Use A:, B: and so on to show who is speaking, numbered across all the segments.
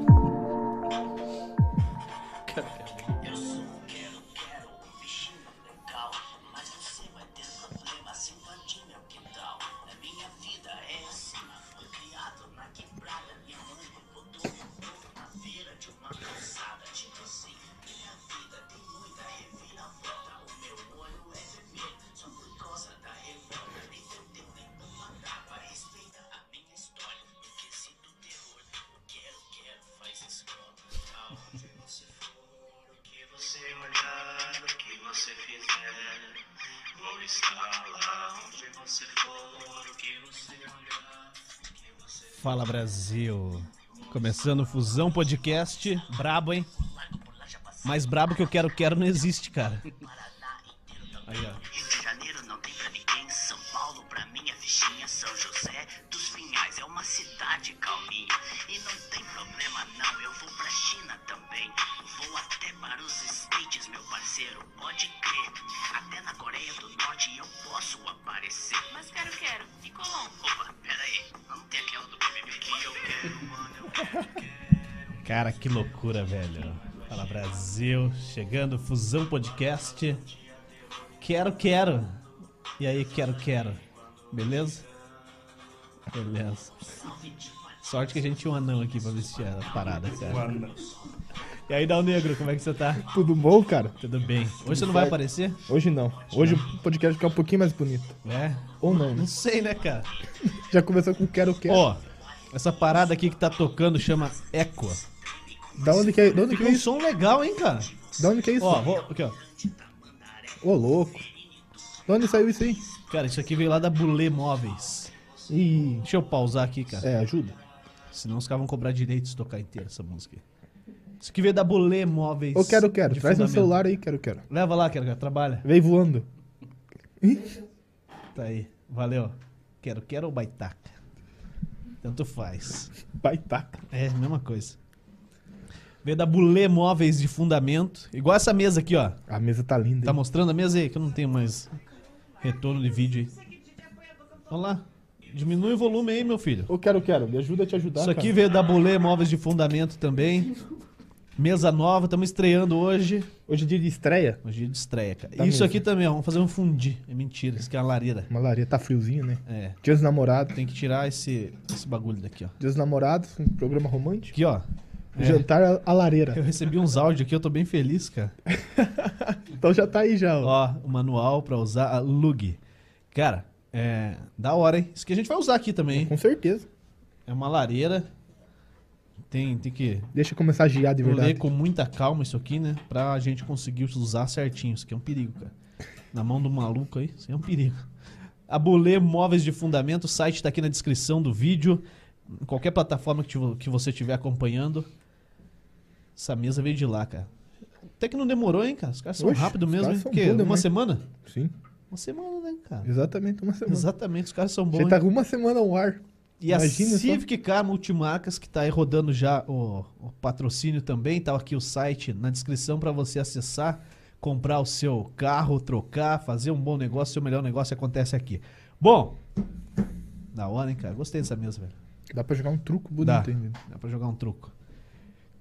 A: um é assim, um é Então
B: Fala Brasil. Começando o Fusão Podcast. Brabo, hein? Mais brabo que eu quero, quero não existe, cara. Aí, ó.
A: Rio de Janeiro não tem pra ninguém, São Paulo pra mim é fichinha, São José dos Vinhais é uma cidade calminha. E não tem problema não, eu vou pra China também. Vou até para os States, meu parceiro, pode crer. Até na Coreia do Norte eu posso aparecer.
C: Mas quero, quero. E Colombo?
A: Opa, pera aí, não tem aquela do BBB que eu quero, mano, eu quero.
B: Cara, que loucura, velho. Fala Brasil, chegando, Fusão Podcast. Quero, quero. E aí, quero, quero. Beleza? Beleza. Sorte que a gente tinha um anão aqui pra vestir a parada, cara. E aí, Dal Negro, como é que você tá?
D: Tudo bom, cara?
B: Tudo bem. Hoje você não vai
D: certo.
B: aparecer?
D: Hoje não. Hoje o podcast fica um pouquinho mais bonito.
B: É?
D: Ou não, né?
B: Não sei, né, cara?
D: Já começou com quero, quero.
B: Ó, essa parada aqui que tá tocando chama Echo.
D: da onde que é, da onde que
B: Fica
D: é
B: um
D: isso?
B: som legal, hein, cara?
D: Da onde que é isso?
B: Ó,
D: Ô,
B: vou, aqui, ó.
D: louco. Da onde saiu isso aí?
B: Cara, isso aqui veio lá da Bulê Móveis.
D: Ih,
B: Deixa eu pausar aqui, cara.
D: é, ajuda.
B: Senão os caras vão cobrar direito se tocar inteira essa música. Isso aqui veio da Bulê Móveis.
D: Ô, quero, quero.
B: de
D: Traz meu
B: fundamento.
D: celular aí, quero, quero.
B: Leva lá, quero, quero. Trabalha.
D: Vem voando.
B: Tá aí. Valeu. Quero, quero ou baitaca? Tanto faz.
D: Baitaca.
B: É, mesma coisa. Veio da Bulê Móveis de Fundamento. Igual essa mesa aqui, ó.
D: A mesa tá linda.
B: Tá
D: hein?
B: mostrando a mesa aí, que eu não tenho mais retorno de vídeo aí. Olha lá. Diminui o volume aí, meu filho.
D: Ô, quero, quero. Me ajuda a te ajudar,
B: Isso aqui
D: cara.
B: veio da Bolê Móveis de Fundamento também. Mesa nova, estamos estreando hoje.
D: Hoje é dia de estreia.
B: Hoje é de estreia, cara.
D: Tá
B: E Isso
D: mesmo.
B: aqui também, ó, vamos fazer um fundi. É mentira, isso aqui é uma lareira.
D: Malaria tá friozinho, né?
B: É,
D: Dia dos namorados.
B: tem que tirar esse, esse bagulho daqui, ó.
D: Dia dos namorados, um programa romântico.
B: Aqui, ó. É,
D: Jantar à- à
B: eu
D: lareira.
B: recebi uns áudios aqui, eu tô bem feliz, cara.
D: Então já tá aí já, ó.
B: Ó, o manual pra usar a Lug. Cara, é. Da hora, hein? Isso que a gente vai usar aqui também, hein?
D: Com certeza.
B: É uma lareira. Tem, tem que
D: Deixa eu começar a giar de
B: ler
D: verdade.
B: com muita calma isso aqui, né? Pra gente conseguir usar certinho. Isso aqui é um perigo, cara. Na mão do maluco aí, isso aí é um perigo. A Bolê Móveis de Fundamento, o site tá aqui na descrição do vídeo. Em qualquer plataforma que, tivo- que você estiver acompanhando. Essa mesa veio de lá, cara. Até que não demorou, hein, cara? Os caras são
D: Oxe,
B: rápidos
D: os
B: mesmo,
D: caras
B: hein?
D: são
B: Porque
D: bom
B: uma
D: demais.
B: semana?
D: Sim.
B: Uma semana, né, cara?
D: Exatamente, uma semana.
B: Exatamente, os caras são
D: A
B: bons.
D: gente
B: hein?
D: tá com uma semana ao ar.
B: E a
D: Imagina só.
B: Civic Car Multimarcas, que tá aí rodando já o, o patrocínio também, tá aqui o site na descrição para você acessar, comprar o seu carro, trocar, fazer um bom negócio, seu melhor negócio acontece aqui. Bom, da hora, hein, cara? Gostei dessa mesa, velho.
D: Dá pra jogar um truco
B: Dá,
D: bonito ainda.
B: dá pra jogar um truco.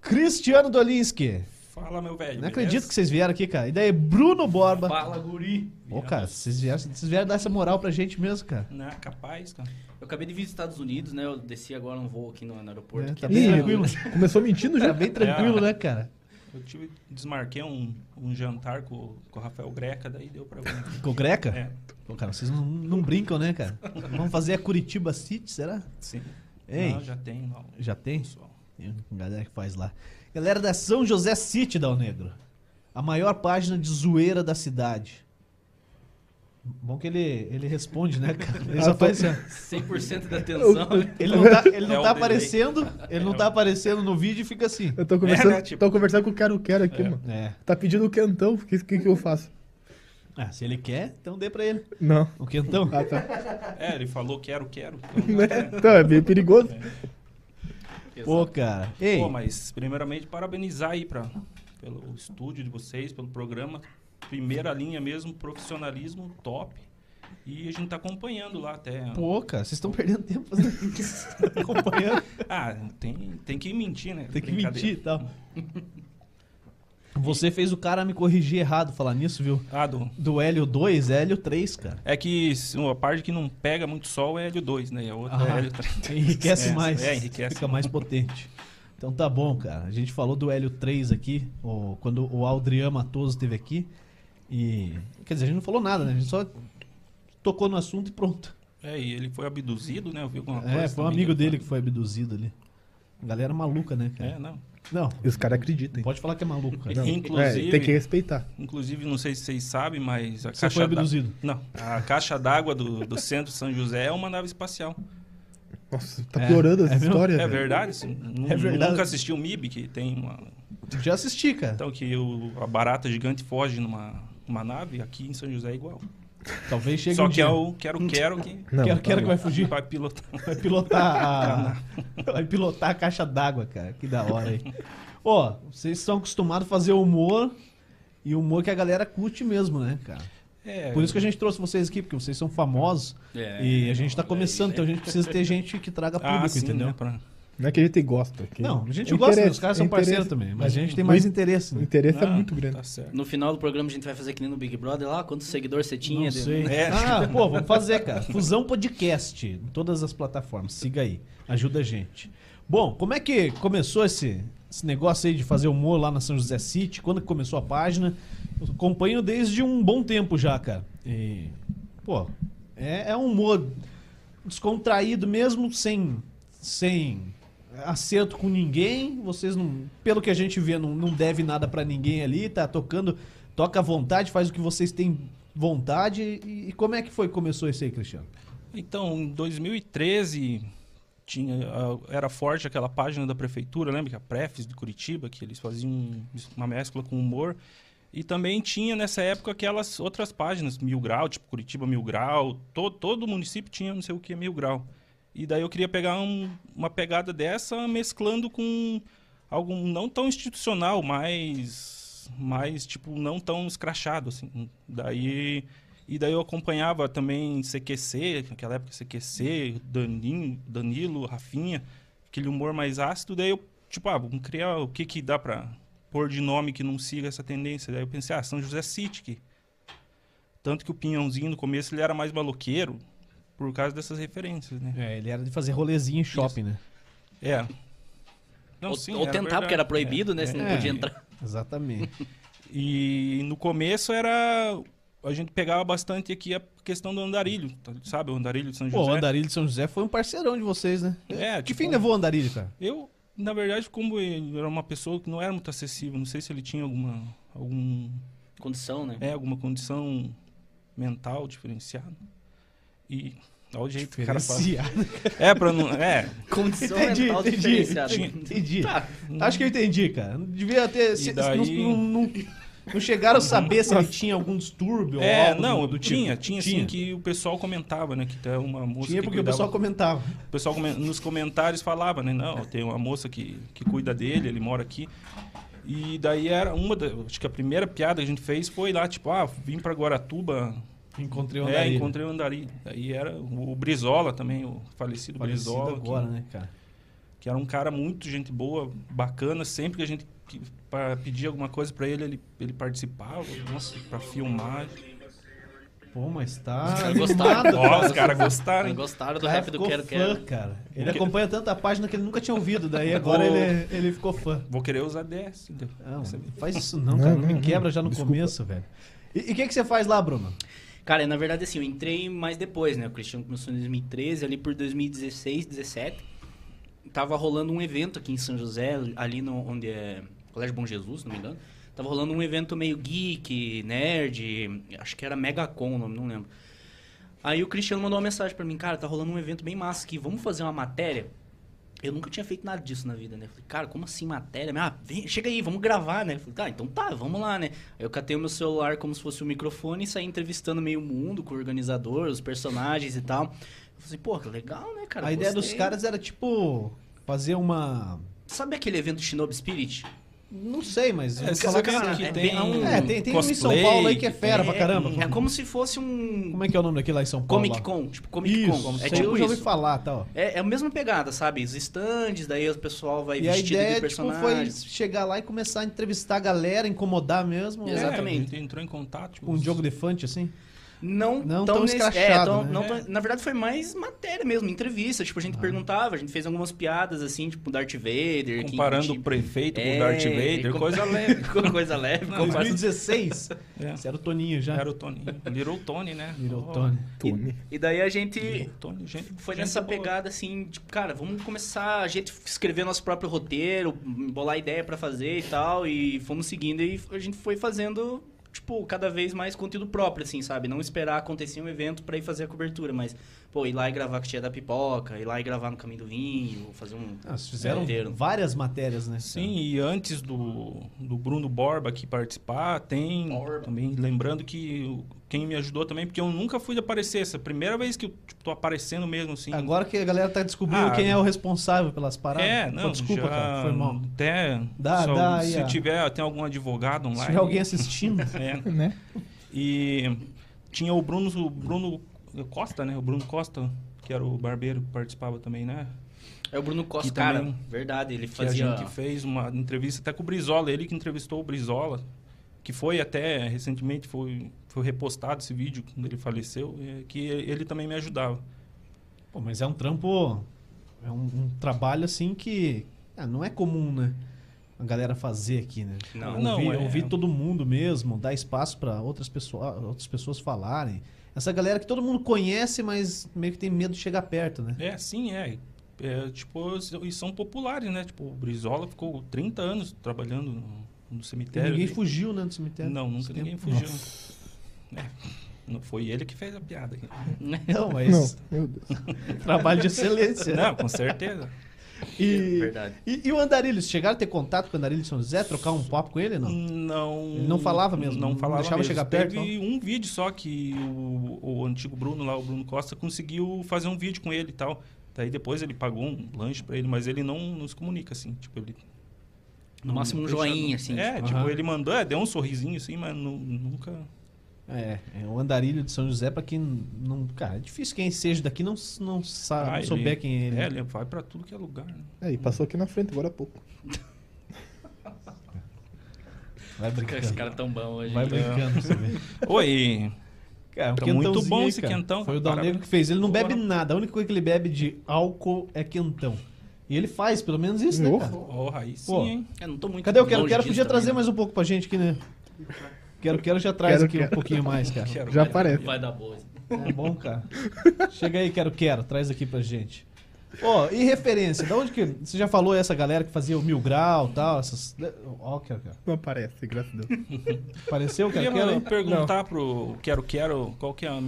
B: Cristiano Dolinski,
E: Fala, meu velho.
B: não acredito que vocês vieram aqui, cara. E daí, Bruno Borba.
E: Fala, guri.
B: Ô, cara, vocês vieram, vocês vieram dar essa moral pra gente mesmo, cara.
E: Não, Né, capaz, cara.
F: Eu acabei de vir dos Estados Unidos, né? Eu desci agora um voo aqui no, no aeroporto.
B: É,
F: aqui.
B: tá bem
D: Ih,
B: tranquilo.
D: começou mentindo
B: Tá
D: já.
B: bem tranquilo, né, cara?
E: Eu tive, desmarquei um, um jantar com, com o Rafael Greca, daí deu pra vir.
B: Com greca?
E: É,
B: Pô, cara, vocês não, não brincam, né, cara? Vamos fazer a Curitiba City, será?
E: sim.
B: Ei,
E: Não,
B: já...
E: já tem, não.
B: tem?
E: Pessoal.
B: Tem uma galera que faz lá. Galera da São José City, Dal Negro. A maior página de zoeira da cidade. Bom que ele, ele responde, né, cara? Ele só
D: Ah, tô-
B: faz assim, ó.
F: 100% da atenção.
B: Ele não tá, ele não
E: É
B: tá
E: o delay. um
B: aparecendo, ele não tá aparecendo no vídeo e fica assim.
D: Eu tô conversando,
E: É, né, tipo-
D: tô conversando com o Quero Quero aqui, mano.
B: É.
D: Tá pedindo o quentão, o que, que, que eu faço?
B: Ah, se ele quer, então dê pra ele.
D: Não.
B: O quentão.
D: Ah, tá.
E: É, ele falou quero, quero. Então,
D: Né? Então, é bem perigoso.
B: Pô, cara. Ei,
E: Pô, mas primeiramente parabenizar aí pra, pelo estúdio de vocês, pelo programa. Primeira linha mesmo, profissionalismo top. E a gente tá acompanhando lá até.
B: pô, cara, vocês estão perdendo tempo fazendo isso. Acompanhando.
E: Ah, tem, tem que mentir, né?
B: Tem que
E: Brincadeira.
B: mentir e tal. Você fez o cara me corrigir errado falar nisso, viu?
E: Ah, do,
B: Do Hélio 2, é Hélio 3, cara.
E: É que se- uma parte que não pega muito sol é Hélio 2, né? E a outra
B: Ah.
E: é Hélio 3.
B: Enriquece
E: É,
B: mais.
E: é, enriquece.
B: Fica mais potente. Então tá bom, cara. A gente falou do Hélio 3 aqui, o- quando o Aldrian Matoso esteve aqui. E. Quer dizer, a gente não falou nada, né? A gente só tocou no assunto e pronto.
E: É, e ele foi abduzido, né? Eu vi alguma coisa.
B: É, foi um
E: também
B: amigo
E: que ele
B: dele que foi abduzido ali. Galera maluca, né,
E: falou. É,
B: cara?
E: não.
B: Não,
D: E os caras acreditam, hein?
B: pode falar que é maluco, cara.
D: Não,
E: Inclusive-
D: é, tem que respeitar.
E: Inclusive, não sei se vocês sabem, mas a
B: Você
E: caixa
B: foi
E: d'á-
B: abduzido.
E: Não, a caixa d'água do, do centro de São José é uma nave espacial.
D: Nossa, tá
B: É,
D: piorando
B: é
D: essa
B: mesmo?
D: história,
E: É
D: velho.
E: verdade? Você nu-
B: É verdade.
E: Nunca assisti um o MIB, que tem uma.
B: Já assisti, cara.
E: Então, que o- a barata gigante foge numa uma nave, aqui em São José é igual.
B: Talvez chegue
E: Só
B: um
E: que
B: dia.
E: é o quero, quero que
D: Não,
B: quero,
D: tá
B: quero que vai
E: fugir.
B: fugir.
E: Vai pilotar.
B: Vai pilotar a. Vai pilotar a caixa d'água, cara. Que da hora aí. Ó, vocês estão acostumados a fazer humor e humor que a galera curte mesmo, né, cara?
E: É,
B: Por isso que a gente trouxe vocês aqui, porque vocês são famosos
F: É,
B: e a gente tá
F: olha
B: começando,
F: aí,
B: então a
F: né?
B: gente precisa ter gente que traga Tá público,
E: ah, sim,
B: entendeu?
E: né, pra-
D: Não é que a gente gosta. é que-
B: Não, a gente
D: o
B: gosta, né?
D: interesse-
B: os caras são
D: o interesse-
B: parceiros também, mas a gente tem
D: o
B: mais
D: in-
B: interesse,
D: O
B: né?
D: interesse é
E: Não,
D: muito grande.
E: Tá certo.
F: No final do programa a gente vai fazer que nem no Big Brother lá, quantos seguidores você tinha.
B: Não
F: de-
B: sei.
E: É.
B: Ah, pô, vamos fazer, cara. Fusão Podcast, em todas as plataformas. Siga aí, ajuda a gente. Bom, como é que começou esse, esse negócio aí de fazer humor lá na São José City? Quando que começou a página? Eu acompanho desde um bom tempo já, cara. E, pô, é, é um humor descontraído mesmo, sem, sem acerto com ninguém. Vocês não, pelo que a gente vê, não, não deve nada pra ninguém ali, tá tocando, toca à vontade, faz o que vocês têm vontade. E, e como é que foi que começou isso aí, Cristiano?
E: Então, em 2013 tinha a- era forte aquela página da prefeitura, lembra que é a Prefis de Curitiba, que eles faziam um- uma mescla com humor. E também tinha nessa época aquelas outras páginas, Mil Grau, tipo Curitiba Mil Grau, to, todo município tinha não sei o que Mil Grau. E daí eu queria pegar um- uma pegada dessa mesclando com algo não tão institucional, mas mais tipo não tão escrachado assim. Daí e daí eu acompanhava também CQC, naquela época CQC, Daninho, Danilo, Rafinha, aquele humor mais ácido. Daí eu, tipo, ah, vamos criar o que que dá pra pôr de nome que não siga essa tendência. Daí eu pensei, ah, São José City. que- Tanto que o Pinhãozinho no começo ele era mais maloqueiro por causa dessas referências, né?
B: É, ele era de fazer rolezinho em shopping, né?
E: É. Não,
F: Ou,
E: sim,
F: ou
E: era
F: tentar,
E: verdade.
F: porque era proibido, né? Você não
B: é.
F: podia entrar.
B: Exatamente.
E: E no começo era. A gente pegava bastante aqui a questão do andarilho, tá- sabe? O andarilho de São
B: Pô, o
E: José.
B: Andarilho de São José foi um parceirão de vocês, né?
E: É,
B: que
E: tipo-
B: fim levou o Andarilho, cara?
E: Eu, na verdade, como ele era uma pessoa que não era muito acessível, não sei se ele tinha alguma, algum,
F: Condição, né?
E: é, alguma condição mental diferenciada. E. Olha o jeito que o cara fala. É, pra não. É.
F: Condição
B: Entendi,
F: mental
B: entendi.
F: diferenciada.
B: Entendi.
F: Tá.
B: Acho que eu entendi, cara. Não Devia ter. se- se-
E: daí-
B: não, não- não- não chegaram a saber se ele tinha algum distúrbio ou
E: É,
B: algo
E: não,
B: do, do tipo.
E: tinha, tinha, sim, que o pessoal comentava, né? Que tem uma moça.
B: Tinha
E: que
B: porque o
E: cuidava-
B: pessoal comentava.
E: O pessoal come- nos comentários falava, né? Não, tem uma moça que, que cuida dele, ele mora aqui. E daí era uma da, Acho que a primeira piada que a gente fez foi lá, tipo, ah, vim pra Guaratuba.
B: Encontrei um o
E: É,
B: Andarilho.
E: encontrei o Andari. Daí era o Brizola também, o falecido,
B: Falecido
E: Brizola.
B: agora,
E: que,
B: né, cara?
E: que era um cara muito gente boa, bacana. Sempre que a gente que, pra pedir alguma coisa pra ele, ele, ele participava. Nossa, pra filmar.
B: Pô, mas tá.
F: Os caras
B: animado,
F: gostaram.
E: Ó, os
B: cara.
E: caras gostaram. hein?
F: Gostaram
B: O
F: do
B: cara
F: rap do
B: ficou
F: Quero
B: fã,
F: Quero.
B: cara. Ele acompanha tanta página que ele nunca tinha ouvido, daí agora
E: Vou-
B: ele, é, ele ficou fã.
E: Vou querer usar 10. entendeu?
B: Não,
E: Você-
B: faz isso não, cara. Não,
D: Não,
B: me
D: não,
B: quebra
D: não.
B: já no
D: Desculpa.
B: começo, velho. E e o que, que você faz lá, Bruno?
F: Cara, na verdade, assim, eu entrei mais depois, né? O Cristiano começou em 2013, ali por 2016, 17. Tava rolando um evento aqui em São José, ali no, onde é Colégio Bom Jesus, se não me engano. Tava rolando um evento meio geek, nerd, acho que era Megacon o nome, não lembro. Aí o Cristiano mandou uma mensagem pra mim, cara, tá rolando um evento bem massa aqui, vamos fazer uma matéria? Eu nunca tinha feito nada disso na vida, né? Falei, cara, como assim matéria? Ah, vem, chega aí, vamos gravar, né? Falei, tá, então tá, vamos lá, né? Aí eu catei o meu celular como se fosse um microfone e saí entrevistando meio mundo com o organizador, os personagens e tal. Eu falei, pô, que legal, né, cara?
B: a ideia dos
F: Gostei.
B: caras era, tipo, fazer uma.
F: Sabe aquele evento Shinobi Spirit?
B: Não sei, mas.
E: É, esses
B: falar que-
E: eventos que
B: é,
E: tem
B: bem- é, tem, tem um em São
E: cosplay,
B: Paulo aí que é
E: que
B: fera pra caramba.
F: É como se fosse um
B: Como é que é o nome daquele lá em São Paulo?
F: Comic
B: lá?
F: Con, tipo Comic
B: Isso,
F: Con. É
B: isso aí
F: tipo
B: eu já ouvi
F: isso.
B: falar, tá, tal.
F: É, é a mesma pegada, sabe? Os stands, daí o pessoal vai
B: E a
F: vestido de
B: ideia, tipo, foi
F: personagens.
B: chegar lá e começar a entrevistar a galera, incomodar mesmo.
E: É,
B: né?
F: Exatamente.
E: a gente entrou em contato. tipo,
B: Com um jogo de fante, assim.
F: Não,
B: Não
F: tão
B: tão
F: nesse-
B: escrachado,
F: é, tão-
B: né?
F: não
E: É.
F: tão- Na verdade, foi mais matéria mesmo, entrevista. Tipo, a
E: Ah.
F: gente perguntava, a gente fez algumas piadas, assim, tipo, Darth Vader. quem-
E: Comparando
F: tipo,
E: o prefeito com
F: é,
E: o Darth Vader,
F: com-
E: coisa leve.
F: com coisa leve. compara-
B: 2016.
E: É.
B: Esse era o Toninho já.
E: Era o Tony. Little Tony, né?
B: Virou
E: Ó,
B: o Tony.
D: Tony.
F: E daí a gente
E: Little Tony, gente.
F: foi
E: gente
F: nessa
E: boa.
F: pegada, assim, tipo, cara, vamos começar a gente escrever nosso próprio roteiro, bolar ideia pra fazer e tal. E fomos seguindo e a gente foi fazendo, tipo, cada vez mais conteúdo próprio, assim, sabe? Não esperar acontecer um evento pra ir fazer a cobertura, mas Pô, ir lá e gravar com a tia da pipoca, ir lá e gravar no caminho do vinho, fazer um.
B: Elas Ah, fizeram
F: roteiro.
B: várias matérias, né?
E: É, Sim, e antes do, do Bruno Borba aqui participar, tem também, lembrando que o- quem me ajudou também, porque eu nunca fui de aparecer, essa é a primeira vez que eu tipo, tô aparecendo mesmo, assim.
B: Agora que a galera tá descobrindo
E: Ah,
B: quem é o responsável pelas paradas.
E: É,
B: Pô,
E: não,
B: desculpa,
E: já-
B: cara, foi mal.
E: Até,
B: Dá-
E: só-
B: dá aí
E: se
B: a-
E: tiver, tem algum advogado online.
B: Se tiver alguém assistindo,
E: É,
D: Né?
E: E tinha o Bruno, o Bruno Costa, né? O Bruno Costa, que era o barbeiro que participava também, né?
F: É o Bruno Costa,
E: Que
F: cara.
E: também-
F: Verdade, ele
E: Que
F: fazia.
E: a gente fez uma entrevista até com o Brizola, ele que entrevistou o Brizola, que foi até recentemente foi, foi repostado esse vídeo quando ele faleceu, é, que ele também me ajudava.
B: Pô, mas é um trampo. É um, um trabalho assim que. ah, não é comum, né? A galera fazer aqui, né?
F: Não,
B: ouvir,
E: não, é-
B: ouvir todo mundo mesmo, dar espaço pra outras, pessoa, outras pessoas falarem. Essa galera que todo mundo conhece, mas meio que tem medo de chegar perto, né?
E: É, sim, é. É, tipo, e são populares, né? Tipo, o Brizola ficou 30 anos trabalhando no, no
B: E
E: cemitério.
B: ninguém
E: ali.
B: fugiu, né, do cemitério.
E: Não, nunca
B: Esse
E: ninguém
B: tempo.
E: fugiu. É, não foi ele que fez a piada.
B: Não,
D: Não,
B: mas
D: meu Deus.
B: trabalho de excelência.
E: Não, com certeza.
B: E,
F: Verdade.
B: e, e o Andarilho, chegaram a ter contato com o Andarilho de São José, trocar um papo com ele, não?
E: Hum. Não.
B: Ele não falava mesmo,
E: Não
B: não
E: falava
B: deixava
E: mesmo.
B: chegar perto,
E: Teve um vídeo só que o, o antigo Bruno lá, o Bruno Costa, conseguiu fazer um vídeo com ele e tal. Daí depois ele pagou um lanche pra ele, mas ele não nos comunica, assim. Tipo, ele.
F: No máximo um
E: deixa-
F: joinha, assim.
E: É,
B: tipo,
E: tipo,
B: aham.
E: ele mandou, é, deu um sorrisinho, assim, mas nu- nunca.
B: É, é, o andarilho de São José, pra quem não. Cara, é difícil quem seja daqui não, não, sa- não
E: Ah, ele-
B: souber quem é ele.
E: É, ele vai pra tudo que é lugar. né?
D: Aí, passou aqui na frente agora há pouco.
B: Vai
F: Cara, Esse cara é tão bom hoje.
B: Vai brincando pra você ver.
E: Oi!
B: Cara, um
E: Tá muito
B: quentãozinho
E: bom
B: aí,
E: esse
B: cara.
E: quentão,
B: Foi o
E: cara.
B: Dal Negro que fez. Ele não
E: Porra.
B: bebe nada. A única coisa que ele bebe de álcool é quentão. E ele faz, pelo menos isso, né,
D: Oh.
B: cara?
E: Ó, aí sim,
B: Pô.
E: hein?
F: Eu não tô muito
B: Cadê o Quero
F: longe
B: Quero?
F: disso
B: Podia
F: também,
B: trazer
F: né?
B: mais um pouco pra gente aqui, né? Quero Quero já traz
D: Quero
B: aqui um
D: Quero.
B: pouquinho mais, cara.
E: Quero
D: Já
E: ver.
D: aparece.
F: Vai dar boa.
B: É bom, cara. Chega aí, Quero Quero. Traz aqui pra gente. Ó, e referência? Da onde que. Você já falou essa galera que fazia o Mil Grau e tal? Essas... Ó, Quero Quero.
D: Não aparece, graças a Deus.
B: Apareceu,
E: Eu
B: cara?
E: queria
B: Quero?
E: perguntar pro Quero Quero qual que é a.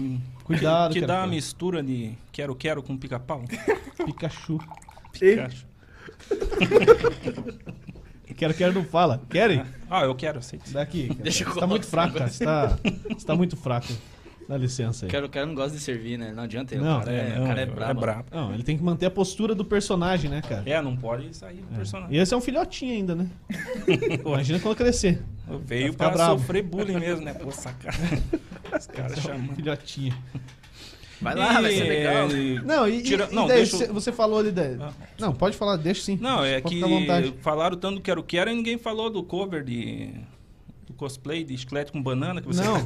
B: Cuidado,
E: que
B: Quero
E: dá a
B: Quero.
E: mistura de Quero Quero com pica-pau?
B: Não, Pikachu.
E: Pikachu.
B: Quero, quero, não fala. Querem?
E: Ah, eu quero, aceito.
B: Daqui. Cara.
F: Deixa eu
B: você tá
F: colocar
B: muito fraco, cara. Você tá, você tá muito fraco. Dá licença aí.
F: Quero, quero não gosta de servir, né? Não adianta.
B: Não,
F: o cara é,
E: não,
F: o cara é brabo.
B: Não, ele tem que manter a postura do personagem, né, cara?
E: É, não pode sair do
B: E
E: personagem.
B: esse é um filhotinho ainda, né? Pô, imagina quando crescer.
E: Veio
B: ficar
E: pra
B: bravo.
E: sofrer bullying mesmo, né? Pô, sacada. Os caras chamando.
B: Filhotinho.
F: Vai lá, vai ser
E: E- é,
F: legal.
B: Não, e, e-
E: Tira-
B: e
E: não,
B: daí
E: deixa eu-
B: você, você falou ali da...
E: Ah.
B: Não, pode falar, deixa sim.
E: Não, é
B: Pode
E: que
B: ficar à vontade.
E: falaram tanto do Quero Quero e ninguém falou do cover de... Do cosplay de esqueleto com banana que você...
B: Não.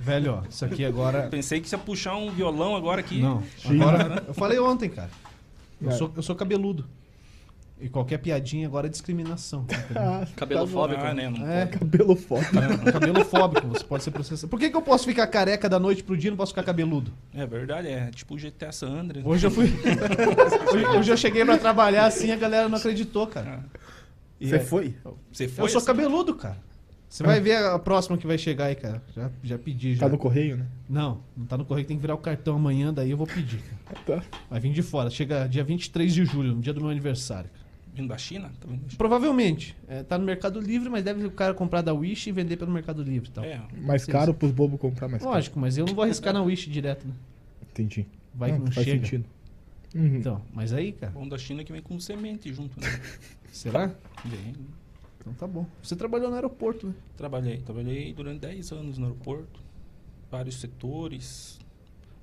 B: Velho, ó, isso aqui agora...
E: Pensei que você ia puxar um violão agora aqui.
B: Não, agora... Eu falei ontem, cara. Eu
D: Cara.
B: sou, eu sou cabeludo. E qualquer piadinha agora é discriminação. entendeu?
D: Ah,
F: Cabelo
D: tá bom.
F: fóbico.
E: Ah, né? Não
B: É,
D: Cabelo foda.
B: É, cabelo fóbico, você pode ser processado. Por que, que eu posso ficar careca da noite pro dia e não posso ficar cabeludo?
E: É verdade, é tipo o GTA San Andreas.
B: Hoje eu fui. Hoje, hoje eu cheguei pra trabalhar assim a galera não acreditou, cara. E
D: Você
B: é-
D: foi?
E: Você foi
B: Eu sou
E: assim?
B: cabeludo, cara. Você vai ver a próxima que vai chegar aí, cara. Já, já pedi, já.
D: Tá no correio, né?
B: Não, não tá no correio, tem que virar o cartão amanhã, daí eu vou pedir. cara.
D: Tá.
B: Vai vir de fora. Chega dia 23 de julho, no dia do meu aniversário. cara.
E: Vindo da China? Tá vindo da China.
B: Provavelmente. É, tá no Mercado Livre, mas deve o cara comprar da Wish e vender pelo Mercado Livre e tal.
E: É.
D: Mais caro pros bobos comprar mais caro.
B: Lógico, mas eu não vou arriscar na Wish direto, né?
D: Entendi.
B: Vai que não
D: faz
B: chega.
D: sentido. Uhum.
B: Então, mas aí, cara,
E: Bom da China é que vem com semente junto, né?
B: será?
E: Vem.
B: Então tá bom. Você trabalhou no aeroporto, né?
E: Trabalhei, trabalhei durante 10 anos no aeroporto, vários setores.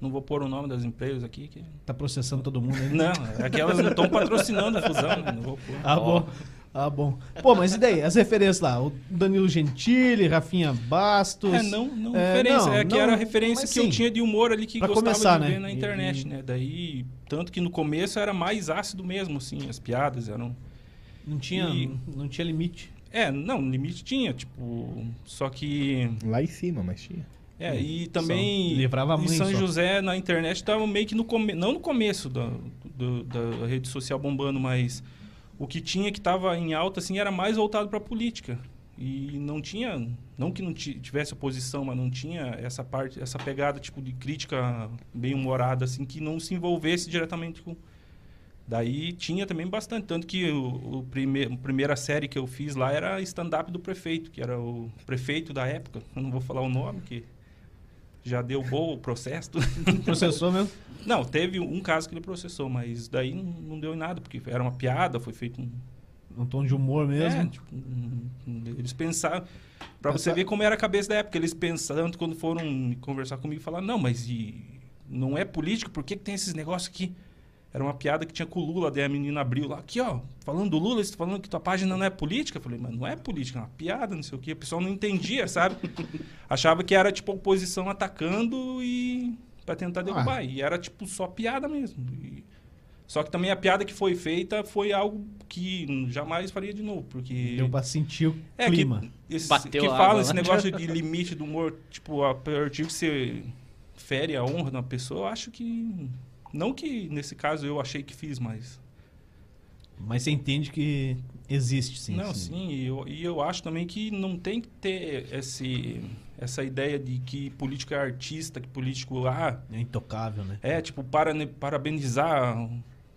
E: Não vou pôr o nome das empresas aqui. Que...
B: Tá processando todo mundo aí.
E: Não, aquelas não estão patrocinando a fusão, né? não vou pôr.
B: Ah, bom. Ah, bom. Pô, mas e daí? As referências lá? O Danilo Gentili, Rafinha Bastos.
E: É, não, não
B: É,
E: referência.
B: não,
E: é que
B: não,
E: era a referência
B: mas
E: que
B: sim.
E: eu tinha de humor ali que
B: Pra
E: gostava
B: começar,
E: de ver
B: né?
E: na
B: E-
E: internet, né? Daí, tanto que no começo era mais ácido mesmo, assim, as piadas eram.
B: Não tinha,
E: E-
B: não tinha limite.
E: É, não, limite tinha, tipo. Só que.
D: Lá em cima, mas tinha.
E: É, e também
B: Só livrava a
E: em
B: mãe
E: São
B: só.
E: José, na internet, estava meio que no começo, não no começo da, do- da rede social bombando, mas o que tinha que estava em alta, assim, era mais voltado para política. E não tinha, não que não ti- tivesse oposição, mas não tinha essa parte, essa pegada tipo de crítica bem humorada assim que não se envolvesse diretamente com Daí tinha também bastante, tanto que o, o prime- a primeira série que eu fiz lá era stand-up do prefeito, que era o prefeito da época, eu não vou falar o nome, que já deu bom o processo.
B: Processou mesmo?
E: Não, teve um caso que ele processou, mas daí não, não deu em nada, porque era uma piada, foi feito um.
B: Um tom de humor mesmo.
E: É, tipo, um- um- eles pensaram. Pra você
B: Pensaram-
E: ver como era a cabeça da época, eles pensaram, tanto quando foram conversar comigo, falaram: não, mas e, não é político, por que, que tem esses negócios aqui? Era uma piada que tinha com o Lula, daí a menina abriu lá, aqui ó, falando do Lula, você tá falando que tua página não é política? Eu falei, mas não é política, é uma piada, não sei o quê. O pessoal não entendia, sabe? Achava que era tipo a oposição atacando e. pra tentar
B: Ah.
E: derrubar. E era tipo só piada mesmo. E- Só que também a piada que foi feita foi algo que jamais faria de novo, porque.
B: Deu pra sentir o
E: É,
B: clima.
E: Que, esse,
F: Bateu
E: que
F: a
E: fala
F: água
E: esse
F: lá.
E: negócio de limite do humor, tipo, a partir que você fere a honra de uma pessoa, eu acho que. Não que nesse caso eu achei que fiz, mas.
B: Mas você entende que existe, sim.
E: não, sim, e, eu, e eu acho também que não tem que ter esse, essa ideia de que político é artista, que político. Ah,
B: É intocável, né?
E: é, tipo, para, parabenizar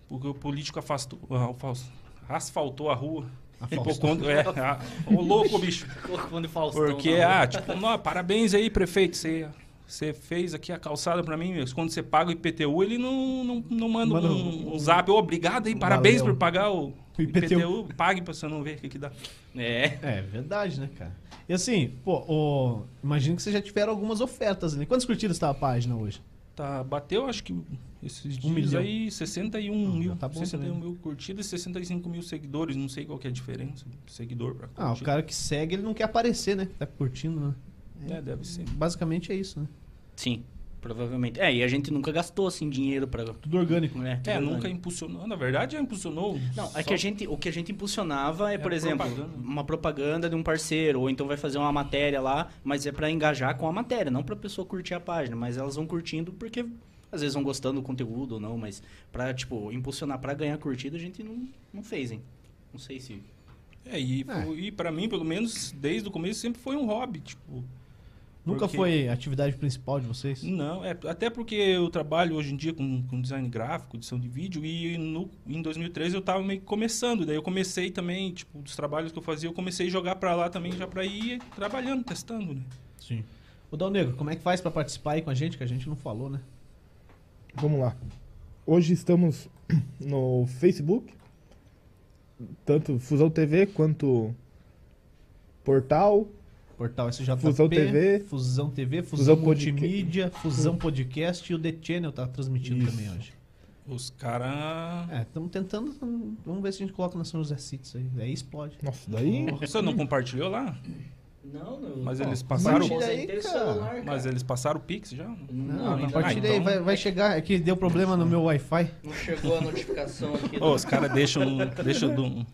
E: porque o político afastou, ah, fals- asfaltou a rua.
B: Afastou.
E: Hipocondro- é, ah, ô louco, bicho.
F: Colocando Faustão.
E: Porque,
F: na rua.
E: ah, tipo, não, parabéns aí, prefeito, você, você fez aqui a calçada pra mim, mas quando você paga o IPTU, ele não, não, não manda,
B: Manda
E: um, um zap, ô, obrigado aí, parabéns
B: Valeu.
E: por pagar o,
B: O IPTU.
E: pague pra você não ver o que, que dá.
F: É.
B: É verdade, né, cara? E assim, pô, o- imagino que vocês já tiveram algumas ofertas, né? Quantas curtidas tá a página hoje?
E: Tá, bateu, acho que esses dias
B: Um milhão.
E: aí, 61
B: Ah,
E: mil,
B: já tá bom
E: 61
B: também.
E: mil curtidas e 65 mil seguidores, não sei qual que é a diferença, seguidor pra
B: Ah, o
E: curtida.
B: cara que segue, ele não quer aparecer, né? Tá curtindo, né?
E: É, deve ser.
B: Basicamente é isso, né?
F: Sim, provavelmente. É, e a gente nunca gastou, assim, dinheiro pra...
B: Tudo orgânico.
F: né, tudo
E: É, nunca
F: orgânico.
E: impulsionou, na verdade já impulsionou.
F: Não, é
E: só-
F: que a gente, o que a gente impulsionava é,
E: É
F: por exemplo,
E: propaganda.
F: uma propaganda de um parceiro, ou então vai fazer uma matéria lá, mas é pra engajar com a matéria, não pra pessoa curtir a página, mas elas vão curtindo porque às vezes vão gostando do conteúdo ou não, mas pra, tipo, impulsionar pra ganhar curtida, a gente não, não fez, hein? Não sei se.
E: É, e,
B: É.
E: foi- e pra mim, pelo menos, desde o começo sempre foi um hobby, tipo...
B: Nunca
E: Porque-
B: foi a atividade principal de vocês?
E: Não, é, até porque eu trabalho hoje em dia com, com design gráfico, edição de vídeo, e no, em 2013 eu tava meio que começando, daí eu comecei também, tipo, dos trabalhos que eu fazia, eu comecei a jogar pra lá também, já pra ir trabalhando, testando, né?
B: Sim. O Dal Negro, como é que faz pra participar aí com a gente? Que a gente não falou, né?
D: Vamos lá. Hoje estamos no Facebook, tanto Fusão TV quanto Portal,
B: Portal SJP,
D: Fusão TV.
B: Fusão TV, Fusão,
D: Fusão Podca-
B: Multimídia, Fusão Podcast e o The Channel tá transmitindo
D: Isso.
B: também hoje.
E: Os caras...
B: É, estamos tentando, vamos ver se a gente coloca na São José Cities aí, aí explode.
D: Nossa, daí.
E: Você não compartilhou lá?
F: Não, não.
E: Mas eles passaram...
B: compartilha aí, cara.
E: Mas eles passaram o Pix já?
B: Não, não,
E: ainda
B: compartilha
E: não.
B: aí, vai, vai chegar, é que deu problema no meu Wi-Fi.
F: Ah, então Não chegou a notificação aqui.
E: Ô, os caras deixam... deixam um do-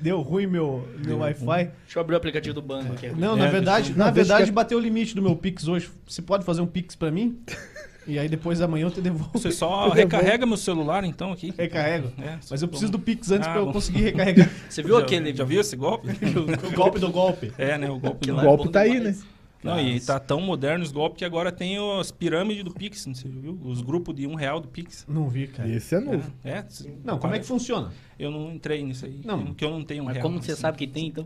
B: Deu ruim meu, meu Wi-Fi.
F: Deixa eu abrir o aplicativo do banco aqui.
B: Não, na
E: É, deixa
B: verdade,
E: eu- é-
B: na
D: Não, deixa
B: verdade
D: que-
B: bateu o limite do meu Pix hoje. Você pode fazer um Pix pra mim? E aí depois amanhã eu te devolvo.
E: Você só
F: é
E: recarrega meu celular, então, aqui.
B: Recarrego.
E: É,
B: Mas eu preciso do Pix antes
E: Ah,
B: pra eu
E: bom.
B: conseguir recarregar.
F: Você viu
E: Já,
F: aquele.
E: já viu esse golpe?
B: o golpe do golpe.
E: é, né? O golpe
D: O
E: do...
D: golpe tá aí, né?
E: Não, e tá tão moderno os golpes que agora tem as pirâmides do Pix, não sei, viu? Os grupos de um real do Pix.
B: Não vi, cara.
D: Esse é novo.
E: É, é, se-
B: Não, como é que funciona?
E: Eu não entrei nisso aí,
B: Não.
E: porque eu não tenho um
F: Mas
E: real.
F: como que você
E: assim.
F: sabe que tem, então?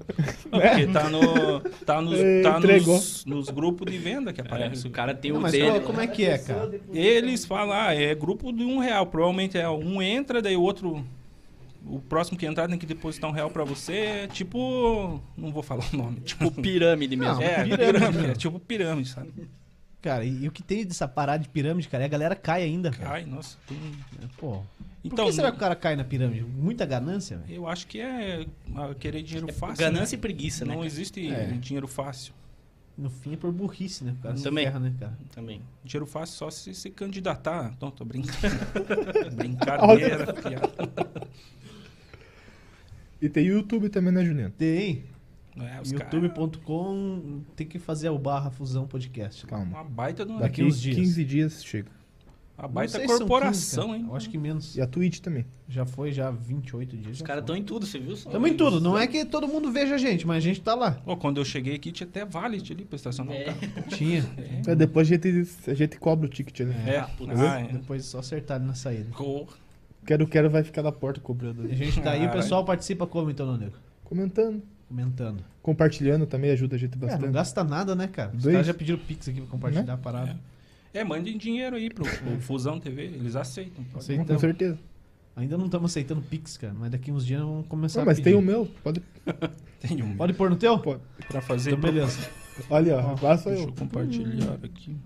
E: Não, porque tá, no, tá, nos,
D: É,
E: tá
D: entregou.
E: nos, nos grupos de venda que
B: É.
E: aparece.
F: o cara tem
B: Não,
F: o
B: mas
F: dele.
E: né?
B: qual- como é que é, cara?
E: Eles falam, ah, é grupo de um real. Provavelmente é um entra, daí o outro... O próximo que entrar tem que depositar um real pra você. É tipo... Não vou falar o nome. Tipo...
F: O pirâmide
B: Não,
F: mesmo.
E: É,
B: pirâmide,
E: pirâmide.
B: né?
E: É tipo pirâmide, sabe?
B: Cara, e, e o que tem dessa parada de pirâmide, cara? É a galera cai ainda, cara. Né?
E: Ai, nossa. Tem...
B: Pô. Por
E: Então,
B: que será que o cara cai na pirâmide? Muita ganância, velho?
E: eu acho que é ah, querer dinheiro fácil.
F: É Ganância
E: né?
F: e preguiça, né?
E: Não
F: cara?
E: existe
B: É.
E: dinheiro fácil.
B: No fim é por burrice, né? O cara se
F: Também.
B: ferra, né, cara?
F: Também.
E: Dinheiro fácil é só se se candidatar. Não, tô brincando. Brincadeira, piada.
B: É.
D: E tem YouTube também, né, Juliano?
B: Tem.
E: É, os cara-
B: youtube.com tem que fazer o barra fusão podcast. né?
D: Calma.
E: Uma baita de uma...
B: Daqui
D: Daqui
B: uns
D: uns
B: dias.
D: 15 dias chega.
E: A
B: Não
E: baita
B: sei se são 15,
E: corporação,
B: cara.
E: hein?
B: Eu acho que menos.
D: E a Twitch também.
B: Já foi já 28 dias.
F: Os caras estão em tudo, você viu? só?
B: Estamos em tudo. Não é que todo mundo veja a gente, mas a gente tá lá.
E: Pô, quando eu cheguei aqui, tinha até valet ali pra estacionar o
F: É.
E: carro.
B: Tinha.
D: É, depois a gente, a gente cobra o ticket, né?
E: É,
F: Ah, puta.
E: ah, é.
B: Depois só acertar na saída.
E: Pô,
D: Quero, quero vai ficar na porta cobrando.
B: A gente tá aí, o
E: Caralho.
B: pessoal participa como então, não, nego?
D: Comentando.
B: Comentando.
D: Compartilhando também ajuda a gente
B: É, não
D: bastante.
B: gasta nada, né, cara? Os
D: Dois. Né?
B: caras já pediram Pix aqui pra compartilhar a parada.
E: É, mandem dinheiro aí pro, pro Fusão TV, eles aceitam. Pode.
B: Aceitamos.
D: Com certeza.
B: Ainda não estamos aceitando Pix, cara, mas daqui uns dias nós vamos começar
D: Não,
B: a
D: mas
B: pedir.
D: tem o meu. Pode.
E: Tem um
B: Pode pôr no teu?
D: pode.
E: pra fazer.
B: Então,
E: pro-
B: beleza.
D: Olha, ó, agora sou
E: Deixa
D: eu.
E: eu compartilhar aqui.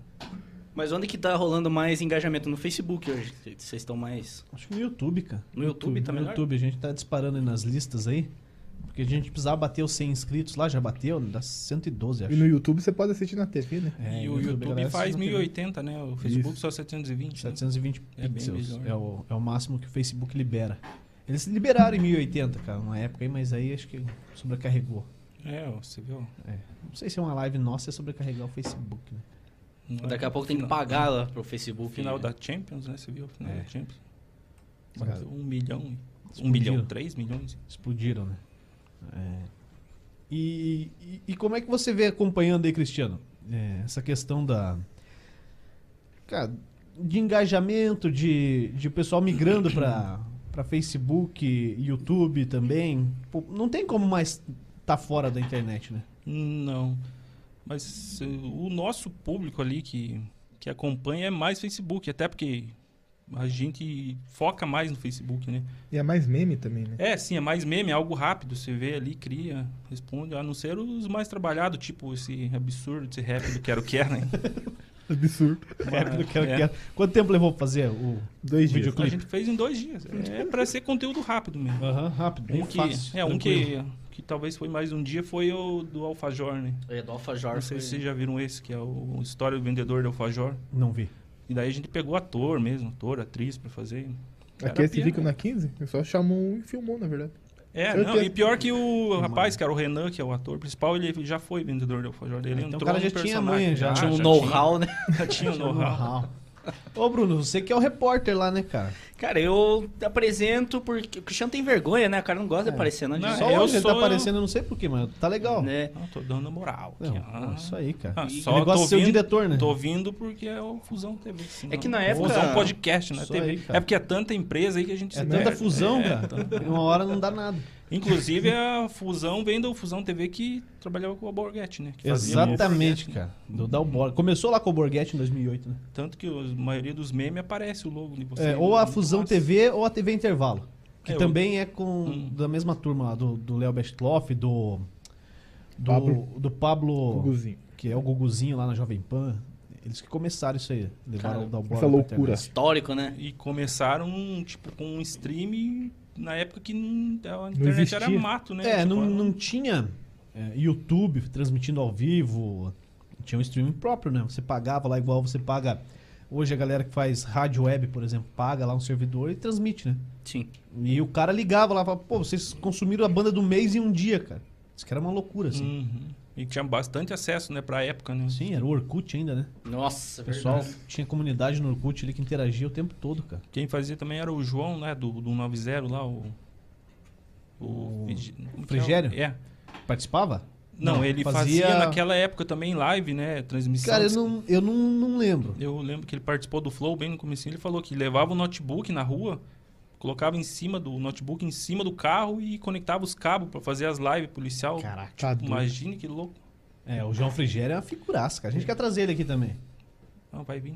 F: Mas onde que tá rolando mais engajamento? No Facebook hoje. Vocês estão mais.
B: Acho que no YouTube, cara.
F: No YouTube tá
B: No
F: melhor?
B: YouTube, a gente tá disparando aí nas listas aí. Porque a gente precisava bater os 100 inscritos lá, já bateu, dá 112, acho.
D: E no YouTube você pode assistir na TV, né?
B: É,
E: e
B: no
E: o YouTube
B: galera,
E: faz
B: assiste na TV.
E: 1080, né? O Facebook só 720. né?
B: 720
E: É bem
B: pixels.
E: melhor.
B: É o, é o máximo que o Facebook libera. Eles liberaram em 1080, cara, uma época aí, mas aí acho que sobrecarregou.
E: É, ó, você viu?
B: Não sei se é uma live nossa é sobrecarregar o Facebook, né?
E: Não é
F: Daqui a pouco tem que
E: final-
F: pagar lá pro Facebook.
E: Final
F: né?
E: da Champions, né? Você viu? o Final
B: É.
E: da Champions.
B: Cara,
E: Bateu um milhão.
B: explodiram.
E: Um bilhão, três milhões.
B: Explodiram, né? É. E, e, e como é que você vê acompanhando aí, Cristiano? É, essa questão da. Cara, de engajamento, de, de pessoal migrando pra, pra Facebook, YouTube também. Pô, não tem como mais tá fora da internet, né?
E: Não. Mas eh, o nosso público ali que, que acompanha é mais Facebook, até porque a gente foca mais no Facebook, né?
D: E é mais meme também, né?
E: É, sim, é mais meme, é algo rápido. Você vê ali, cria, responde, a não ser os mais trabalhados, tipo esse absurdo, esse rap do Quero Quero, né?
B: É.
D: Absurdo.
B: Rap do Quero
E: é.
B: Quero. Quanto tempo levou pra fazer o.
D: Dois dias.
E: A gente fez em dois dias. É pra ser conteúdo rápido mesmo.
B: Aham, rápido, bem
E: Um que,
B: fácil.
E: é, um
B: tranquilo.
E: que, que talvez foi mais um dia foi o do Alfajor, né?
F: É, do Alfajor.
E: Não sei
F: foi-
E: se vocês já viram esse, que é o História do Vendedor do Alfajor.
B: Não vi.
E: E daí a gente pegou ator mesmo, ator, atriz pra fazer.
B: É
E: Cara,
D: Aqui esse
E: pior.
B: né?
D: Dico na 15, eu só chamou um e filmou, na verdade.
E: É,
D: Eu
E: não,
D: tenho-
E: e pior que o rapaz, cara, o Renan, que é o ator principal, ele ele já foi vendedor de alfajor dele. Ele
B: Então o
E: entrou
B: cara
E: no
B: já tinha
E: personagem,
B: manha, já.
E: já
B: Tinha
F: Tinha um
E: Ah, já
F: know-how, né?
E: Já tinha um know-how.
B: Know-how. Ô, Bruno, você que é o repórter lá, né, cara?
F: Cara, eu apresento porque. O Cristiano tem vergonha, né? O cara não gosta de aparecer, não.
E: É. Não,
F: adianta.
B: Só
E: Ah, eu
B: hoje ele tá
E: sou-
B: aparecendo, eu não sei porquê, mas tá legal.
F: Né?
E: Não, tô dando moral.
B: Não,
E: aqui,
B: pô,
E: ah.
B: isso aí, cara.
E: Ah,
B: E-
E: só
B: ele gosta
E: tô
B: de ser o
E: vindo-
B: diretor, né?
E: Tô vindo porque é o Fusão TV. senão-
F: É que na época-
E: Fusão Podcast, né?
B: Isso
E: TV.
B: aí, cara.
E: é porque é tanta empresa aí que a gente
B: É
E: se
B: tanta
E: perde.
B: fusão,
E: É,
B: cara.
E: tanta-
B: Uma hora não dá nada.
E: Inclusive, é a Fusão vem do Fusão TV que trabalhava com o Borghetti, né? Que fazia
B: Exatamente,
E: o Borghetti.
B: cara. Do Dalborg. Começou lá com o Borghetti em 2008, né?
E: Tanto que os- a maioria dos memes aparece o logo de você.
B: É,
E: né?
B: ou a
E: Muito
B: Fusão
E: massa.
B: TV ou a TV Intervalo. Que
E: É, eu-
B: também é com
E: Hum.
B: da mesma turma lá, do do Léo Bestloff, do. Do
D: Pablo.
B: Pablo, do Pablo
D: Guguzinho.
B: que é o Guguzinho lá na Jovem Pan. Eles que começaram isso aí. Levaram
F: Cara,
B: o Dalborg.
D: essa
B: pra
D: loucura.
B: internet.
F: Histórico, né?
E: E começaram, tipo, com um stream na época que não, a internet era
D: existia.
E: mato, né?
B: É,
E: Tipo,
B: não,
E: era-
B: não tinha é, YouTube transmitindo ao vivo, tinha um streaming próprio, né? Você pagava lá igual você paga. Hoje a galera que faz rádio web, por exemplo, paga lá um servidor e transmite, né?
F: Sim.
B: E o cara ligava lá e falava, pô, vocês consumiram a banda do mês em um dia, cara. Isso que era uma loucura, assim.
E: Uhum. E tinha bastante acesso, né, pra época, né?
B: Sim, era o Orkut ainda, né?
F: Nossa,
B: O pessoal
F: verdade.
B: tinha comunidade no Orkut ali que interagia o tempo todo, cara.
E: Quem fazia também era o João, né, do, do 90 lá, o...
B: O
E: Frigi- como que é o-
B: Frigério?
E: É.
B: Participava?
E: Não,
B: Não,
E: ele
B: fazia-
E: fazia... naquela época também live, né, transmissão.
B: Cara, eu não, eu não, não lembro.
E: Eu lembro que ele participou do Flow bem no comecinho, ele falou que levava o notebook na rua, colocava em cima do notebook, em cima do carro e conectava os cabos pra fazer as lives policial.
B: Caraca.
D: Tá doido.
E: Imagine que louco.
B: É, o João Frigério é uma figuraça, cara. A gente quer trazer ele aqui também.
E: Não, vai vir.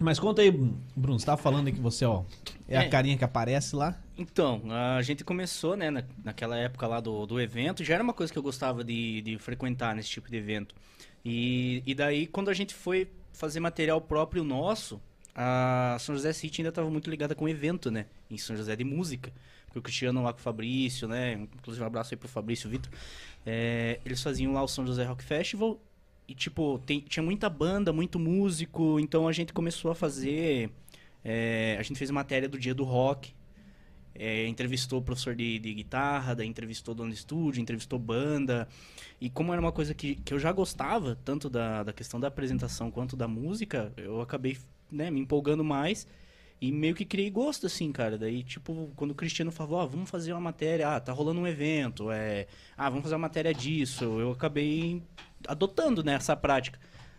B: Mas conta aí, Bruno, você tava falando aí que você, ó, é, a
F: É.
B: carinha que aparece lá.
F: Então, a gente começou, né, na- naquela época lá do, do evento, já era uma coisa que eu gostava de, de frequentar nesse tipo de evento. E, e daí, quando a gente foi fazer material próprio nosso, a São José City ainda estava muito ligada com o evento, né, em São José de música. Porque o Cristiano lá com o Fabrício, né, inclusive um abraço aí pro Fabrício e Vitor, é, eles faziam lá o São José Rock Festival e, tipo, tem- tinha muita banda, muito músico, então a gente começou a fazer... é, a gente fez matéria do dia do rock, é, entrevistou o professor de, de guitarra, daí entrevistou dono de estúdio, entrevistou banda. E como era uma coisa que, que eu já gostava, tanto da, da questão da apresentação quanto da música, eu acabei né, me empolgando mais. E meio que criei gosto, assim, cara. Daí, tipo, quando o Cristiano falou, ó, vamos fazer uma matéria, ah, tá rolando um evento, é... Ah, vamos fazer uma matéria disso. Eu acabei adotando, né, essa prática.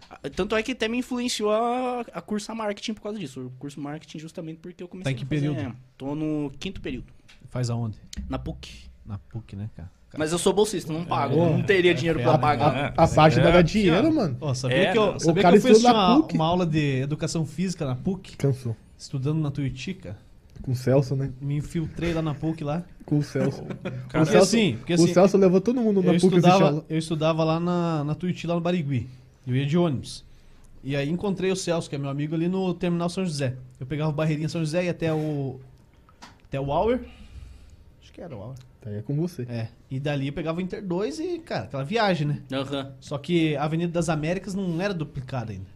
F: Ah, Tanto é que até me influenciou a, a cursar marketing por causa disso. O curso marketing justamente porque eu comecei
B: Tá em que
F: a fazer- é,
B: período?
F: Tô no quinto período,
B: Faz aonde?
F: na PUC.
B: Na PUC, né, cara?
F: Mas eu sou bolsista, não pago. não
D: É,
F: teria dinheiro pra
B: fera,
F: pagar.
E: né?
D: A página
E: É,
D: dá
E: assim,
D: dinheiro,
E: ó.
D: mano.
B: Ó, sabia
E: É,
B: que eu,
E: né?
B: sabia
D: O
B: que
D: cara
B: eu fui
D: estuda
B: assistir
D: na
B: uma,
D: PUC.
B: uma aula de educação física na PUC,
D: Cansou.
B: estudando na Tuiutica.
D: Com o Celso, né?
B: Me infiltrei lá na PUC lá.
D: Com o Celso.
E: Cara,
D: o
B: Porque
D: Celso,
B: assim, porque
D: o
B: assim,
D: Celso levou todo mundo
B: eu
D: na PUC assistir
B: estudava,
D: aula.
B: eu estudava lá na, na Tuiuti, lá no Barigui. Eu ia de ônibus. E aí encontrei o Celso, que é meu amigo, ali no Terminal São José. Eu pegava o Barreirinha São José e até o... Até o Auer. Acho que era o Auer.
D: Tá aí é com você.
B: É. E dali eu pegava o Inter 2 e, cara, aquela viagem, né?
F: Aham.
B: Só que a Avenida das Américas não era duplicada ainda.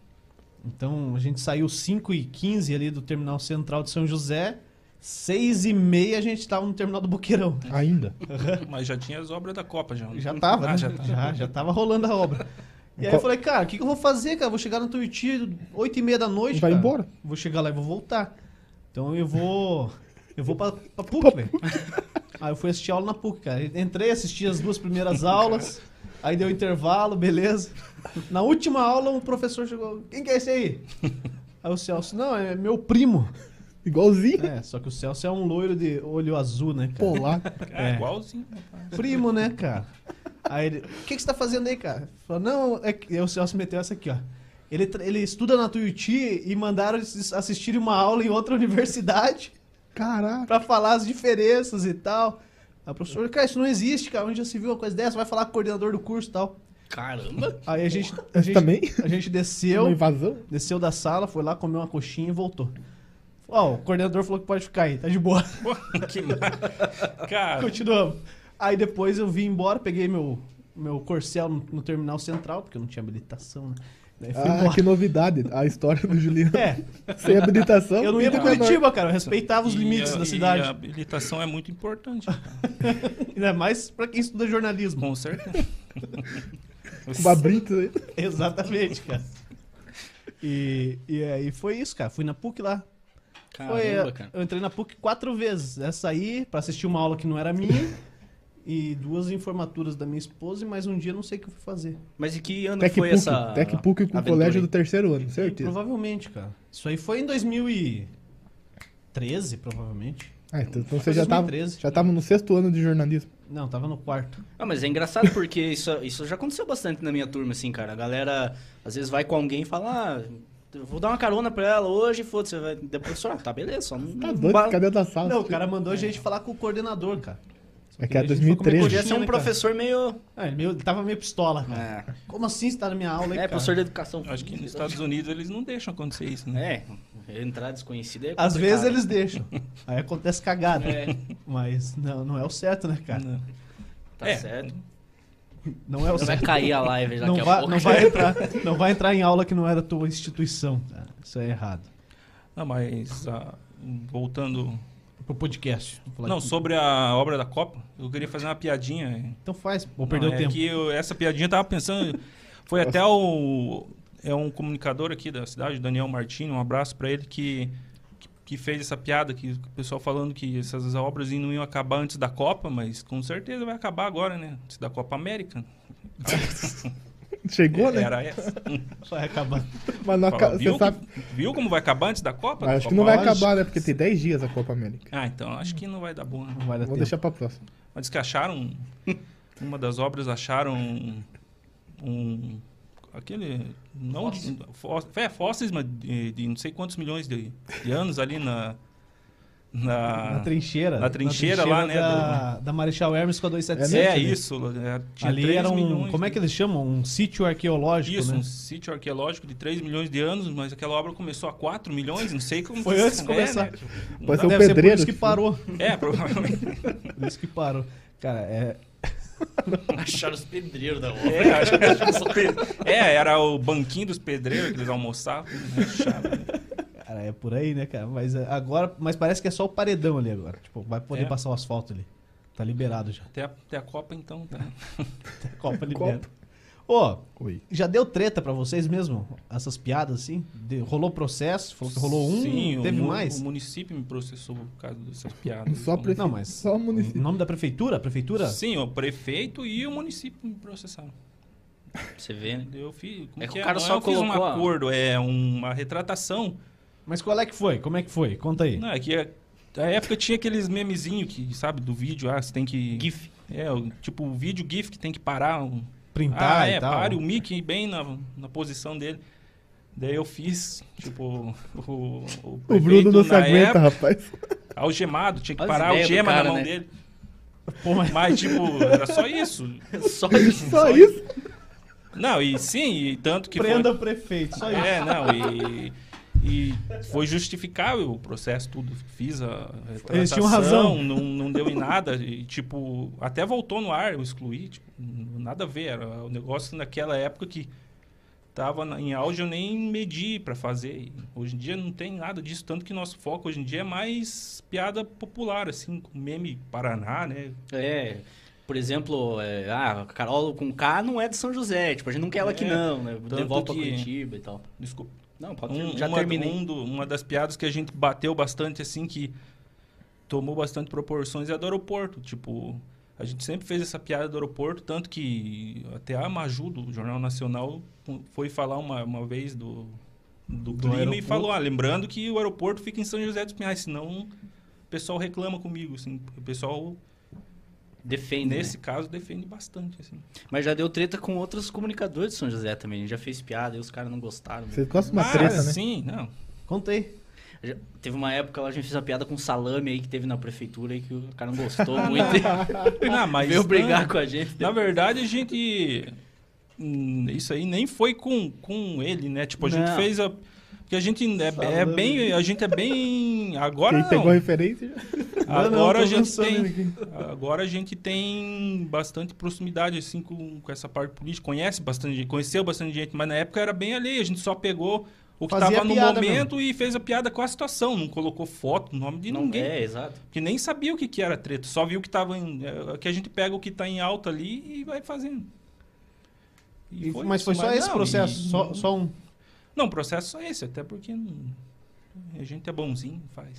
B: Então a gente saiu 5 e 15 ali do terminal central de São José, 6 e meia a gente tava no terminal do Boqueirão.
D: Ainda.
E: Mas já tinha as obras da Copa, já.
B: Já tava,
E: Ah,
B: né?
E: já
B: Já,
E: tava.
B: já, tava rolando a obra. E aí eu
D: tá. Qual-
B: falei, cara, o que, que eu vou fazer, cara? Eu Vou chegar no Tuiuti 8 e meia da noite,
D: Vai
B: cara.
D: embora.
B: Vou chegar lá e vou voltar. Então eu vou... Eu vou pra, pra PUC, velho. Aí eu fui assistir aula na PUC, cara. Entrei, assisti as duas primeiras aulas, aí deu intervalo, beleza. Na última aula, um professor chegou, quem que é esse aí? Aí o Celso, não, é meu primo.
D: Igualzinho.
B: É, só que o Celso é um loiro de olho azul, né, cara?
D: Pô, lá.
E: É,
B: É.
E: igualzinho.
B: Primo, né, cara? Aí ele, o que, que você tá fazendo aí, cara? Falou, não, é que... Aí o Celso meteu essa aqui, ó. Ele, tra- ele estuda na Tuiuti e mandaram eles assistirem uma aula em outra universidade
D: Caraca.
B: pra falar as diferenças e tal. A professora, cara, isso não existe, cara. Onde já se viu uma coisa dessa? Vai falar com o coordenador do curso e tal.
F: Caramba!
B: Aí a gente, a gente,
D: Também?
B: a gente
D: Uma
B: desceu,
D: invasão?
B: desceu da sala, foi lá, comeu uma coxinha e voltou. Ó, o coordenador falou que pode ficar aí, tá de boa.
E: Que mar- Cara,
B: Continuamos. Aí depois eu vim embora, peguei meu, meu corcel no, no terminal central, porque eu não tinha habilitação, né? Daí fui
D: Ah,
B: embora.
D: que novidade. A história do Juliano.
B: É,
D: Sem habilitação.
B: eu não ia pra
D: Fica na-
B: Curitiba, cara, eu respeitava os
E: e
B: limites
E: a-
B: da
E: E a
B: cidade.
E: habilitação é muito importante, cara.
B: Ainda mais pra quem estuda jornalismo.
E: com certeza.
D: Com uma brita aí.
B: Exatamente, cara. E, e aí foi isso, cara. Fui na PUC lá. Foi, é.
F: Caramba, cara.
B: Eu entrei na PUC quatro vezes. Essa aí, pra assistir uma aula que não era minha. e duas informaturas da minha esposa e mais um dia eu não sei o que eu fui fazer.
F: Mas e que ano
D: Tec
F: foi
D: PUC.
F: essa.
D: Tec PUC com o
F: aventura
D: colégio
F: aí?
D: do terceiro ano,
B: E
D: certeza.
B: Provavelmente, cara. Isso aí foi em 2013, provavelmente.
D: Ah, então, então
B: Foi
D: você já tava,
B: 2013.
D: já tava no sexto ano de jornalismo.
B: Não, tava no quarto.
F: Ah, mas é engraçado porque isso, isso já aconteceu bastante na minha turma, assim, cara. A galera às vezes vai com alguém e fala, ah, eu vou dar uma carona pra ela hoje, foda-se. Vai... Daí o professor, ah, tá beleza, só não.
D: Tá
F: não
D: doido,
F: ba-
D: ficar dentro da sala.
B: Não, o cara mandou a
F: É.
B: gente falar com o coordenador, cara. Só
D: É que é
B: daí a gente foi comer
D: 2013.
F: Podia ser
B: coxinha,
F: um
B: né, cara?
F: professor meio.
B: Ah, ele, meio- ele tava meio pistola, cara.
F: É,
B: Como assim você tá na minha aula aí,
F: é
B: cara?
F: professor de educação.
E: Acho que nos Estados Unidos eles não deixam acontecer isso, né?
F: É, entrar desconhecido é
B: Às vezes
F: complicado.
B: eles deixam. Aí acontece cagada.
F: É,
B: Mas não, não é o certo, né, cara?
E: Não.
F: tá
E: É.
F: certo.
B: Não é o
F: Vai
B: certo.
F: cair a live daqui
B: Não
F: a
B: vai,
F: pouco.
B: não vai entrar, não vai entrar em aula que não era tua instituição, cara. Isso é errado.
E: Não, mas ah, voltando.
B: Pro podcast. Vou falar
E: Não,
B: aqui.
E: sobre a obra da Copa, eu queria fazer uma piadinha.
B: Então faz, vou perder
E: Não,
B: o
E: é
B: tempo.
E: que eu- essa piadinha eu tava pensando. Foi até o. É um comunicador aqui da cidade, o Daniel Martins, um abraço pra ele, que, que, que fez essa piada, que o pessoal falando que essas obras não iam acabar antes da Copa, mas com certeza vai acabar agora, né? Antes da Copa América.
D: Chegou, né?
E: é, Era essa.
B: Vai acabar.
D: Mas não aca-
E: Fala, viu,
D: você sabe.
E: viu como vai acabar antes da Copa?
D: Mas acho que
E: Copa
D: não vai
E: Orange?
D: acabar, né? Porque tem 10 dias a Copa América.
E: Ah, então acho que não vai dar bom. né?
B: Não vai dar
D: Vou
B: tempo.
D: deixar pra próxima.
E: Mas diz que acharam. um, Uma das obras acharam um. um- aquele. Não, fósseis. É, fósseis, mas de, de não sei quantos milhões de, de anos ali na. Na,
B: Na trincheira.
E: Ah. Na trincheira lá, né,
B: Da, da Marechal Hermes com a
E: É,
B: 277. né?
E: isso. é, tinha
B: Ali
E: 3
B: era um.
E: milhões
B: Como é
E: de-
B: que eles chamam? Um sítio arqueológico,
E: Isso,
B: né?
E: um sítio arqueológico de 3 milhões de anos, mas aquela obra começou a 4 milhões, não sei como.
B: Foi
E: que-
B: antes de
E: é,
B: começar.
E: né? Não
D: Pode
E: dá-
D: ser
B: Deve
D: o
B: ser um por
D: pedreiro.
B: isso que parou.
E: É, provavelmente.
B: Por isso que parou. Cara, é.
F: Acharam os pedreiros da obra.
E: É, acho que era os pe- é, era o banquinho dos pedreiros que eles almoçavam. né? Chato.
B: Cara, é por aí, né, cara? Mas é, agora. Mas parece que é só o paredão ali agora. Tipo, vai poder
E: É.
B: passar o asfalto ali. Tá liberado já.
E: Até a, até a Copa, então, tá?
B: A Copa libera. Ô,
D: Oi.
B: já deu treta pra vocês mesmo? Essas piadas assim? De- rolou processo? Falou que rolou um?
E: Sim, o
B: teve
E: mu-
B: mais?
E: O município me processou por causa dessas piadas.
D: Só a
E: então-
D: prefeitura.
B: Não, mas-
D: Só o
B: Em
D: município.
B: nome da prefeitura? A prefeitura?
E: Sim, o prefeito e o município me processaram.
F: Você vê, né?
E: Eu fiz, como
F: É que o
E: é?
F: cara
E: Não,
F: só
E: eu fiz um
F: colocou a-
E: acordo, é uma retratação.
B: Mas qual é que foi? Como é que foi? Conta aí.
E: Não, é que a- a época tinha aqueles memezinhos que, sabe, do vídeo, ah, você tem que.
F: GIF.
E: É, o- tipo, o vídeo GIF que tem que parar. Um...
B: Printar
E: ah,
B: e
E: é,
B: tal.
E: pare o Mickey bem na, na posição dele. Daí eu fiz, tipo, o. O,
D: O
E: prefeito,
D: Bruno não se
E: na
D: aguenta,
E: época,
D: rapaz.
E: Algemado, tinha que
F: Olha as
E: parar a
F: ideias do
E: algema
F: cara,
E: na mão
F: né?
E: dele.
B: Pô, mas-
E: Mas, tipo, era só isso.
F: Só isso.
D: Só isso.
E: Não, e sim, e tanto que. foi-
B: Prenda o prefeito. Só isso.
E: É, não, e, e foi justificável o processo, tudo. Fiz a
B: Eles tinham
E: retratação,
B: razão.
E: Não, não deu em nada. E, tipo, até voltou no ar, eu excluí. Tipo, n- nada a ver. Era o negócio naquela época que tava na- em auge, eu nem medi pra fazer. E Hoje em dia não tem nada disso. Tanto que nosso foco hoje em dia é mais piada popular, assim, com meme Paraná, né?
F: É. Por exemplo, é, ah, Carol com K não é de São José. Tipo, a gente não quer ela aqui
E: É,
F: não, né? Devolve pra
E: que-
F: Curitiba e tal.
E: Desculpa.
F: Não, pode
E: Um-
F: ter- já
E: uma,
F: terminei.
E: um do- uma das piadas que a gente bateu bastante, assim, que tomou bastante proporções é a do aeroporto. Tipo, a gente sempre fez essa piada do aeroporto, tanto que até a Maju, do Jornal Nacional, com- foi falar uma, uma vez do, do, clima e
B: aeroporto.
E: falou, ah, lembrando que o aeroporto fica em São José dos Pinhais, senão o pessoal reclama comigo, assim. O pessoal, um
F: Defende, né?
E: nesse caso, defende bastante, assim.
F: Mas já deu treta com outros comunicadores de São José também. Já fez piada e os caras não gostaram. né?
D: Vocês gostam de uma
E: ah,
D: treta, né?
E: sim, não.
B: Conta aí.
F: Já- Teve uma época lá, a gente fez uma piada com salame aí que teve na prefeitura e que o cara não gostou muito.
E: Ah, mas...
F: Veio brigar com a gente.
E: Na verdade, a gente. hum, Isso aí nem foi com, com ele, né? Tipo, a gente
F: Não.
E: fez a. Porque a gente é, é
B: Salame.
E: bem. A gente é bem. Agora
D: Quem pegou a
E: não.
D: referência?
E: Agora
B: Não, não, tô
E: a gente
B: pensando
E: tem.
B: aqui.
E: Agora a gente tem bastante proximidade, assim, com, com essa parte política. Conhece bastante gente, conheceu bastante gente, mas na época era bem ali. A gente só pegou o que
B: Fazia
E: tava no
B: piada
E: momento e fez a piada com a situação. Não colocou foto, nome de
F: Não-
E: ninguém.
F: É, exato.
E: Porque nem sabia o que, que era treta, só viu que tava em. é, que a gente pega o que tá em alta ali e vai fazendo. E
B: E- mas
E: isso,
B: foi só esse
E: não,
B: processo?
E: e-
B: Só, só um.
E: Não, o processo é só esse, até porque não- a gente é bonzinho, faz.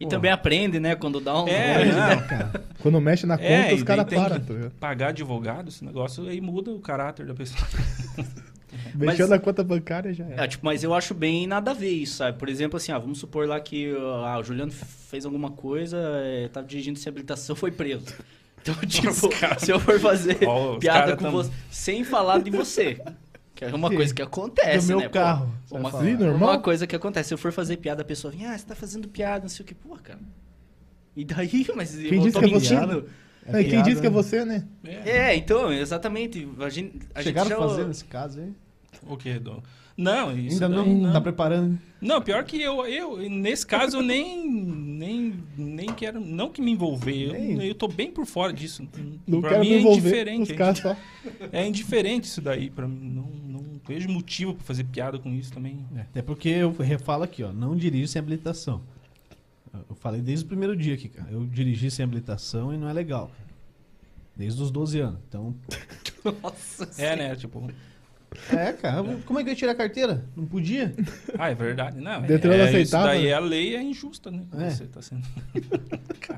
F: E também aprende, né? Quando dá um.
E: É, não,
D: Quando mexe na conta,
E: é,
D: os
E: e
D: caras
E: daí tem
D: param.
E: que
D: tá ligado?
E: Pagar advogado, esse negócio aí muda o caráter da pessoa.
D: Mexeu na conta bancária já era.
F: É, tipo, mas eu acho bem nada a ver isso, sabe? Por exemplo, assim, ah, vamos supor lá que ah, o Juliano fez alguma coisa, eh, tava dirigindo sem habilitação, foi preso. Então, tipo,
E: cara.
F: se eu for fazer
E: Ó, os
F: piada
E: cara
F: com
E: tão-
F: você, sem falar de você, que é uma coisa que acontece,
B: Do meu
F: né? pô?
B: carro, você vai
F: Uma,
B: falar. Sim,
D: normal.
F: uma coisa que acontece, se eu for fazer piada, a pessoa vem, ah, você tá fazendo piada, não sei o que, pô, cara. E daí, mas eu
D: disse
F: tô
D: que é você?
F: mentindo.
D: É, quem
B: piada,
D: diz que é
B: né?
D: você, né?
E: É.
F: É, então, exatamente. A gente, a gente
B: Chegaram
F: já-
B: a fazer nesse caso aí?
E: O que, Dom? Não, isso
B: Ainda não,
E: daí né?
B: Tá preparando.
E: Não, pior que eu, eu nesse caso, eu nem, nem, nem quero, não que me envolver, eu,
B: Nem.
E: eu tô bem por fora disso.
D: Não
E: pra
D: quero
E: mim
D: me
E: é
D: envolver.
E: indiferente.
D: os caras só.
E: É indiferente isso daí, pra mim, não, não vejo motivo pra fazer piada com isso também.
B: É, Até porque eu refalo aqui, ó. Não dirijo sem habilitação. Eu falei desde o primeiro dia aqui, cara. Eu dirigi sem habilitação e não é legal. cara. Desde os 12 anos. Então,
F: Nossa,
E: É, né, tipo,
B: é, cara. Como é que eu ia tirar a carteira? Não podia?
E: ah, é verdade, não,
D: Detran
E: é, isso
D: aceitável.
E: daí a lei é injusta, né,
B: né? É.
E: você tá sendo...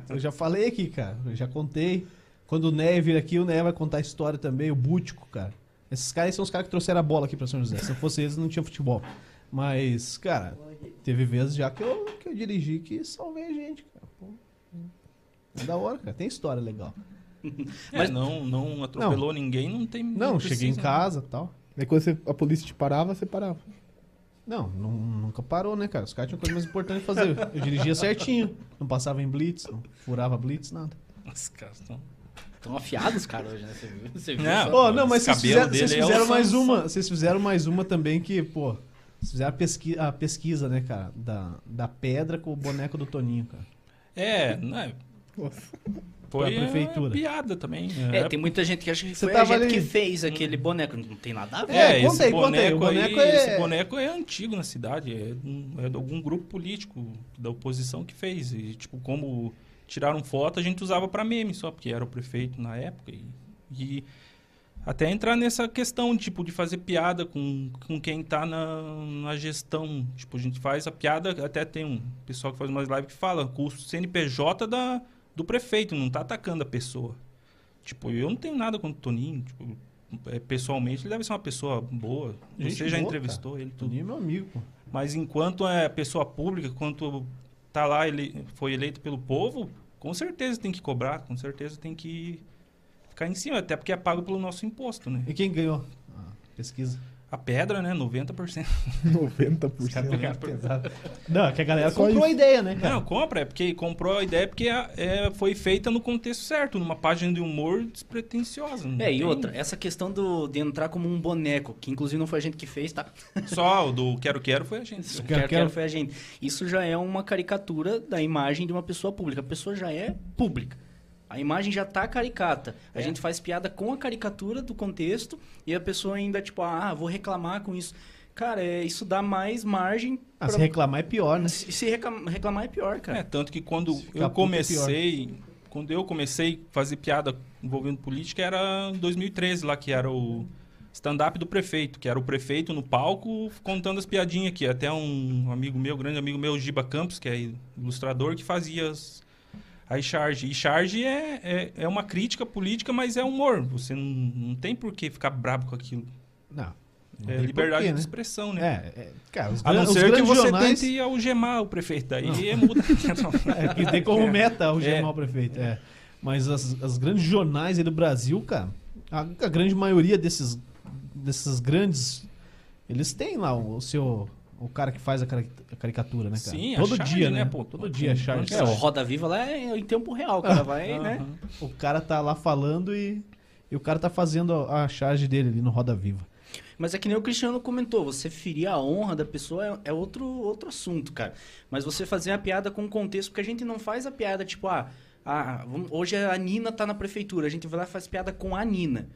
B: Eu já falei aqui, cara. Eu já contei. Quando o Ney vir aqui, o Ney vai contar a história também, o Bútico, cara. Esses caras são os caras que trouxeram a bola aqui pra São José. Se não fosse eles, não tinha futebol. Mas, cara, teve vezes já que eu, que eu dirigi que salvei a gente, cara. Pô, é da hora, cara. Tem história legal.
E: Mas É, não, não atropelou ninguém, não tem...
B: Não, cheguei em
E: precisa.
B: casa tal.
D: Daí quando você- a polícia te parava, você parava.
B: Não, nu- nunca parou, né, cara? Os caras tinham coisa mais importante pra fazer. Eu dirigia certinho. Não passava em blitz, não furava blitz, nada.
E: Os caras tão-
F: estão afiados, cara, hoje, né? Você viu? Você viu
E: Não,
F: só?
B: Pô, não, mas
E: Esse
B: vocês fizeram,
E: cabelo dele
B: vocês
E: é o
B: fizeram mais
E: Sansão.
B: uma. Vocês fizeram mais uma também que, pô. Vocês fizeram a, pesqui- a pesquisa, né, cara? Da, da pedra com o boneco do Toninho, cara.
E: É, né,
D: Nossa.
E: foi
B: Pra prefeitura.
E: é, piada também.
F: É, tem muita gente que acha que
B: Você
F: foi a
B: tava
F: gente
B: ali-
F: que fez aquele boneco. Não tem nada a ver.
B: É,
E: É,
B: conta
E: esse
B: aí, conta aí. O
E: boneco
B: boneco
E: aí,
B: é-
E: esse boneco é antigo na cidade, é, de um- é de algum grupo político da oposição que fez. E, tipo, como tiraram foto, a gente usava pra meme só, porque era o prefeito na época. E, e Até entrar nessa questão, tipo, de fazer piada com, com quem tá na, na gestão. Tipo, a gente faz a piada, até tem um pessoal que faz umas lives que fala com o CNPJ da, do prefeito, não tá atacando a pessoa. Tipo, eu não tenho nada contra o Toninho, tipo, é, pessoalmente ele deve ser uma pessoa boa.
B: Gente
E: Você já
B: boa,
E: entrevistou ele, tudo.
B: Toninho é meu amigo, pô.
E: Mas enquanto é pessoa pública, enquanto tá lá, ele foi eleito pelo povo, com certeza tem que cobrar, com certeza tem que ficar em cima, até porque é pago pelo nosso imposto, né?
B: E quem ganhou? Ah, pesquisa.
E: A pedra, né? 90%.
D: 90%.
B: pegaram é pesado. Não, é que a galera
D: Só
B: comprou
D: isso.
B: a ideia, né, cara?
E: Não, compra, é porque comprou a ideia porque a- é, foi feita no contexto certo, numa página de humor despretensiosa. não
F: É, e
E: tem-
F: outra, essa questão do, de entrar como um boneco, que inclusive não foi a gente que fez, tá?
E: Só o do Quero Quero foi a gente.
F: Isso,
B: Quero,
F: quero,
B: quero.
F: quero foi a gente. Isso já é uma caricatura da imagem de uma pessoa pública. A pessoa já é pública. A imagem já tá caricata. A
E: É.
F: gente faz piada com a caricatura do contexto e a pessoa ainda, tipo, ah, vou reclamar com isso. Cara, é, isso dá mais margem
B: Ah,
F: pra-
B: se reclamar é pior, né?
F: se se reclam- reclamar é pior, cara.
E: É, tanto que quando
B: Se ficar
E: eu
B: puto é pior.
E: comecei, quando eu comecei a fazer piada envolvendo política era em 2013 lá que era o stand-up do prefeito, que era o prefeito no palco contando as piadinhas aqui. Até um amigo meu, grande amigo meu, Giba Campos, que é ilustrador, que fazia as a charge. E charge é, é, é uma crítica política, mas é humor. Você não, não tem por que ficar brabo com aquilo.
B: Não. não
E: É
B: tem
E: liberdade
B: porquê,
E: de
B: né?
E: expressão, né?
B: É, é, cara, os,
E: A não
B: gran- os
E: ser que
B: grandes
E: você
B: jornais...
E: tente algemar o prefeito, aí muda.
B: É, que tem como meta o
E: É.
B: Gemal Prefeito. É. Mas as, as grandes jornais aí do Brasil, cara, a, a grande maioria desses, desses grandes, eles têm lá o, o seu. O cara que faz a, cari- a caricatura, né, cara?
E: Sim, a
B: Todo
E: charge,
B: dia,
E: né,
B: né?
E: pô?
B: Todo dia a charge.
F: É, o Roda Viva lá é em tempo real, cara. Vai, né?
E: Aham.
B: O cara tá lá falando e, e o cara tá fazendo a, a charge dele ali no Roda Viva.
F: Mas é que nem o Cristiano comentou, você ferir a honra da pessoa é, é outro, outro assunto, cara. Mas você fazer a piada com contexto, porque a gente não faz a piada tipo, ah, ah vamos- hoje a Nina tá na prefeitura, a gente vai lá e faz piada com a Nina.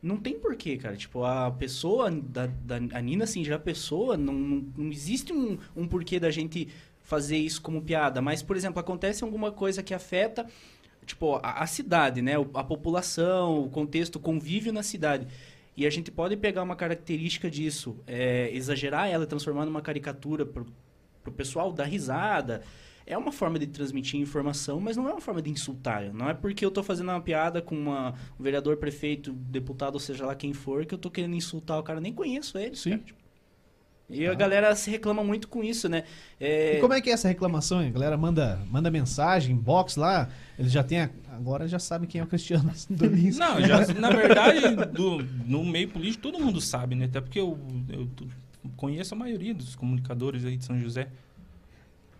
F: Não tem porquê, cara. Tipo, a pessoa, da, da, a Nina, assim, já a pessoa, não, não, não existe um, um porquê da gente fazer isso como piada. Mas, por exemplo, acontece alguma coisa que afeta, tipo, a, a cidade, né? O- A população, o contexto, o convívio na cidade. E a gente pode pegar uma característica disso, é, exagerar ela, transformar numa caricatura pro, pro pessoal dar risada. É uma forma de transmitir informação, mas não é uma forma de insultar. Não é porque eu tô fazendo uma piada com uma, um vereador, prefeito, deputado, ou seja lá quem for, que eu tô querendo insultar o cara. Nem conheço ele.
B: Sim. Tá.
F: cara. E a galera se reclama muito com isso, né? É,
B: E como é que é essa reclamação, hein? A galera manda, manda mensagem, inbox lá. Eles já têm. a- agora já sabem quem é o Cristiano Dolinski.
E: Não, já,
B: é.
E: na verdade, do- no meio político todo mundo sabe, né? Até porque eu, eu t- conheço a maioria dos comunicadores aí de São José.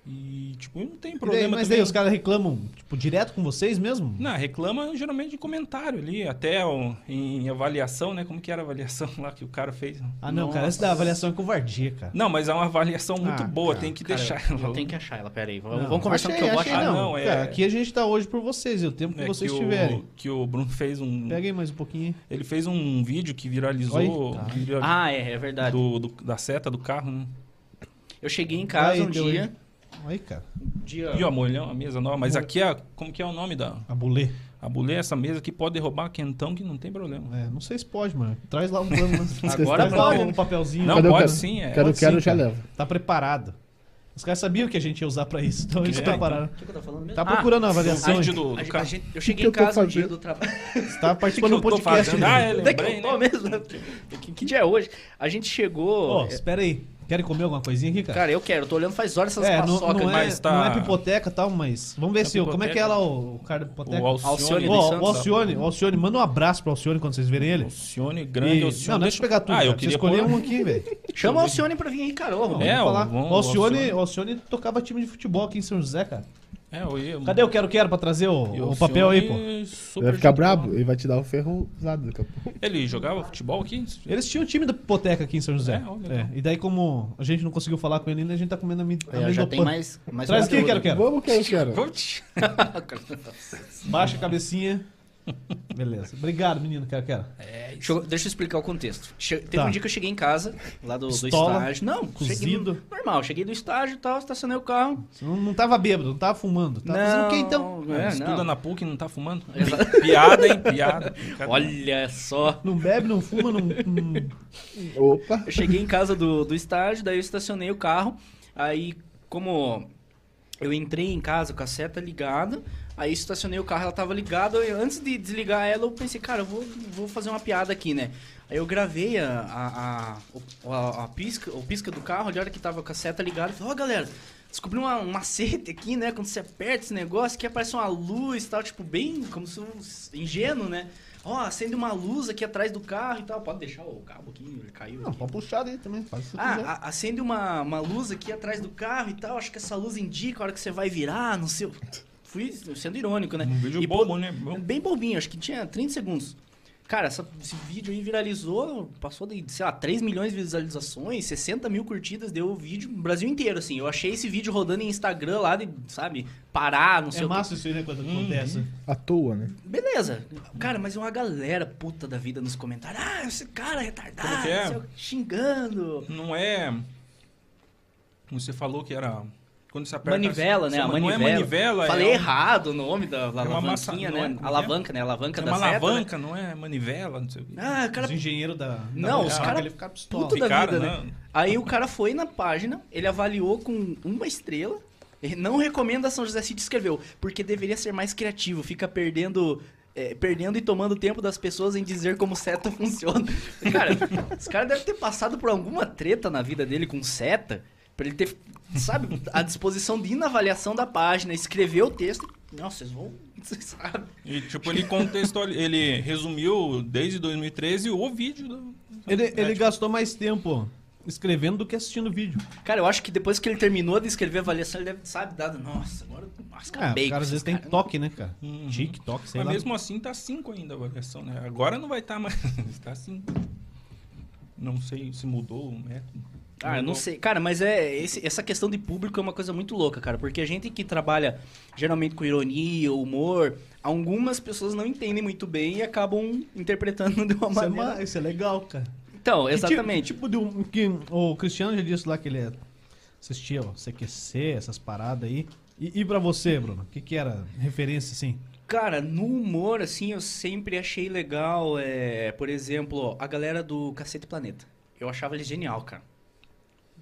E: E, tipo, eu não tem
B: E daí,
E: problema
B: mas
E: também.
B: daí os caras reclamam, tipo, direto com vocês mesmo?
E: Não, reclama geralmente de comentário ali, até ó, em avaliação, né? Como que era a avaliação lá que o cara fez?
B: Ah, não, cara, essa da avaliação é covardia, cara.
E: Não, mas é uma avaliação muito
B: Ah,
E: boa,
B: cara,
E: tem que
F: cara,
E: deixar ela.
F: Eu tenho que achar ela, peraí. Vamos,
B: Não,
F: vamos conversar
B: achei,
F: porque eu vou
B: achei
F: achar.
B: Não.
E: Não, é-
B: Cara, aqui a gente tá hoje por vocês, e o tempo que
E: É
B: vocês
E: que
B: tiverem.
E: O, que o Bruno fez um.
B: Pega aí mais um pouquinho.
E: Ele fez um vídeo que viralizou.
B: Olha, tá.
E: vira-
F: Ah, é, é verdade.
E: do- do- da seta do carro, né?
F: Eu cheguei em casa
B: Aí,
F: um
B: deu
F: dia,
B: Aí, cara.
F: dia.
E: E ó, molhão, a mesa nova. Mas aqui, é, como que é o nome da...
B: A bulê.
E: A bulê, essa mesa aqui pode derrubar quentão que não tem problema.
B: É, não sei se pode, mano. Traz lá um plano. né?
F: Agora
B: Traz lá
F: não.
B: um papelzinho.
E: Não,
B: Cadê o
E: pode
B: cara?
E: sim, é.
D: Quero,
B: Pode
D: quero,
B: sim,
D: já
B: cara.
D: levo.
B: Tá preparado. Os caras sabiam que a gente ia usar pra isso, então eles
E: é,
B: prepararam.
F: O que, que eu tô falando mesmo?
B: Tá
F: Ah,
B: procurando a avaliação.
E: vídeo
B: hein?
E: do,
F: a
E: do
F: gente-
E: carro.
F: a gente- eu cheguei
D: que
F: em
D: eu tô
F: casa um dia
D: fazendo?
F: do trabalho.
B: Tá participando do
E: tô
B: podcast.
E: fazendo? Ah, é,
B: né?
E: lembrei,
F: Daqui eu tô
E: né?
F: mesmo. Que, que dia é hoje? A gente chegou. é,
B: Ô, espera aí. Querem comer alguma coiinha aqui, cara?
F: cara, eu quero, eu tô olhando faz horas essas
B: É, não,
F: paçoca.
B: não, é,
E: mas tá-
B: não é pipoteca e tal, mas. Vamos ver
E: É
B: se. o- Como é que é lá o, o cara da pipoteca?
E: O Alcione. tá.
F: Alcione,
B: Ó,
F: Santos,
B: o Alcione, o Alcione, manda um abraço pro Alcione quando vocês verem ele.
E: Alcione,
B: E-
E: grande
B: Não,
E: Alcione.
B: deixa eu pegar tudo.
E: Ah,
B: cara.
E: eu
B: Você
E: queria
B: escolher
E: pôr-
B: um aqui, velho.
F: Chama o Alcione pra vir aí, cara. Ô,
E: É,
B: Vamos falar.
E: o- vamos-
B: O Alcione,
E: Alcione.
B: o Alcione tocava time de futebol aqui em São José, cara.
E: É, eu ia...
B: Cadê o Quero Quero pra trazer
E: E
B: o, o papel aí, pô?
E: Alcione é
D: Ele
E: super
D: vai ficar
E: gente boa.
D: brabo, ele vai te dar o ferro usado daqui a pouco.
E: Ele jogava futebol aqui?
B: Eles tinham o time da pipoteca aqui em São José.
E: É, olha, legal.
B: É, E daí, como a gente não conseguiu falar com ele ainda, a gente tá comendo amendoim.
F: É, já tem mais, mais
B: Traz aqui,
D: é
F: conteúdo.
B: Quero Quero.
D: Vamos, quero, quero.
E: Coach.
B: Baixa a cabecinha. Beleza. Obrigado, menino, quero, quero.
F: Deixa eu, deixa eu explicar o contexto. Che- Teve
B: Tá.
F: um dia que eu cheguei em casa, lá do, do
B: Pistola,
F: estágio. Não, cheguei no-
B: cozido.
F: normal, cheguei do estágio e tal, estacionei o carro.
B: Você não, não tava bêbado, não tava fumando. Tava fazendo o que então?
F: É,
E: Estuda
F: não.
E: na PUC e não tá fumando?
F: Exato.
E: Pi- Piada, hein? Piada.
F: um. Olha só.
B: Não bebe, não fuma, não. não-
D: Opa.
F: Eu cheguei em casa do, do estágio, daí eu estacionei o carro. Aí, como eu entrei em casa com a seta ligada, aí estacionei o carro, ela tava ligada. eu- antes de desligar ela, eu pensei, cara, eu vou, vou fazer uma piada aqui, né? Aí eu gravei a, a, a- o- a- a pisca, o pisca do carro, olha a hora que tava com a seta ligada, e falei, ó, galera, descobri uma, um macete aqui, né? Quando você aperta esse negócio, que aparece uma luz e tal, tipo, bem como se fosse ingênuo, né? Ó, acende uma luz aqui atrás do carro e tal. Pode deixar o cabo aqui, ele caiu.
D: Não,
F: aqui.
D: pode puxar daí também. Faz o que você quiser.
F: Ah, a- acende uma, uma luz aqui atrás do carro e tal. Acho que essa luz indica a hora que você vai virar, não sei. o- Fui sendo irônico, né?
E: Um vídeo
F: E
E: bobo,
F: po-
E: né? Bom.
F: Bem bobinho, acho que tinha 30 segundos. Cara, essa- esse vídeo aí viralizou, passou de, sei lá, 3 milhões de visualizações, 60 mil curtidas, deu o vídeo no Brasil inteiro, assim. Eu achei esse vídeo rodando em Instagram lá de, sabe, Pará, não sei
B: É
F: o quê.
B: massa isso aí, né? Quando acontece.
D: À toa, né?
F: Beleza. Cara, mas é uma galera puta da vida nos comentários. Ah, esse cara é retardado,
E: Como que é?
F: não sei o quê, xingando.
E: Não é. Você falou que era. Quando você aperta.
F: Manivela, né?
E: Você-
F: A
E: não
F: manivela.
E: é manivela,
F: Falei
E: é. um-
F: errado o nome da alavanquinha,
E: massa- não é-
F: né?
E: como é?
F: Alavanca, né? Alavanca
E: É
F: da
E: uma
F: seta, né?
E: alavanca, não é manivela, não sei o quê.
F: Ah, o cara
B: Os engenheiros da. da
F: Não,
B: mulher,
F: os
B: lá,
F: cara-
B: Ele fica pistola.
F: puto da
E: Ficaram,
F: vida, né?
E: né?
F: Aí o cara foi na página, ele avaliou com uma estrela, ele não recomenda São José City, escreveu, porque deveria ser mais criativo, fica perdendo... é, perdendo e tomando tempo das pessoas em dizer como seta funciona. Cara, esse cara deve ter passado por alguma treta na vida dele com seta, pra ele ter, sabe, a disposição de ir na avaliação da página, escrever o texto. Não, vocês vão, vocês sabem.
E: E, tipo, ele contextuali... ele resumiu desde 2013 o vídeo do.
B: Ele, ele gastou mais tempo escrevendo do que assistindo o vídeo.
F: Cara, eu acho que depois que ele terminou de escrever a avaliação, ele deve, sabe, dado, nossa, agora, nossa,
B: Ah,
F: acabei
B: o cara às
F: com esses
B: vezes tem
F: caras."
B: toque, né, cara?
E: Uhum.
B: Tique, toque, sei
E: Mas
B: lá.
E: mesmo assim tá 5 ainda a avaliação, né? Agora não vai estar tá mais. tá 5. Não sei se mudou o método.
F: Ah, eu não
E: Mudou.
F: sei. Cara, mas é esse- essa questão de público é uma coisa muito louca, cara. Porque a gente que trabalha geralmente com ironia, humor, algumas pessoas não entendem muito bem e acabam interpretando de uma
B: Isso é,
F: maneira.
B: ma- isso é legal, cara.
F: Então,
B: Que ti-
F: exatamente.
B: Tipo, de um, que o Cristiano já disse lá que ele é- assistia o CQC, essas paradas aí. E, e pra você, Bruno? O que, que era referência, assim?
F: Cara, no humor, assim, eu sempre achei legal, é, por exemplo, a galera do Cacete Planeta. Eu achava ele genial, cara.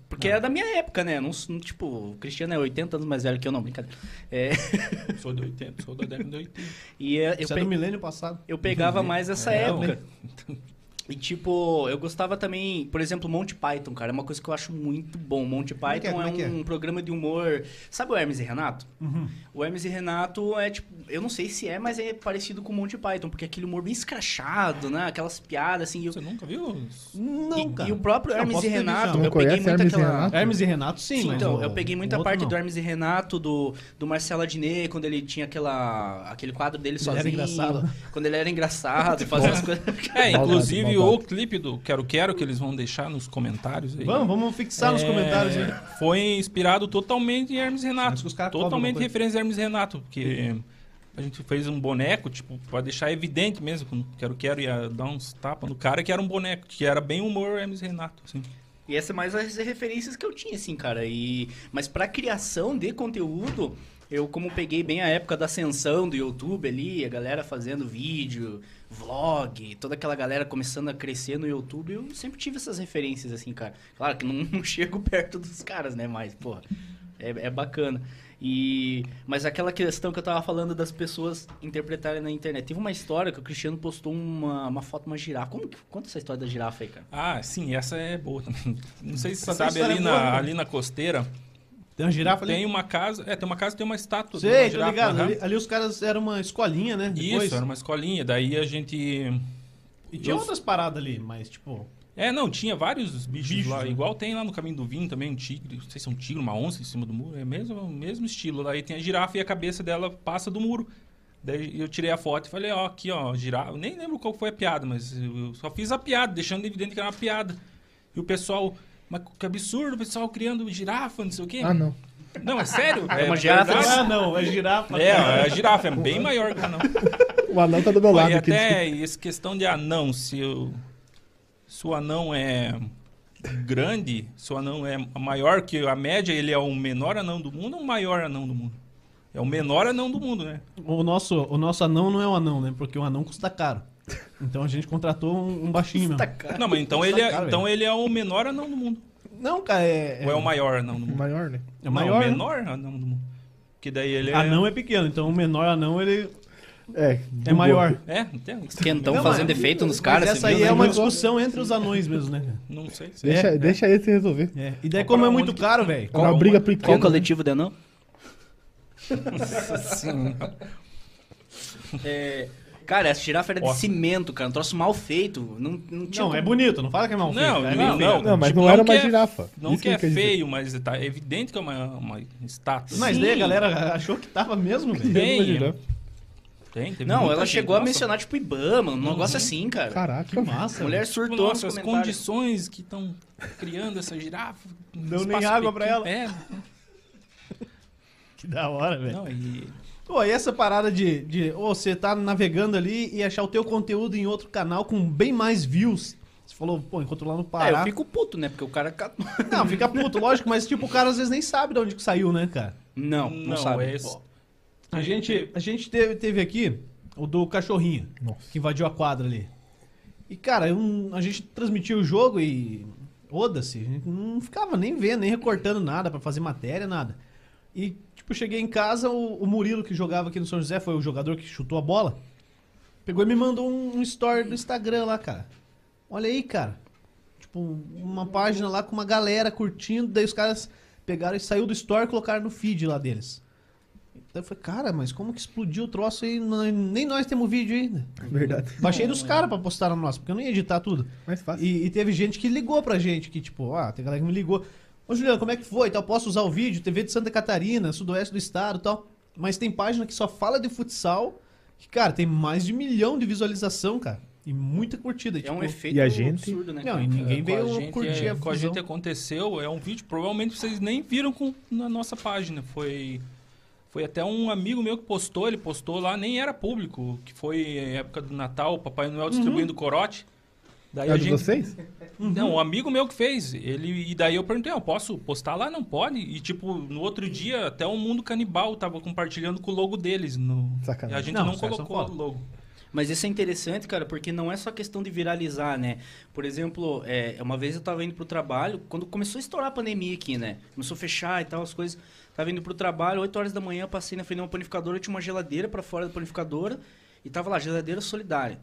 F: Porque era da minha época, né? Não, s- não, tipo, o Cristiano é 80 anos mais velho que eu, não, brincadeira. É,
E: Sou de 80, sou da década de 80.
F: e é, eu,
B: Isso é
F: pe-
B: do milênio passado. né?
F: eu pegava mais essa
E: É,
F: época. E tipo, eu gostava também, por exemplo, Monty Python, cara. É uma coisa que eu acho muito bom. Monty
B: Como é que é? Como
F: Python é,
B: é Uhum. que é?
F: um programa de humor. Sabe o Hermes e Renato? O Hermes e Renato é tipo, eu não sei se é, mas é parecido com o Monty Python, porque é aquele humor bem escrachado, né? Aquelas piadas assim. E, eu-
E: Você nunca viu?
B: Não,
F: e-
B: cara.
F: e o próprio
B: Eu
F: Hermes
B: posso
F: e
B: ter visto,
F: Renato,
B: não.
F: eu peguei
D: Conhece
F: muito
D: Hermes e
F: aquela.
D: Renato?
B: Hermes e Renato, sim,
F: Sim,
B: mas
F: então,
B: o-
F: eu peguei muita
B: o outro
F: parte
B: não.
F: do Hermes e Renato, do, do Marcelo Adnet, quando ele tinha aquela, aquele quadro dele
B: Ele era
F: sozinho.
B: engraçado.
F: Quando ele era engraçado, fazia as coisas.
E: É,
D: Maldade,
E: inclusive o
D: maldade.
E: clipe do Quero Quero que eles vão deixar nos comentários aí.
B: Vamos, vamos fixar nos
E: É,
B: comentários aí.
E: Foi inspirado totalmente em Hermes e
B: Acho que
E: Renato.
B: os caras cobram alguma
E: Totalmente
B: coisa.
E: referência a Hermes e Renato, porque a gente fez um boneco, tipo, pra deixar evidente mesmo, quando Quero Quero ia dar uns tapas no cara, que era um boneco, que era bem humor Hermes e Renato, assim.
F: E essa é mais as referências que eu tinha, assim, cara. E... Mas pra criação de conteúdo, eu como peguei bem a época da ascensão do YouTube ali, a galera fazendo vídeo, vlog, toda aquela galera começando a crescer no YouTube, eu sempre tive essas referências, assim, cara. Claro que não, não chego perto dos caras, né? Mas, porra, é, é bacana. E... Mas aquela questão que eu tava falando das pessoas interpretarem na internet. Teve uma história que o Cristiano postou uma, uma foto, uma girafa. Como que... Conta essa história da girafa aí, cara.
E: Ah, sim, essa é boa também. Não sei se você
B: Essa
E: sabe,
B: história
E: ali,
B: é boa,
E: na,
B: né?
E: ali na costeira,
B: Tem uma girafa ali.
E: tem uma casa, é, tem uma casa, tem uma estátua. de uma
B: Sei, tô
E: girafa,
B: ligado.
E: aham.
B: Ali, ali os caras eram uma escolinha, né? Depois.
E: Isso, era um- uma escolinha, daí a gente...
B: E tinha
E: eu-
B: outras paradas ali, mas tipo.
E: É, não, tinha vários bichos,
B: Bichos,
E: lá.
B: né?
E: Igual tem lá no caminho do vinho também, um tigre. Não sei se é um tigre, uma onça em cima do muro. É mesmo, o mesmo estilo. Daí tem a girafa e a cabeça dela passa do muro. Daí eu tirei a foto e falei, ó, aqui, ó, girafa. Eu Nem lembro qual foi a piada, mas eu eu só fiz a piada, deixando evidente que era uma piada. E o pessoal, mas que absurdo, o pessoal criando girafa, não sei o quê.
D: Ah, não.
E: Não, é sério. É,
F: uma girafa
E: verdade.
B: Ah, não, é girafa.
E: É,
B: cara.
E: a girafa é bem maior que o anão.
D: O anão tá do meu
E: Pô,
D: lado
E: e
D: aqui.
E: até essa questão de anão, se, eu, se o anão é grande, se o anão é maior que a média, ele é o menor anão do mundo ou o maior anão do mundo? É o menor anão do mundo, né?
B: O nosso, o nosso anão não é um anão, né? Porque o anão custa caro. Então a gente contratou um, um baixinho mesmo.
E: Não, mas então,
B: Nossa,
E: ele é,
B: cara,
E: então ele é o menor anão do mundo.
B: Não, cara, é.
E: Ou é o maior anão do mundo?
D: Maior, né?
B: é maior.
E: Não, o
B: né?
E: menor anão do mundo. Que daí ele é...
B: Anão é pequeno, então o menor anão ele
D: É.
B: é
D: bugou.
B: maior.
E: É, não tem...
F: Quentão
B: Não,
F: fazendo
B: mas-
F: efeito nos
B: Mas
F: caras.
B: essa
F: você
B: aí
F: viu,
B: é
F: né?
B: uma discussão entre os anões mesmo, né? cara?
E: Não sei se...
D: Deixa,
B: É,
D: deixa ele se resolver.
B: É. E daí,
E: Qual
B: como é
E: pra
B: muito
E: onde que-
B: caro, velho.
D: É uma briga por
F: Qual o
D: pequeno.
F: coletivo de anão?
E: Sim.
F: É, cara, essa girafa era de
E: Ó.
F: cimento, cara. Um troço mal feito. Não, não tinha
B: Não,
F: como-
B: é bonito, não fala que é mal feito.
E: Não,
B: cara, é
E: não,
B: bem feito.
E: não.
D: Não, mas
E: Tipo,
D: não era
E: não
D: uma
E: que é-
D: girafa.
E: Não
D: Isso
E: que é
D: quer dizer.
E: feio, mas tá é evidente que é uma, uma estátua.
B: Mas
F: Sim.
B: daí a galera achou que tava mesmo, velho.
E: Tem,
D: Uma girafa.
E: Tem, teve
F: Não,
E: muita
F: ela
E: gente,
F: chegou a
E: nossa,
F: mencionar, tipo, Ibama, um negócio assim,
E: é.
F: cara.
D: Caraca,
B: Que massa.
F: a mulher
E: tipo,
F: surtou
E: Nossa,
F: nos
E: as
F: comentários.
E: condições que estão criando essa girafa. um
B: Deu nem
E: espaço
B: água pra ela.
E: É,
B: velho. Que da hora, velho.
E: não, e
B: Pô, e essa parada de, de ô, você tá navegando ali e achar o teu conteúdo em outro canal com bem mais views. Você falou, pô, enquanto lá no
F: É,
B: Pará.
F: eu fico puto, né? Porque o cara... ca-
B: Não, fica puto, lógico, mas tipo, o cara às vezes nem sabe de onde que saiu, né, cara?
F: Não, não,
E: não,
F: sabe.
E: é esse-
B: A gente, a gente teve, teve aqui o do cachorrinho,
D: Nossa.
B: que invadiu a quadra ali. E, cara, eu não- a gente transmitiu o jogo e. Oda-se, a gente não ficava nem vendo, nem recortando nada pra fazer matéria, nada. E, tipo, cheguei em casa, o, o Murilo que jogava aqui no São José, foi o jogador que chutou a bola, pegou e me mandou um, um story do Instagram lá, cara. Olha aí, cara. Tipo, uma página lá com uma galera curtindo, daí os caras pegaram e saiu do story e colocaram no feed lá deles. Então eu falei, cara, mas como que explodiu o troço aí? Não- Nem nós temos vídeo ainda.
D: Verdade.
B: Baixei dos caras pra postar no nosso, porque eu não ia editar tudo.
D: Mais fácil.
B: E, e teve gente que ligou pra gente, que tipo, ah, tem galera que me ligou. Ô Juliano, como é que foi? Tal, posso usar o vídeo? TV de Santa Catarina, sudoeste do estado e tal. Mas tem página que só fala de futsal, que, cara, tem mais de um milhão de visualização, cara. E muita curtida.
F: É um
B: tipo,
F: efeito
D: E a gente-
F: absurdo, né?
B: Não,
F: cara?
B: e ninguém
E: é, com a
B: veio
E: gente,
B: curtir
E: é,
B: a
E: Com a gente
B: fusão.
E: aconteceu, é um vídeo, provavelmente vocês nem viram com- na nossa página. Foi, foi até um amigo meu que postou, ele postou lá, nem era público, que foi é, época do Natal, o Papai Noel distribuindo corote. Daí
D: É
E: a
D: de
E: gente
D: vocês?
E: Não, um amigo meu que fez. Ele, e daí eu perguntei, eu posso postar lá? Não pode. E tipo, no outro dia, até o Mundo Canibal tava compartilhando com o logo deles. No...
D: Sacanagem.
E: E a gente
B: Não,
E: não, é
B: os caras são
E: colocou
B: foda.
E: o logo.
F: Mas isso é interessante, cara, porque não é só questão de viralizar, né? Por exemplo, é, uma vez eu tava indo pro trabalho, quando começou a estourar a pandemia aqui, né? Começou a fechar e tal, as coisas. Tava indo pro trabalho, 8 horas da manhã, passei na frente de uma panificadora, tinha uma geladeira pra fora da panificadora, e tava lá, geladeira solidária.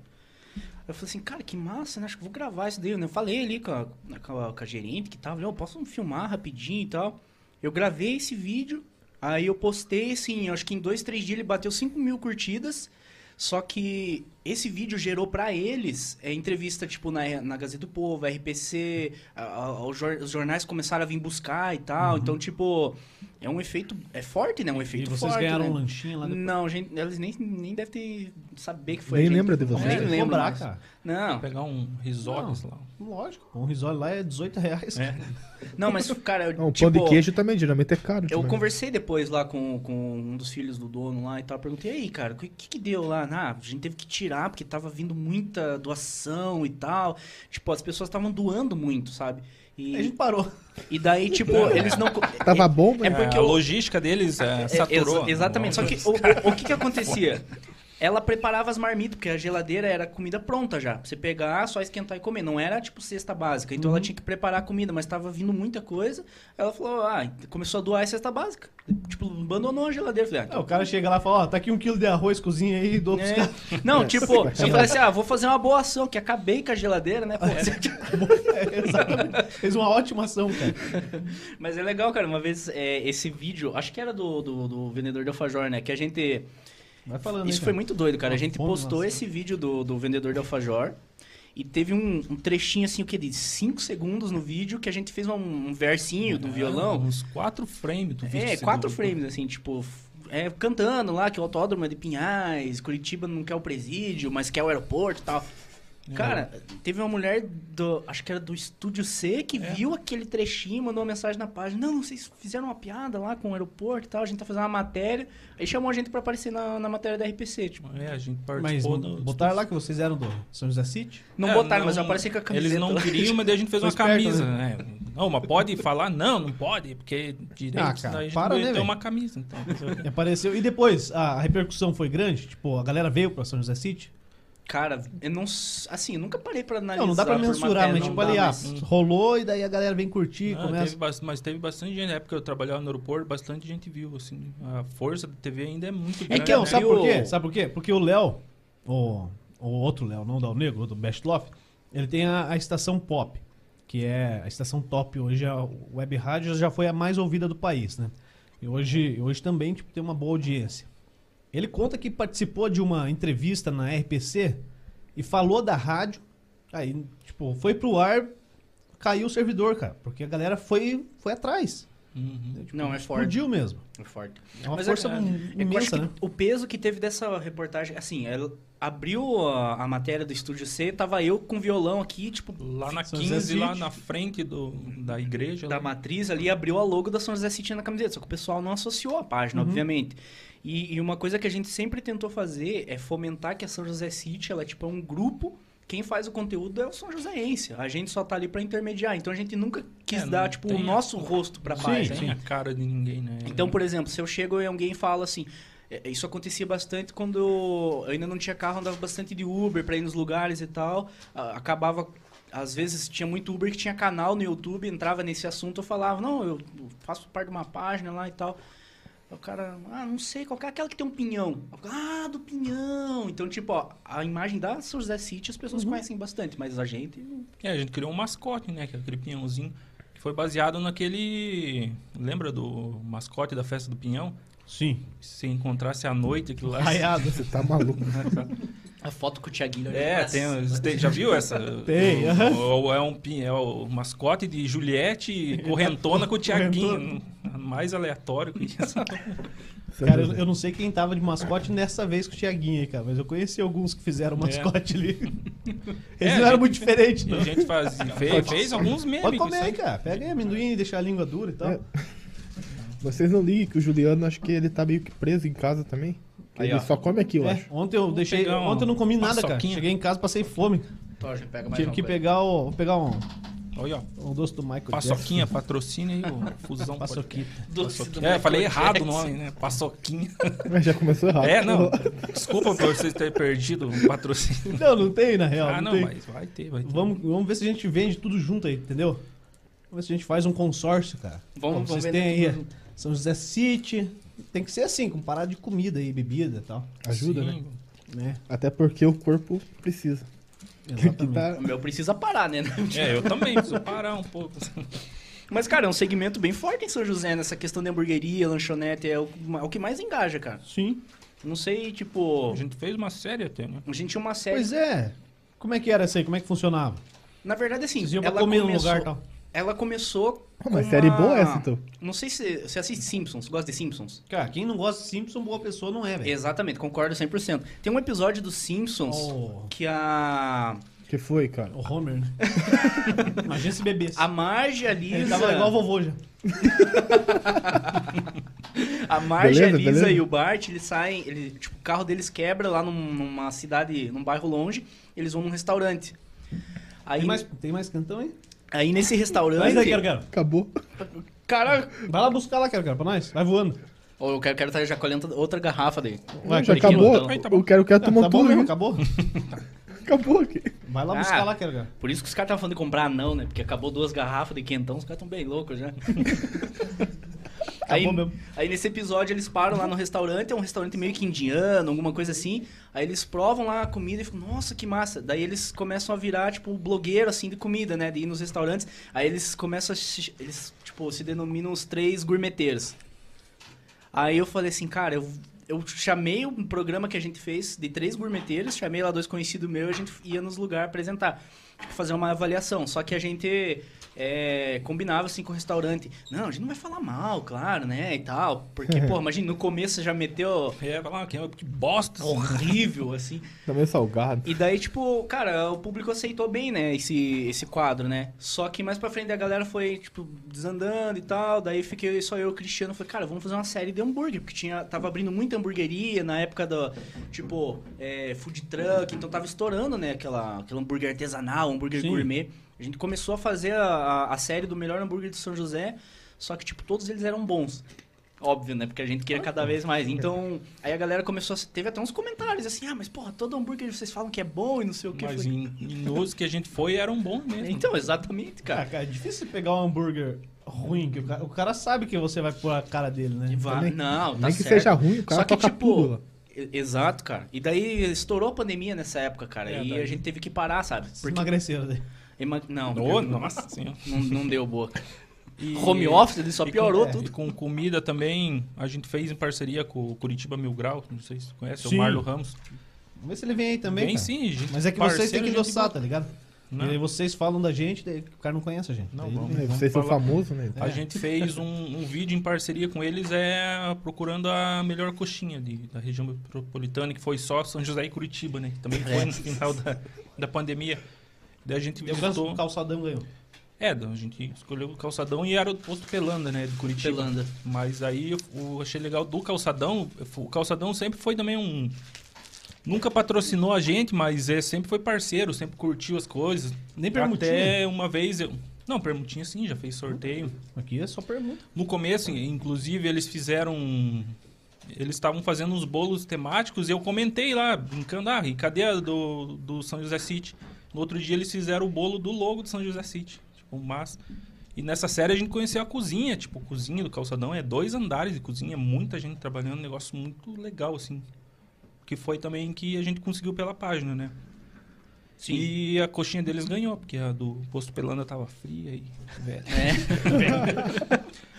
F: Eu falei assim, cara, que massa, né? Acho que eu vou gravar isso daí, né? Eu falei ali com a, com a- com a gerente que tava, falei, "Ó, posso filmar rapidinho e tal. Eu gravei esse vídeo, aí eu postei, assim, acho que em dois, três dias ele bateu 5 mil curtidas. Só que esse vídeo gerou pra eles é, entrevista, tipo, na, na Gazeta do Povo, RPC, a- a- os jor- os jornais começaram a vir buscar e tal. Então, tipo, é um efeito. É forte, né? Um
B: Uhum. E
F: efeito
B: vocês
F: forte.
B: ganharam
F: né?
B: um lanchinho lá depois.
F: Não, gente, eles nem, nem devem ter saber que foi. a
D: Nem
F: gente. né?
D: lembra de vocês.
F: Nem
B: Tem que
F: lembro
B: cobrar,
F: mais.
B: cara.
F: Não,
E: Pegar um risoles lá.
B: Lógico. Um risório lá é 18 reais.
E: É.
F: não, mas, cara, eu,
D: Não, o
F: tipo,
D: pão de queijo também, geralmente é caro.
F: eu
D: tipo,
F: conversei depois lá com, com um dos filhos do dono lá e tal. Perguntei, e aí, cara, o que, que deu lá? Ah, a gente teve que tirar porque tava vindo muita doação e tal. Tipo, as pessoas estavam doando muito, sabe?
B: Aí a gente
F: E,
B: parou.
F: e daí, tipo, eles não. co-
D: Tava bom,
F: É
D: mas
F: porque
E: a
F: eu-
E: logística deles é,
F: É,
E: saturou.
F: exa- exatamente. Só que o, o- o que que acontecia? Ela preparava as marmitas, porque a geladeira era comida pronta já. Pra você pegar, só esquentar e comer. Não era tipo cesta básica. Então ela tinha que preparar a comida, mas tava vindo muita coisa. Ela falou, ah, começou a doar a cesta básica. Tipo, abandonou a geladeira. Falei, ah,
B: Ah, o cara chega lá e fala, ó, tá aqui um quilo de arroz, cozinha aí, dou pros
F: É.
B: caras.
F: Não, tipo, eu falei assim, ah, vou fazer uma boa ação, que acabei com a geladeira, né? pô?
B: É, exatamente. Fez uma ótima ação, cara.
F: Mas é legal, cara, uma vez é, esse vídeo, acho que era do, do, do vendedor de alfajor, né? Que a gente...
B: Vai falando
F: Isso
B: aí,
F: foi
B: cara.
F: muito doido, cara. A
B: Uma assim.
F: gente
B: fome,
F: postou
B: nossa.
F: esse vídeo do, do vendedor de alfajor e teve um, um trechinho assim, o que de 5 segundos no vídeo que a gente fez um, um versinho
B: Ah,
F: do
B: um
F: violão.
E: Uns quatro frames do vídeo.
F: É,
E: assim,
F: quatro
E: do-
F: frames assim, tipo, f- é, cantando lá que o autódromo é de Pinhais, Curitiba não quer o presídio, mas quer o aeroporto e tal. Cara, teve uma mulher do. Acho que era do Estúdio C
B: É.
F: que viu aquele trechinho, mandou uma mensagem na página. Não, vocês fizeram uma piada lá com o aeroporto e tal, a gente tá fazendo uma matéria. Aí chamou a gente pra aparecer na, na matéria da RPC, tipo.
E: É, a gente
B: Mas
E: participou do.
B: botaram lá que vocês eram do São José City?
F: Não
E: É,
F: botaram,
E: não-
F: mas eu apareci com a camiseta.
E: Eles não
F: lá.
E: queriam, mas daí a gente fez
B: Foi
E: uma
B: esperto,
E: camisa, né? Não, mas pode falar? Não, não pode, porque direito,
B: Ah, cara,
E: daí a gente
B: para, né,
E: inventou
B: velho?
E: uma camisa, então.
B: E apareceu. E depois, a repercussão foi grande? Tipo, a galera veio pra São José City?
F: Cara, eu não. s- Assim, eu nunca parei pra analisar.
B: não, não dá pra
F: por
B: mensurar,
F: matéria,
B: mas
F: não
B: tipo
F: dá,
B: ali, ah,
F: mas-
B: rolou e daí a galera vem curtir,
E: Não,
B: começa.
E: teve bas- mas teve bastante gente. Na época eu trabalhava no aeroporto, bastante gente viu, assim. A força da TV ainda é muito grande.
F: que é
B: Então,
F: um
E: né?
B: sabe por
F: viu-
B: quê? Sabe por quê? Porque o Léo, o, o outro Léo, não da Negro, do Best Love, ele tem a, a estação pop, que é a estação top hoje, a web rádio já foi a mais ouvida do país, né? E hoje, hoje também tipo, tem uma boa audiência. Ele conta que participou de uma entrevista na RPC e falou da rádio, aí, tipo, foi pro ar, caiu o servidor, cara, porque a galera foi, foi atrás.
E: Uhum.
F: Não, é forte.
B: Explodiu mesmo.
F: É forte.
B: É tipo uma
F: Mas
B: força
F: é- É que eu acho
B: imensa,
F: que
B: né?
F: O peso que teve dessa reportagem, assim, ela abriu a, a matéria do Estúdio C, tava eu com violão aqui, tipo,
E: Lá na
B: São José
E: 15, lá
B: City.
E: na frente do, da igreja. né?
F: da
E: lá.
F: matriz ali, abriu a logo da São José City na camiseta. Só que o pessoal não associou a página,
E: Uhum.
F: obviamente. E, e uma coisa que a gente sempre tentou fazer é fomentar que a São José City, ela é tipo é um grupo. Quem faz o conteúdo é o São Joséense. A gente só tá ali pra intermediar. Então a gente nunca quis
E: É, não
F: dar, tipo, o
E: tem a-
F: nosso rosto pra
E: Sim,
B: né?
F: página.
E: tem a cara de ninguém, né?
F: Então, por exemplo, se eu chego e alguém fala assim, é, isso acontecia bastante quando eu ainda não tinha carro, andava bastante de Uber pra ir nos lugares e tal, a- acabava às vezes tinha muito Uber que tinha canal no YouTube, entrava nesse assunto, eu falava, não, eu faço parte de uma página lá e tal. Aí O cara, ah, não sei, qual que é aquela que tem um pinhão? Eu, Ah, do pinhão! Então, tipo, ó, a imagem da São José City as pessoas conhecem bastante, mas a gente.
E: É, a gente criou um mascote, né? que é Aquele pinhãozinho. Que foi baseado naquele. Lembra do mascote da festa do pinhão?
B: Sim.
E: Se encontrasse à noite aquilo lá.
B: Raiado.
D: Você tá maluco.
F: A foto com o Tiaguinho
E: É, tem, tem- já viu essa?
B: Tem,
E: O-
B: aham.
E: o- é, um, pin- é o mascote de Juliette e correntona com o Tiaguinho. Mais aleatório que isso.
D: São
B: Cara, eu,
D: José.
B: eu não sei quem tava de mascote nessa vez com o Thiaguinho aí, cara, mas eu conheci alguns que fizeram mascote ali. Eles
E: É,
B: não eram
E: gente-
B: muito diferentes,
E: E
B: não.
E: a gente faz, fez, fez alguns memes.
B: Pode
E: com
B: comer
E: isso
B: aí,
E: aí.
B: cara. Pega aí amendoim e deixa a língua dura e tal.
D: É. Vocês não liguem que o Juliano, acho que ele tá meio que preso em casa também. Que
F: Aí,
D: ele
F: ó.
D: só come aqui, eu
B: É,
D: acho.
B: ontem eu deixei.
E: pegar um-
B: Ontem eu não comi
E: uma
B: nada, cara.
E: soquinha.
B: Cheguei em casa, passei fome. Tive que pegar o. Vou pegar um,
E: Olha, ó.
B: um doce do Michael Jackson.
E: Paçoquinha, patrocina aí o Fusão
B: Paçoquita.
E: Podcast.
F: Doce do
E: Paçoquinha. É, falei
F: Michael
E: errado o
F: Jackson.
E: nome, né? Paçoquinha.
D: Mas já começou errado.
E: É, não. Desculpa por vocês terem perdido o patrocínio.
B: Não, não tem, na real.
E: Ah,
B: não,
E: não,
B: tem.
E: mas vai ter, vai ter.
B: Vamos, vamos ver se a gente vende tudo junto aí, entendeu? Vamos ver se a gente faz um consórcio, cara.
F: Vamos-
B: Bom,
F: vamos
B: vocês
F: vender
B: têm aí
F: tudo
B: São José City. Tem que ser assim, com parada de comida e bebida e tal.
D: Ajuda,
E: Sim.
D: né?
B: Né?
D: Até porque o corpo precisa. Que
B: Exatamente.
D: tá-
F: O meu precisa parar, né?
E: É, eu também preciso parar um pouco.
F: Mas, cara, é um segmento bem forte em São José, nessa questão de hamburgueria, lanchonete, é o, é o que mais engaja, cara.
B: Sim.
F: Não sei, tipo.
E: A gente fez uma série até, né?
F: A gente tinha uma série.
B: Pois é. Como é que era isso aí? Como é que funcionava?
F: Na verdade, assim,
B: Vocês iam pra
F: ela
B: comer
F: começou,
B: num lugar e tal.
F: Ela começou.
D: Pô, mas
F: com
D: série
F: uma-
D: boa essa, então?
F: Não sei se você assiste Simpsons, gosta de Simpsons?
B: Cara, quem não gosta de Simpson, boa pessoa não é, velho.
F: Exatamente, concordo 100%. Tem um episódio dos Simpsons
B: Oh.
F: que a.
D: Que foi, cara?
B: O Homer, né? Imagina se bebesse.
F: A Marge ali.
B: Ele tava igual o vovô já.
F: A Marge,
D: Beleza,
F: a Lisa
D: beleza.
F: e o Bart, eles saem, ele, tipo, o carro deles quebra lá num- numa cidade, num bairro longe, eles vão num restaurante. Aí,
B: Tem mais, tem mais cantão aí?
F: aí nesse restaurante.
B: Mas aí, quero, quero.
D: Acabou.
F: Cara,
B: Vai lá buscar lá, quero, quero, pra nós. Vai voando.
F: Ô, eu quero estar tá jacolhando outra garrafa daí.
B: Vai,
D: já
B: Curiquinho,
D: acabou.
B: então.
E: Aí, tá bom.
D: Eu quero que ela
B: Ah,
D: tomou
B: tá bom
D: tudo.
B: mesmo,
D: viu?
B: acabou?
D: Acabou aqui.
B: Vai lá
F: Ah.
B: buscar lá, quero, quero.
F: Por isso que os caras estavam falando de comprar não, né? Porque acabou duas garrafas de quentão, os caras estão bem loucos já. aí,
B: Acabou mesmo.
F: aí nesse episódio eles param lá no restaurante, é um restaurante meio que indiano, alguma coisa assim. Aí eles provam lá a comida e ficam, nossa, que massa. Daí eles começam a virar, tipo, blogueiro assim de comida, né? De ir nos restaurantes. Aí eles começam a. se- Eles, tipo, se denominam os três gourmeteiros. Aí eu falei assim, cara, eu, eu chamei um programa que a gente fez de três gourmeteiros, chamei lá dois conhecidos meus, a gente ia nos lugares apresentar, tipo, fazer uma avaliação. Só que a gente é, combinava assim com o restaurante. Não, a gente não vai falar mal, claro, né? E tal. Porque, pô, imagina, no começo já meteu
E: É, vai lá, que é- que bosta.
F: horrível, assim.
D: Tá meio salgado.
F: E daí, tipo, cara, o público aceitou bem, né, esse, esse quadro, né? Só que mais pra frente a galera foi, tipo, desandando e tal. Daí fiquei só eu e o Cristiano. Falei, cara, vamos fazer uma série de hambúrguer. Porque tinha, tava abrindo muita hamburgueria na época do, tipo, é, food truck. Então tava estourando, né, aquela, aquela hambúrguer artesanal, hambúrguer
E: Sim.
F: gourmet. A gente começou a fazer a, a- a série do melhor hambúrguer de São José. Só que, tipo, todos eles eram bons. Óbvio, né? Porque a gente queria cada vez mais. Então, aí a galera começou a... Teve até uns comentários assim, ah, mas porra, todo hambúrguer vocês falam que é bom e não sei o que.
E: Mas em, em os que a gente foi eram bons mesmo.
F: Então, exatamente,
B: Cara,
F: cara.
B: cara, é difícil pegar um hambúrguer ruim, que o cara, o cara sabe que você vai pôr a cara dele, né?
F: Vá-
D: nem-
F: Não, tá
D: Nem que
F: certo.
D: seja ruim, o cara
F: Só que,
D: toca
F: tipo,
D: tudo lá.
F: e- Exato, cara. E daí estourou a pandemia nessa época, cara.
E: É,
F: e
E: daí-
F: a gente teve que parar, sabe?
B: Vocês
F: Porque.
B: emagreceram daí.
F: ema- Não,
E: Ô, nossa senhora.
F: não, não deu boa.
E: E-
F: Home office, ele só
E: e
F: piorou
E: com, é,
F: tudo.
E: e com comida também, a gente fez em parceria com o Curitiba Mil Grau, não sei se você conhece,
B: Sim.
E: o Marlo Ramos.
B: Vamos ver se ele vem aí também.
E: Bem
B: cara.
E: sim, gente.
B: Mas é que vocês têm
E: parceiro,
B: que
E: gente né?
B: endossar,
E: boa.
B: tá ligado?
E: Não.
B: E aí vocês falam da gente, daí o cara não conhece a gente.
E: Não,
B: Daí
E: vamos.
B: ele-
D: É, vocês são
E: falar.
D: famosos, né?
B: É.
E: A gente fez um, um vídeo em parceria com eles é procurando a melhor coxinha de- da região metropolitana, que foi só São José e Curitiba, né? Que Também foi no final da, da pandemia. Daí a gente
B: É. Deu um ganso,
E: visitou.
B: o calçadão ganhou.
E: É, a gente escolheu o calçadão e era o posto Pelanda, né? De Curitiba.
F: Pelanda.
E: Mas aí eu eu achei legal do calçadão. O calçadão sempre foi também um. Nunca patrocinou a gente, mas é, sempre foi parceiro, sempre curtiu as coisas.
B: Nem permutinha?
E: Até uma vez eu. Não, permutinha sim, já fez sorteio.
B: Aqui é só pergunta.
E: No começo, inclusive, eles fizeram. um, Eles estavam fazendo uns bolos temáticos e eu comentei lá, brincando, ah, e cadê a do, do São José City? No outro dia eles fizeram o bolo do logo do São José City. Tipo, mas. E nessa série a gente conheceu a cozinha, tipo, a cozinha do calçadão é dois andares de cozinha, muita gente trabalhando, um negócio muito legal, assim. Que foi também que a gente conseguiu pela página, né?
F: Sim.
E: E a coxinha deles ganhou, porque a do posto Pelanda tava fria e velha.
F: É.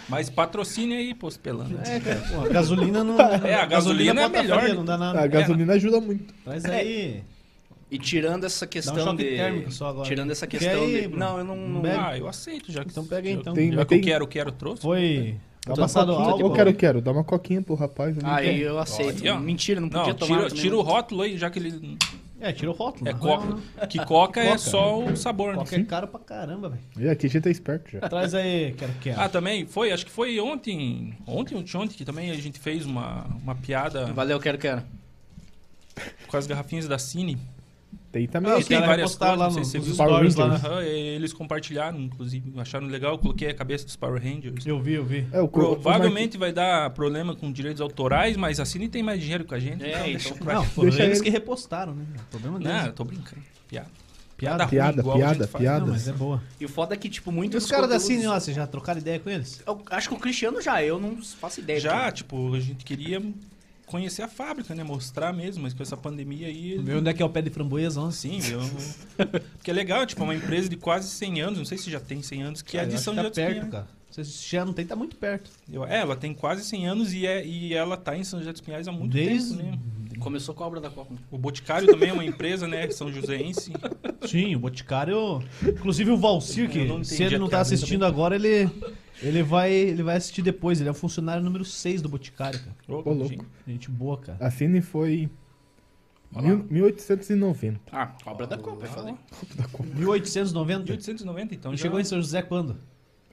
E: Mas patrocine aí, posto Pelanda.
B: É, cara. Pô, a gasolina não.
E: É, a gasolina é
B: bota
E: melhor.
B: farinha, não dá nada.
D: A gasolina ajuda muito.
B: Mas aí.
F: E tirando essa questão
B: choque
F: de.
B: térmico só agora.
F: Tirando essa
B: Quer
F: questão
B: aí,
F: de.
B: Bruno?
F: Não, eu não. não-
B: Bebe.
E: Ah, eu aceito, já que.
B: Então pega aí,
E: já-
B: então.
D: Tem,
E: Já
D: mas
E: que eu
D: tem-
E: quero, quero, trouxe.
B: Foi. Tá
D: Dá uma
B: passado
D: coquinha.
B: álcool.
D: Eu quero, quero. Dá uma coquinha pro rapaz. eu não
F: Aí
D: quero.
F: eu aceito.
E: Olha, ó.
F: Mentira, não podia
E: Não,
F: tomar.
E: tira,
F: também,
E: tira
F: né?
E: o rótulo aí, já que ele.
B: É, tira o rótulo.
E: É
B: né?
E: coca. Que coca é
B: Coca.
E: só o sabor, né?
B: Coca é caro pra caramba, velho.
D: E aqui a gente é esperto já.
B: Traz aí, quero, quero.
E: Ah, também foi, acho que foi ontem. Ontem, ontem, ontem, que também a gente fez uma, uma piada
F: Valeu, quero, quero.
E: com as garrafinhas da Cine.
D: Tem também.
B: Ah,
E: Tem
B: os caras
E: várias
B: repostaram
E: coisas,
B: lá
E: não sei
B: nos
E: se
B: nos
E: você
D: viu.
B: stories lá. né?
E: Aham, e eles compartilharam, inclusive, acharam legal. Eu coloquei a cabeça dos Power Rangers.
B: Eu vi, eu vi.
D: É, o co- o
E: Provavelmente vai dar problema com direitos autorais, mas a Cine tem mais dinheiro que a gente.
F: É,
E: então
F: então
E: deixa pra
B: Não,
E: lá.
B: foram
D: Deixa
B: eles
D: ele-
B: que repostaram, né? O problema deles.
E: Não, eu tô brincando. Piada.
B: piada.
E: ruim,
D: Piada,
E: igual a gente
D: piada,
E: faz.
D: piada.
B: Não, mas é boa.
F: E o foda é que, tipo, muito.
B: E os caras da Cine lá, vocês já trocaram ideia com eles?
F: Eu acho que o Cristiano já, eu não faço ideia.
E: Já,
F: cara.
E: tipo, a gente queria conhecer a fábrica, né? Mostrar mesmo, mas com essa pandemia aí.
B: Vê onde é que é o pé de framboesa, onde?
E: Sim, viu? Porque é legal, tipo, é uma empresa de quase 100 anos, não sei se já tem 100 anos, que é de São
B: tá
E: José dos
B: perto,
E: Pinhais.
B: cara. Se já não tem, tá muito perto.
E: Eu- é, ela tem quase 100 anos e, é, e ela tá em São José dos Pinhais há muito
B: Desde-
E: tempo, né?
F: Começou com a obra da Copa. né?
E: O Boticário também é uma empresa, né? São Joséense.
B: Sim, o Boticário. Inclusive o Valcir,
E: Eu não
B: que
E: entendi
B: se ele
E: a
B: não tá
E: piada
B: assistindo agora, ele, ele, vai, ele vai assistir depois. Ele é o funcionário número 6 do Boticário, cara.
E: Ô,
D: Ô, louco.
E: gente.
B: Gente boa, cara.
D: A Cine foi. Mil, 1890.
F: Ah, obra da Copa, eu falei.
B: 1890.
E: 1890, então
B: E
E: já,
B: chegou em São José quando?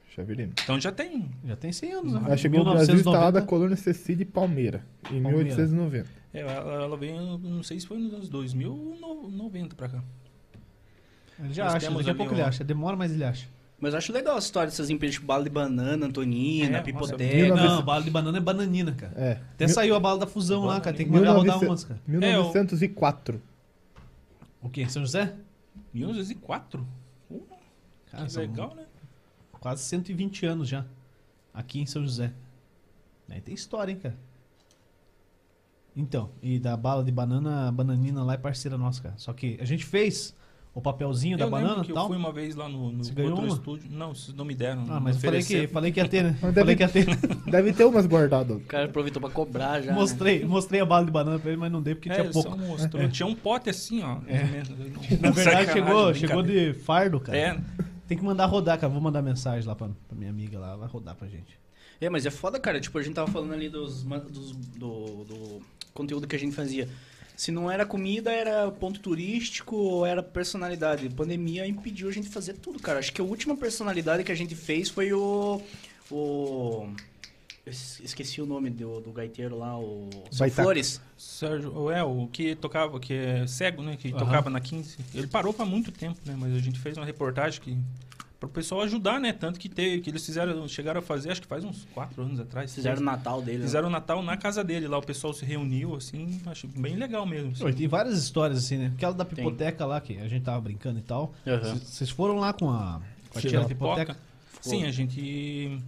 D: Deixa eu ver. ele.
E: então já tem.
B: Já tem 100 anos, né?
D: Ela chegou no Brasil tá
B: 1990.
D: instalada a colônia Cecília e Palmeira. Em
B: Palmeira.
D: 1890.
E: É, ela, ela veio, não sei se foi nos anos 2000 ou no- 90 pra cá.
B: Ele já
E: Nós
B: acha,
E: temos
B: daqui a
E: ali
B: pouco
E: um-
B: ele acha. Demora, mas ele acha.
F: Mas eu acho legal a história dessas empresas, tipo, bala de banana, Antonina,
E: É,
F: Pipoteca.
D: nossa,
B: Não, bala de banana é bananina, cara.
D: É.
B: Até saiu a bala da fusão lá, cara. Tem que
D: Mil-
B: mandar rodar É,
D: 1900
B: umas, cara.
D: 1904.
B: O quê? São José?
E: 1904? Uh,
B: Cara,
E: que
B: são
E: legal, né?
B: quase 120 anos já. Aqui em São José. Aí tem história, hein, cara. Então, e da bala de banana, a bananina lá é parceira nossa, cara. Só que a gente fez o papelzinho da
E: eu lembro
B: banana
E: que
B: e tal?
E: eu fui uma vez lá no, no
B: Você ganhou
E: outro
B: uma?
E: estúdio. Não, vocês não me deram.
B: Ah,
E: não
B: mas eu falei que,
E: ofereceram.
B: falei que ia ter, né?
D: Mas
B: Falei
D: deve-
B: que ia ter.
D: Deve ter umas guardadas.
F: O cara aproveitou pra cobrar já. né?
B: mostrei, mostrei a bala de banana pra ele, mas não dei porque
E: É,
B: tinha
E: ele
B: pouco. É.
E: só mostrou. Tinha um pote assim, ó.
B: Na verdade, chegou, chegou
E: de
B: de fardo, cara.
E: É,
B: Tem que mandar rodar, cara. Vou mandar mensagem lá pra, pra minha amiga lá, ela vai rodar pra gente.
F: É, mas é foda, cara. Tipo, a gente tava falando ali dos, ma- dos- do, do conteúdo que a gente fazia. Se não era comida, era ponto turístico ou era personalidade. A pandemia impediu a gente de fazer tudo, cara. Acho que a última personalidade que a gente fez foi o. O. eu es- Esqueci o nome do, do gaiteiro lá, o. São
D: Baitaca.
F: Flores.
E: Sérgio, é, o que tocava, que é cego, né? Que
B: Aham.
E: tocava na 15. Ele parou pra muito tempo, né? Mas a gente fez uma reportagem que. Pro pessoal ajudar, né? Tanto que teve, que eles fizeram, chegaram a fazer, acho que faz uns quatro anos atrás.
F: Fizeram o
E: seis.
F: Natal dele. né?
E: Fizeram o Natal na casa dele lá, o pessoal se reuniu, assim, acho bem legal mesmo. assim.
B: Ô, e Tem várias histórias assim, né? Aquela da pipoteca lá, que a gente tava brincando e tal.
F: Aham.
B: C- Vocês foram lá com a, com a
E: Sim,
B: tia da
E: da
B: pipoteca?
E: Sim, a gente.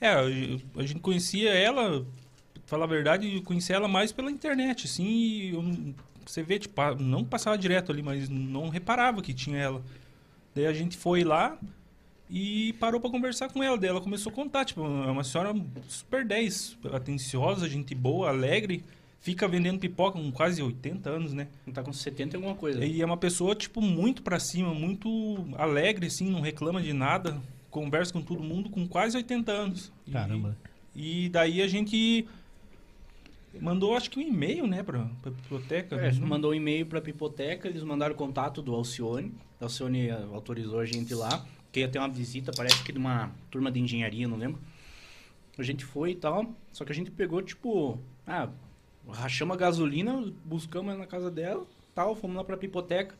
E: É, a gente conhecia ela, pra falar a verdade, eu conhecia ela mais pela internet, assim, e eu não- você vê, tipo, ah, não passava direto ali, mas não reparava que tinha ela. Daí a gente foi lá e parou pra conversar com ela. Daí ela começou a contar, tipo, é uma senhora super 10, atenciosa, gente boa, alegre, fica vendendo pipoca com quase 80 anos, né?
F: Tá com 70 e alguma coisa.
E: E é uma pessoa, tipo, muito pra cima, muito alegre, assim, não reclama de nada. Conversa com todo mundo com quase 80 anos. E-
B: Caramba.
E: E, daí a gente mandou, acho que um e-mail, né, pra, pra biblioteca.
F: É,
E: né?
F: mandou um e-mail pra Pipoteca, eles mandaram o contato do Alcione. O Alcione eh, autorizou a gente ir lá, que ia ter uma visita, parece que de uma turma de engenharia, não lembro. A gente foi e tal, só que a gente pegou, tipo, ah, rachamos a gasolina, buscamos ela na casa dela, tal, fomos lá pra Pipoteca.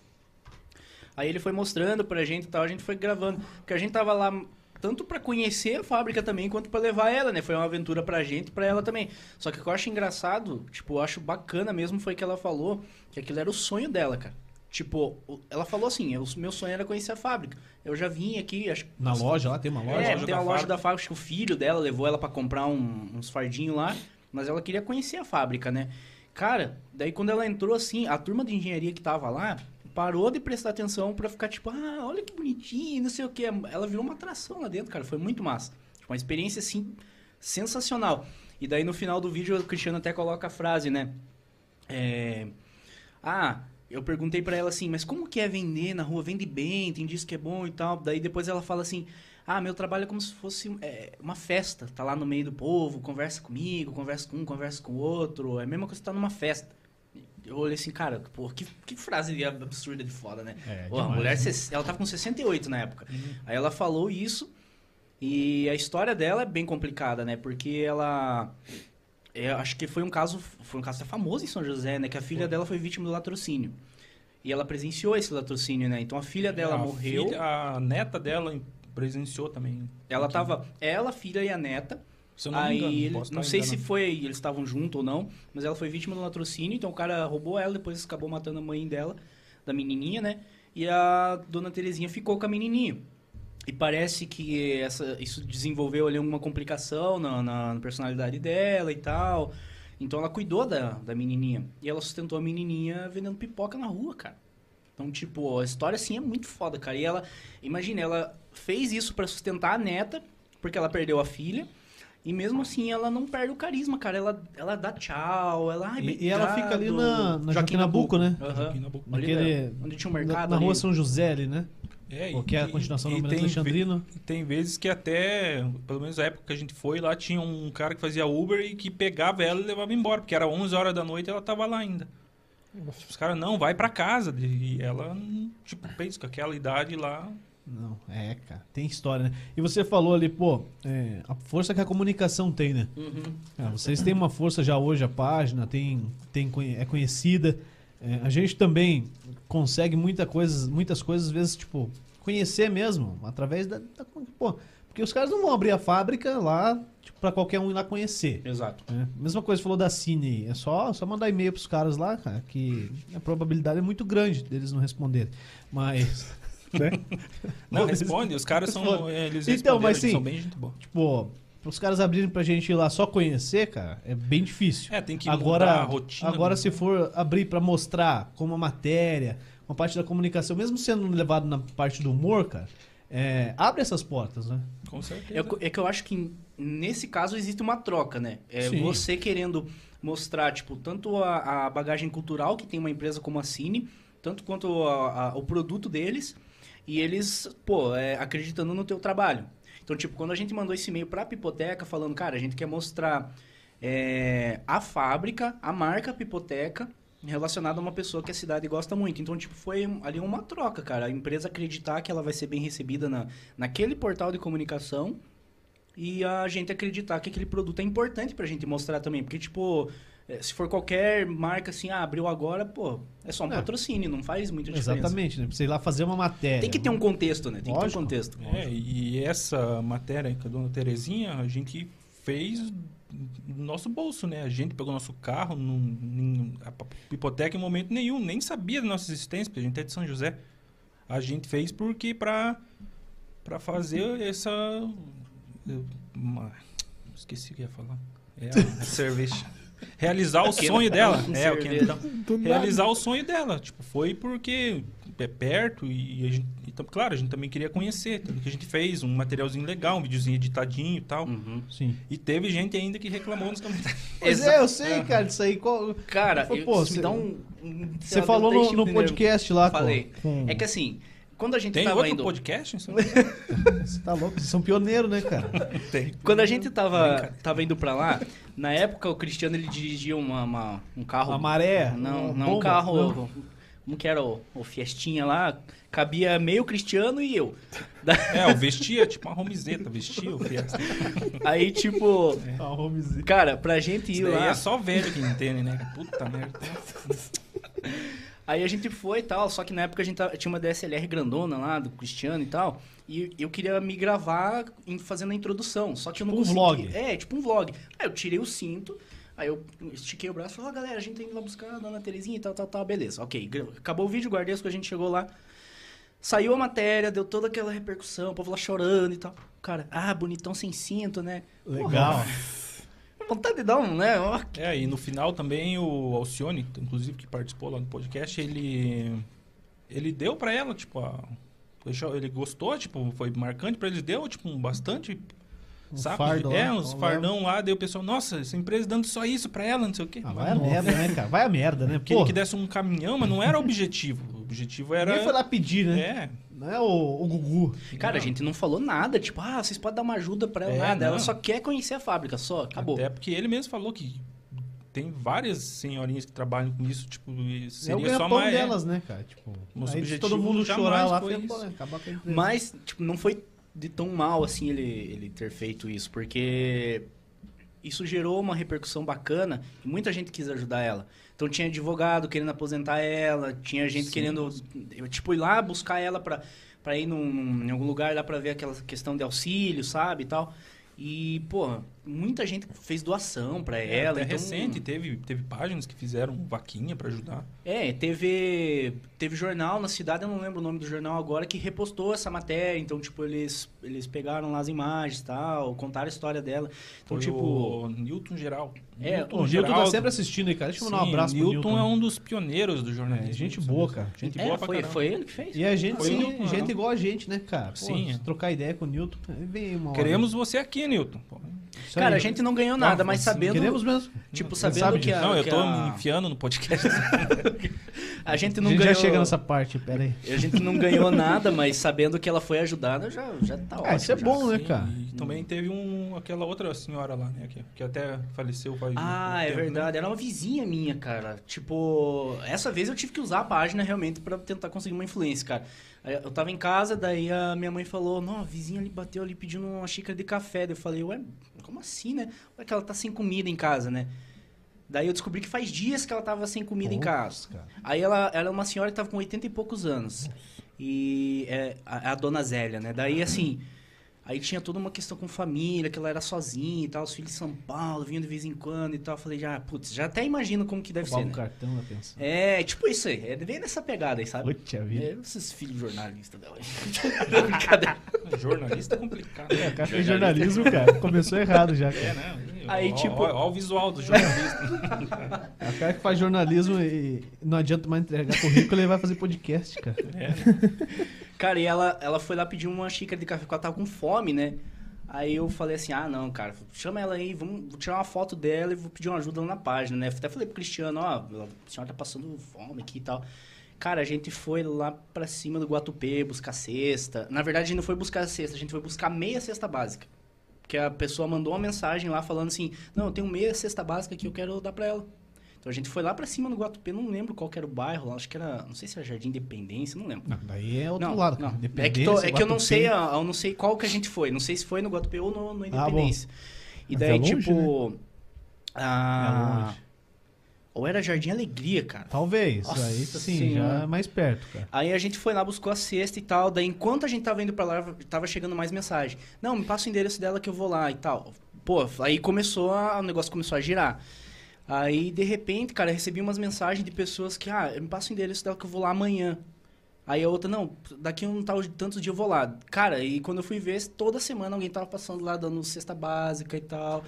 F: Aí ele foi mostrando pra gente e tal, a gente foi gravando. Porque a gente tava lá tanto pra conhecer a fábrica também, quanto pra levar ela, né? Foi uma aventura pra gente e pra ela também. Só que o que eu acho engraçado, tipo, eu acho bacana mesmo, foi que ela falou que aquilo era o sonho dela, cara. Tipo, o- ela falou assim, o meu sonho era conhecer a fábrica. Eu já vim aqui, acho
B: Na loja lá, tem uma loja?
F: é,
E: loja
F: tem
E: da
F: a loja
E: fábrica.
F: da fábrica, acho que o filho dela levou ela pra comprar um- uns fardinhos lá, mas ela queria conhecer a fábrica, né? Cara, daí quando ela entrou assim, a turma de engenharia que tava lá parou de prestar atenção pra ficar tipo, ah, olha que bonitinho, não sei o que. Ela virou uma atração lá dentro, cara, foi muito massa. Tipo, uma experiência assim sensacional. E daí no final do vídeo o Cristiano até coloca a frase, né? É, ah, eu perguntei pra ela assim, mas como que é vender na rua? Vende bem, tem disso que é bom e tal. Daí depois ela fala assim, ah, meu trabalho é como se fosse é, uma festa. Tá lá no meio do povo, conversa comigo, conversa com um, conversa com o outro. É a mesma coisa que tá numa festa. Eu olhei assim, cara, pô, que, que frase absurda de foda, né?
B: É,
F: Pô, a
B: demais,
F: mulher,
B: né?
F: ses- ela tava com 68 na época. Aí ela falou isso e a história dela é bem complicada, né? Porque ela... Eu acho que foi um caso, foi um caso até famoso em São José, né? Que a filha dela foi vítima do latrocínio. E ela presenciou esse latrocínio, né? Então a filha dela
E: A
F: morreu.
E: filha- a neta dela presenciou também.
F: Ela tava. Ela, a filha e a neta.
E: Se eu não
F: aí,
E: me engano,
F: ele-
E: posso
F: não
E: estar
F: sei se
E: enganado.
F: foi, eles estavam juntos ou não, mas ela foi vítima do latrocínio, então o cara roubou ela, depois acabou matando a mãe dela, da menininha, né? E a dona Terezinha ficou com a menininha. E parece que essa, isso desenvolveu ali alguma complicação na, na- na personalidade dela e tal. Então ela cuidou da, da menininha. E ela sustentou a menininha vendendo pipoca na rua, cara. Então, tipo, a história assim é muito foda, cara. E ela, imagina, ela fez isso pra sustentar a neta, porque ela perdeu a filha. E mesmo assim, ela não perde o carisma, cara. Ela, ela dá tchau, ela. "Ai,
B: E- e ela
F: obrigado."
B: fica ali na- na Joaquim Nabuco, né?
F: Aham.
E: Joaquim Nabuco.
F: Ali
B: Naquele-
F: na- onde tinha um
B: Na,
F: mercado.
B: na
F: ali.
B: rua São José ali, né?
E: É,
B: Ou que é a continuação do
E: e
B: Homenagem
E: tem
B: Alexandrino.
E: ve- Tem vezes que até, pelo menos na época que a gente foi, lá tinha um cara que fazia Uber e que pegava ela e levava embora, porque era 11 horas da noite e ela tava lá ainda. Os caras, não, vai pra casa. E ela, tipo, pensa com aquela idade lá.
B: Não, é, cara. Tem história, né? E você falou ali, pô, é, a força que a comunicação tem, né? É, vocês têm uma força já hoje, a página tem, tem, conhe- é conhecida. É, a gente também consegue muita coisa, muitas coisas, às vezes, tipo, conhecer mesmo, através da. da- pô, porque os caras não vão abrir a fábrica lá tipo, pra qualquer um ir lá conhecer.
F: Exato.
B: né? Mesma coisa que falou da Cine, aí, é só, só mandar e-mail pros caras lá, cara, que a probabilidade é muito grande deles não responderem. Mas.
D: Né?
E: Não,
B: Não,
E: responde, os caras são. eh,
B: responde.
E: Eles
B: Então,
E: responderam,
B: mas
E: eles
B: sim.
E: são bem gente boa.
B: Tipo, os caras abrirem pra gente ir lá só conhecer, cara, é bem difícil.
E: É, tem que
B: agora,
E: mudar a rotina.
B: agora
E: né?
B: se for abrir pra mostrar como a matéria, uma parte da comunicação, mesmo sendo levado na parte do humor, cara, é, abre essas portas, né?
E: Com certeza.
F: É, co- é que eu acho que nesse caso existe uma troca, né? É
B: Sim.
F: você querendo mostrar, tipo, tanto a, a bagagem cultural que tem uma empresa como a Cine, tanto quanto a- a- o produto deles, e eles, pô, é, acreditando no teu trabalho. Então, tipo, quando a gente mandou esse e-mail pra Pipoteca falando, cara, a gente quer mostrar é, a fábrica, a marca Pipoteca, relacionada a uma pessoa que a cidade gosta muito. Então, tipo, foi ali uma troca, cara. A empresa acreditar que ela vai ser bem recebida na, naquele portal de comunicação e a gente acreditar que aquele produto é importante pra gente mostrar também. Porque, tipo, eh, se for qualquer marca assim, ah, abriu agora, pô, é só um
B: É.
F: patrocínio, não faz muita diferença.
B: Exatamente, né? Pra você ir lá fazer uma matéria.
F: Tem que ter um contexto, né? Tem que ter
B: Lógico.
F: um contexto.
E: É, e essa matéria com a dona Terezinha, a gente fez do nosso bolso, né? A gente pegou nosso carro, não, nem- a p- hipoteca em momento nenhum, nem sabia da nossa existência, porque a gente é de São José. A gente fez porque pra, pra fazer essa... eu- uma- esqueci o que eu ia falar. É a, a cerveja. Realizar o sonho dela.
F: Com
E: É, o
F: cerveja.
E: quentão
D: Do nada. É,
E: realizar o sonho dela. Tipo, foi porque é perto e a gente, e tam- claro, a gente também queria conhecer. Tanto que a gente fez um materialzinho legal, um videozinho editadinho e tal.
F: Uhum.
B: Sim.
E: E teve gente ainda que reclamou nos comentários.
B: Pois
F: Exa-
B: é, eu sei, cara, isso aí. qual-
F: Cara,
B: Pô,
F: eu-
B: pô,
F: isso
B: você-
F: me dá um. um-
B: Você
F: sei lá,
B: falou
F: deu
B: no,
F: um teste
B: no
F: de nervo.
B: podcast lá, com-
F: Falei.
B: com-
F: É que assim, quando a gente
E: Tem
F: tava
E: outro
F: indo.
E: podcast? em São Paulo?
B: Você tá louco? Vocês são pioneiros, né, cara?
E: Tem.
F: Quando a gente tava, tava indo pra lá, na época o Cristiano ele dirigia uma, uma- um carro.
B: Uma maré.
F: Não,
B: uma
F: não, um
B: bomba,
F: carro.
B: não.
F: Como que era o, o Fiestinha lá? Cabia meio Cristiano e eu. Da-
E: É, eu vestia, tipo uma romizeta, vestia o Fiesta.
F: aí, tipo,
B: Ah, o homezinho.
F: cara, pra gente ir
E: Isso daí
F: lá.
E: é só velho que entende, né? Puta merda.
F: Aí a gente foi e tal, só que na época a gente tava- tinha uma DSLR grandona lá, do Cristiano e tal. E eu queria me gravar em- fazendo a introdução, só que eu não
B: Tipo um
F: consegui.
B: vlog.
F: É, tipo um vlog. Aí eu tirei o cinto, aí eu estiquei o braço e falei, ó, galera, a gente tem que ir lá buscar a dona Terezinha e tal, tal, tal. Beleza, ok. gra- Acabou o vídeo, guardei as coisas, a gente chegou lá. Saiu a matéria, deu toda aquela repercussão, o povo lá chorando e tal. Cara, ah, bonitão sem cinto, né? Porra,
B: Legal.
F: vontade de dar um, né? Ó,
E: É, e no final também o Alcione, inclusive, que participou lá do podcast, ele. Ele deu pra ela, tipo, a- deixou- ele gostou, tipo, foi marcante pra eles, deu, tipo, um bastante.
B: Um
E: saco
B: fardo
E: de, é,
B: lá,
E: uns
B: um
E: fardão lá, daí o pessoal, nossa, essa empresa dando só isso pra ela, não sei o quê.
B: Ah, vai a merda, né, cara? Vai a merda, né?
E: Queria
B: Pô,
E: que desse um caminhão, mas não era o objetivo. O objetivo era.
B: ninguém foi lá pedir, né?
E: É,
B: Não é o, o Gugu.
F: Cara, a
E: Não.
F: gente não falou nada, tipo, ah, vocês podem dar uma ajuda pra ela,
E: É,
F: nada. Ela
E: não.
F: só quer conhecer a fábrica, só, acabou.
E: Até porque ele mesmo falou que tem várias senhorinhas que trabalham com isso, tipo, e
B: é o
E: seria só
B: ganha-pão
E: mais.
B: delas, né, cara? Tipo,
E: Nosso
B: aí se
E: objetivo
B: todo mundo
E: jamais
B: chorar lá,
E: foi
B: foi,
E: isso.
B: pô, né, acabar com a empresa.
F: Mas, tipo, não foi de tão mal assim ele, ele ter feito isso, porque isso gerou uma repercussão bacana e muita gente quis ajudar ela. Então tinha advogado querendo aposentar ela, tinha gente
E: Sim.
F: querendo, eu, tipo, ir lá buscar ela pra, pra ir num, num- em algum lugar lá pra ver aquela questão de auxílio, sabe, e tal. E, pô, muita gente fez doação pra
E: É,
F: ela.
E: até
F: então-
E: recente teve, teve páginas que fizeram vaquinha pra ajudar.
F: É, teve, teve jornal na cidade, eu não lembro o nome do jornal agora, que repostou essa matéria. Então, tipo, eles, eles pegaram lá as imagens e tal, contaram a história dela. Então,
E: Foi
F: tipo.
E: o Newton Geral.
F: É,
E: Newton
B: Pô, o Newton tá
E: Geraldo.
B: sempre assistindo aí, cara. Deixa eu mandar um
E: Sim,
B: abraço pro
E: Newton.
B: Newton.
E: é
B: né?
E: um dos pioneiros do jornalismo.
B: É, gente
E: sabe?
B: boa, cara.
E: Gente
F: é,
E: boa pra
F: foi,
E: caramba.
F: um foi ele que fez.
B: E a gente,
E: Foi o
B: sim,
E: Newton,
B: gente
E: né?
B: igual a gente, né, cara? Pô,
E: Sim,
B: se
E: é.
B: trocar ideia com o Newton, vem uma hora.
E: Queremos você aqui, Newton. Pô,
B: Isso aí.
F: Cara, a gente não ganhou nada,
E: Não,
F: mas
E: assim,
F: sabendo.
B: Queremos mesmo.
F: Tipo,
B: Você
F: sabendo
B: sabe
F: que a.
E: não, eu
F: que
E: tô
F: a-
E: me enfiando no podcast.
F: A gente
B: A
F: não
B: gente
F: ganhou.
B: já chega nessa parte, pera aí.
F: A gente não ganhou nada, mas sabendo que ela foi ajudada, já, já tá ótimo.
B: Ah, isso é
F: já.
B: bom, né,
E: Sim,
B: cara?
E: assim, E também teve um, aquela outra senhora lá, né? Que, que até faleceu faz um
F: Ah, é
E: tempo, né?
F: verdade. Era uma vizinha minha, cara. Tipo, essa vez eu tive que usar a página realmente pra tentar conseguir uma influência, cara. Aí Eu tava em casa, daí a minha mãe falou: Não, a vizinha ali bateu ali pedindo uma xícara de café. Daí eu falei: Ué, como assim, né? Ué, que ela tá sem comida em casa, né? Daí eu descobri que faz dias que ela tava sem comida em casa.
B: Cara.
F: Aí ela, ela é uma senhora que tava com é 80 e poucos anos. E é a, a dona Zélia, né? Daí assim. aí Aí tinha toda uma questão com família, que ela era sozinha e tal, os filhos de São Paulo vinham de vez em quando e tal. Eu Falei, já, putz, já até imagino como que deve
B: Roubar
F: ser,
B: um
F: né?
B: cartão da pensão.
F: É, tipo isso aí, é bem nessa pegada aí, sabe?
B: Puta vida.
F: É, esses filhos jornalistas né? dela. Não, brincadeira.
E: Jornalista é complicado.
B: O cara fez jornalismo, cara. Começou errado já.
E: É,
B: Cara.
E: né?
F: Aí,
E: Ó,
F: tipo-
E: ó, ó o visual do jornalista.
B: É O cara que faz jornalismo e não adianta mais entregar currículo, ele vai fazer podcast, cara.
F: Cara, e ela, ela foi lá pedir uma xícara de café, porque ela tava com fome, né? Aí eu falei assim, ah, não, cara, chama ela aí, vamos, vou tirar uma foto dela e vou pedir uma ajuda lá na página, né? Até falei pro Cristiano, ó, a senhora tá passando fome aqui e tal. Cara, a gente foi lá pra cima do Guatupê buscar cesta. Na verdade, a gente não foi buscar a cesta, a gente foi buscar meia cesta básica. Porque a pessoa mandou uma mensagem lá falando assim, não, eu tenho meia cesta básica que eu quero dar pra ela. Então a gente foi lá pra cima no Guatupê, não lembro qual que era o bairro lá, acho que era, não sei se era Jardim Independência, não lembro.
B: Não, daí é outro
F: Não,
B: lado,
F: não.
B: cara.
F: É que, tô- é que eu não
B: Guatupê.
F: sei, a- eu não sei qual que a gente foi. Não sei se foi no Guatupê ou no,
B: Ah,
F: no Independência. e
D: Mas
F: daí,
D: é longe,
F: tipo. ah,
B: né? É longe.
F: ou era Jardim Alegria, cara.
B: Talvez,
F: Nossa
B: aí sim, já
F: Senhora.
B: é mais perto, cara.
F: Aí a gente foi lá, buscou a cesta e tal. Daí, enquanto a gente tava indo pra lá, tava chegando mais mensagem. Não, me passa o endereço dela que eu vou lá e tal. Pô, aí começou, a, o negócio começou a girar. Aí, de repente, cara, eu recebi umas mensagens de pessoas que, ah, me passa o endereço dela que eu vou lá amanhã. Aí a outra, não, daqui um tal tantos dias eu vou lá. Cara, e quando eu fui ver, toda semana alguém tava passando lá dando cesta básica e tal.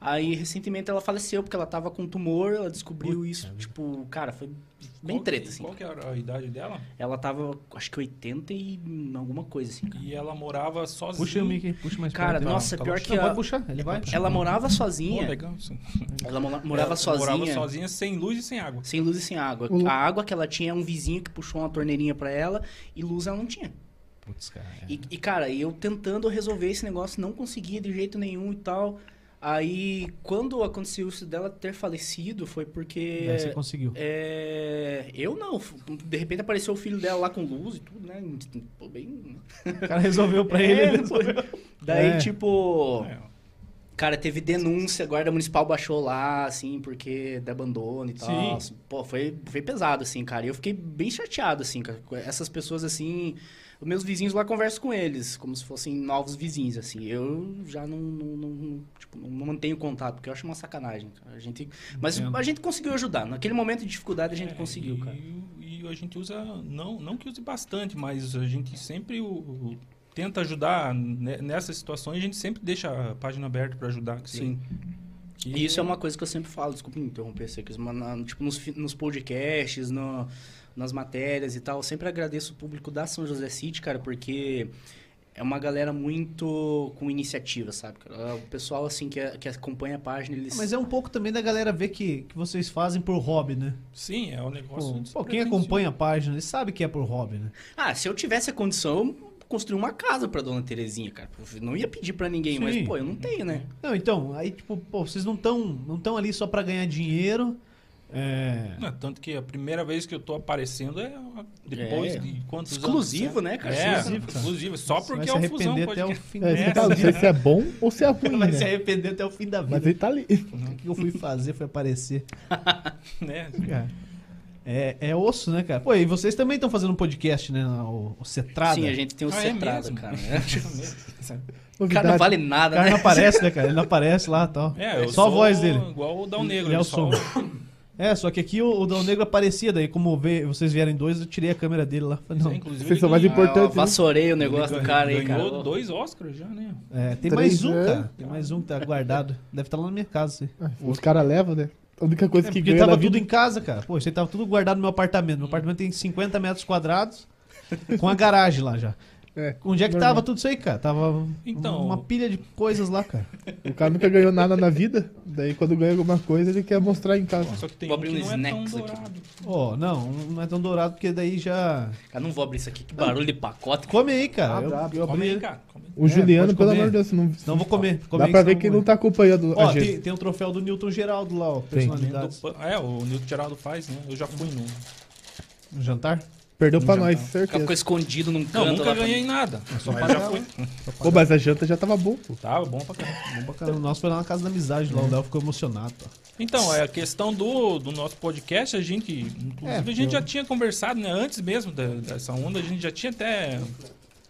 F: Aí, recentemente, ela faleceu porque ela tava com tumor, ela descobriu isso. Tipo, cara, foi bem
E: Qual-
F: treta, assim.
E: Qual que era a idade dela?
F: Ela tava, acho que 80 e alguma coisa, assim, cara.
E: E ela morava sozinha.
B: Puxa o Mickey, puxa mais
F: Cara,
B: perto.
F: nossa,
B: tá
F: pior
B: longe.
F: que
B: Não,
F: a- É,
B: pode puxar, ele vai.
F: Ela morava
E: Pô,
F: sozinha.
E: legal isso.
F: Ela mo- morava
E: Ela
F: sozinha.
E: É, Morava sozinha, sem luz e sem água.
F: Sem luz e sem água.
D: O lu-
F: A água que ela tinha é um vizinho que puxou uma torneirinha pra ela e luz ela não tinha.
B: Putz, cara. é.
F: E, e, cara, eu tentando resolver esse negócio, não conseguia de jeito nenhum e tal. Aí, quando aconteceu isso dela ter falecido, foi porque.
B: Daí você conseguiu.
F: é, eu não. De repente apareceu o filho dela lá com luz e tudo, né? Pô, bem.
B: O cara resolveu pra ele,
F: É,
B: ele
F: pô.
B: resolveu.
F: Daí,
B: É.
F: tipo.
E: É,
F: Cara, teve denúncia, a guarda municipal baixou lá, assim, porque de abandono e tal.
E: Sim.
F: assim. Pô, foi, foi pesado, assim, cara. E eu fiquei bem chateado, assim, cara. com Essas pessoas, assim... Os meus vizinhos lá converso com eles, como se fossem novos vizinhos, assim. Eu já não, não, não- não, tipo, não não mantenho contato, porque eu acho uma sacanagem, cara. A gente, mas
B: Entendo.
F: a gente conseguiu ajudar. Naquele momento de dificuldade, a
E: É,
F: gente conseguiu,
E: e,
F: cara.
E: E a gente usa, não, não que use bastante, mas a gente sempre o- o- tenta ajudar ne- nessas situações, a gente sempre deixa a página aberta para ajudar. que
F: Sim.
E: que-
F: E isso é uma coisa que eu sempre falo, desculpa me interromper, Secris, mas na- tipo, nos, fi- nos podcasts, no- nas matérias e tal, eu sempre agradeço o público da São José City, cara, porque é uma galera muito com iniciativa, sabe? cara? O pessoal, assim, que, que acompanha a página, eles...
B: Mas é um pouco também da galera ver que, que vocês fazem por hobby, né?
E: Sim, é um negócio.
B: Pô, pô, quem
E: despretensioso.
B: acompanha a página, ele sabe que é por hobby, né?
F: Ah, se eu tivesse a condição, eu construir uma casa pra Dona Terezinha, cara. Eu não ia pedir pra ninguém,
B: Sim.
F: mas, pô, eu não tenho, né?
B: Não, então, aí, tipo, pô, vocês não estão não tão ali só pra ganhar dinheiro. É.
E: Não, tanto que a primeira vez que eu tô aparecendo é a- depois
F: É.
E: de quantos
F: Exclusivo,
E: anos?
F: né, cara?
E: É,
B: Exclusivo,
E: exclusivo,
B: cara.
E: Só
B: Você vai se
E: porque é o Fusão
B: arrepender
E: pode
B: até o fim
D: É,
B: da
D: isso que eu
B: vida.
D: falo, não sei se é bom ou se é ruim,
B: Vai se
D: né?
B: arrepender até o fim da
D: Mas
B: vida.
D: ele tá ali.
B: O que eu fui fazer foi aparecer.
E: né?
B: Cara, É, é osso, né, cara? Pô, e vocês também estão fazendo um podcast, né? O, o Cetrada.
F: Sim, a gente tem o
E: Ah, é
F: Cetrada,
E: mesmo?
F: um cara. né? O cara não
D: Novidade.
F: vale
B: O
F: nada,
B: cara
F: né?
B: não aparece, né, cara? Ele não aparece lá e tal.
E: É, eu
B: só a
E: sou
B: voz dele.
E: Igual o Dal Negro.
B: Ele é
E: eu
B: o
E: só-
B: É, só que aqui o, o Dão Negro aparecia, daí como vê, vocês vieram dois, eu tirei a câmera dele lá. Falei,
E: Sim,
B: não.
E: inclusive,
D: Vocês são
E: ele
D: mais
E: ganhou-
F: Ah, eu
D: importantes. né?
F: vassourei o negócio do cara aí, cara.
E: ganhou dois Oscars já, né?
B: É, tem
D: Três,
B: mais um,
D: né?
B: cara. Tem mais um que tá guardado. Deve estar lá na minha casa. Assim.
D: Ah, Os caras levam, né? A única coisa
B: É,
D: que
B: porque
D: ganha na
B: tava tudo
D: vida
B: em casa, cara. Pô, isso aí tava tudo guardado no meu apartamento. Meu apartamento tem 50 metros quadrados, com a garagem lá já.
D: é.
B: Onde é que
D: Normal.
B: tava tudo isso aí, cara? Tava
E: Então-
B: uma pilha de coisas lá, cara.
D: O cara nunca ganhou nada na vida. Daí quando ganha alguma coisa, ele quer mostrar em casa.
E: Só que tem
F: Vou
E: um que
F: abrir
E: não
F: um
E: é tão
F: snacks aqui.
E: dourado.
B: Ó, não, não é tão dourado, porque daí já...
F: Cara, não vou abrir isso aqui. Que barulho de pacote.
B: tá, Come aí, cara.
D: Ah,
B: eu,
D: dá,
B: eu
E: Come
B: abri...
E: aí, cara. Come aí.
D: O
B: É,
D: Juliano,
B: pode
D: pelo
B: comer.
D: amor de Deus, não.
B: Não, vou comer. Come
D: Dá
B: aí,
D: pra
B: senão
D: ver que
B: eu vou
D: não tá acompanhando
B: Ó,
D: a gente.
B: tem, tem um troféu do Newton Geraldo lá, ó.
D: Tem.
B: Personalidade.
E: Do- É, o Nilton Geraldo faz, né? Eu já fui no.
B: Um jantar?
D: Perdeu pra
E: Não
D: nós,
E: jantar.
F: Cara,
D: certeza.
F: ficou escondido num
E: Não,
F: canto
E: nunca
F: lá.
E: ganhei nada.
B: É só
E: mas
B: pagar,
E: já fui.
D: Pô, mas a janta já tava bom, pô.
E: Tava bom pra caramba.
B: Bom pra caramba. O nosso foi lá na casa da amizade,
D: Hum.
B: lá o Léo ficou emocionado. Ó.
E: Então, é a questão do, do nosso podcast, a gente, inclusive,
B: É,
E: a gente já tinha conversado, né? Antes mesmo da- dessa onda, a gente já tinha até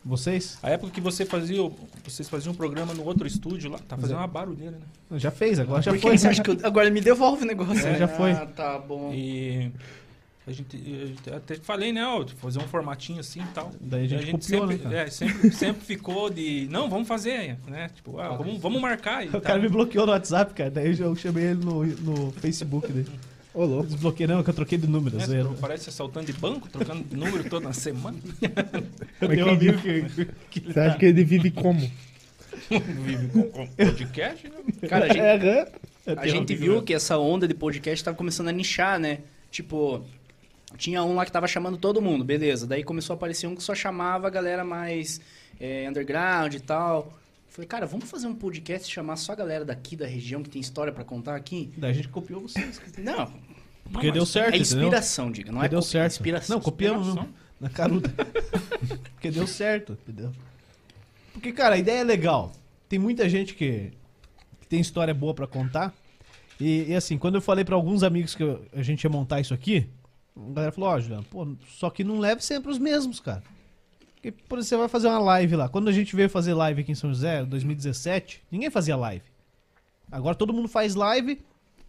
B: Vocês?
E: A época que você fazia, o- vocês faziam um programa no outro estúdio lá, tá fazendo uma barulheira, né?
B: Já fez, agora já
F: Por que
B: foi.
F: você acha que eu- Agora me devolve o negócio.
B: É,
F: né?
B: já foi.
F: Ah, tá bom.
E: E a gente, eu até falei, né, ó, fazer um formatinho assim e tal.
B: Daí a gente copiou,
E: sempre,
B: né, cara?
E: é, sempre, sempre ficou de, não, vamos fazer, né? Tipo, ah, vamos, vamos marcar e
B: O
E: tal. né,
B: cara me bloqueou no WhatsApp, cara. Daí eu chamei ele no, no Facebook dele.
D: Ô, louco.
B: Desbloqueei, não, é que eu troquei de número.
E: Né?
B: zoeira.
E: Parece assaltante de banco, trocando de número toda semana.
B: Eu
D: Mas
B: tenho um
D: quem
B: amigo que. que tá-
D: Você acha que ele vive como?
E: Vive com, com podcast, né?
F: Cara, a gente,
D: É,
B: eu
F: a
B: tenho um
F: gente
B: amigo
F: viu
B: meu.
F: que essa onda de podcast tava começando a nichar, né? Tipo, tinha um lá que tava chamando todo mundo, beleza. Daí começou a aparecer um que só chamava a galera mais é, underground e tal. Falei, cara, vamos fazer um podcast e chamar só a galera daqui da região que tem história pra contar aqui?
B: Daí a gente copiou vocês. cara.
F: Não.
B: Porque
F: não,
B: deu
F: mas
B: certo,
F: É
B: entendeu?
F: inspiração, diga. Não
B: Porque
F: é
B: deu
F: cópia,
B: certo.
F: É inspiração.
B: Não, copiamos né?
E: Inspiração.
B: viu? na caruda. Porque deu certo, entendeu? Porque, cara, a ideia é legal. Tem muita gente que, que tem história boa pra contar. E, e assim, quando eu falei pra alguns amigos que eu- a gente ia montar isso aqui, a galera falou, ó, Juliano, pô, só que não leve sempre os mesmos, cara. Porque, por exemplo, você vai fazer uma live lá. Quando a gente veio fazer live aqui em São José, em 2017, ninguém fazia live. Agora todo mundo faz live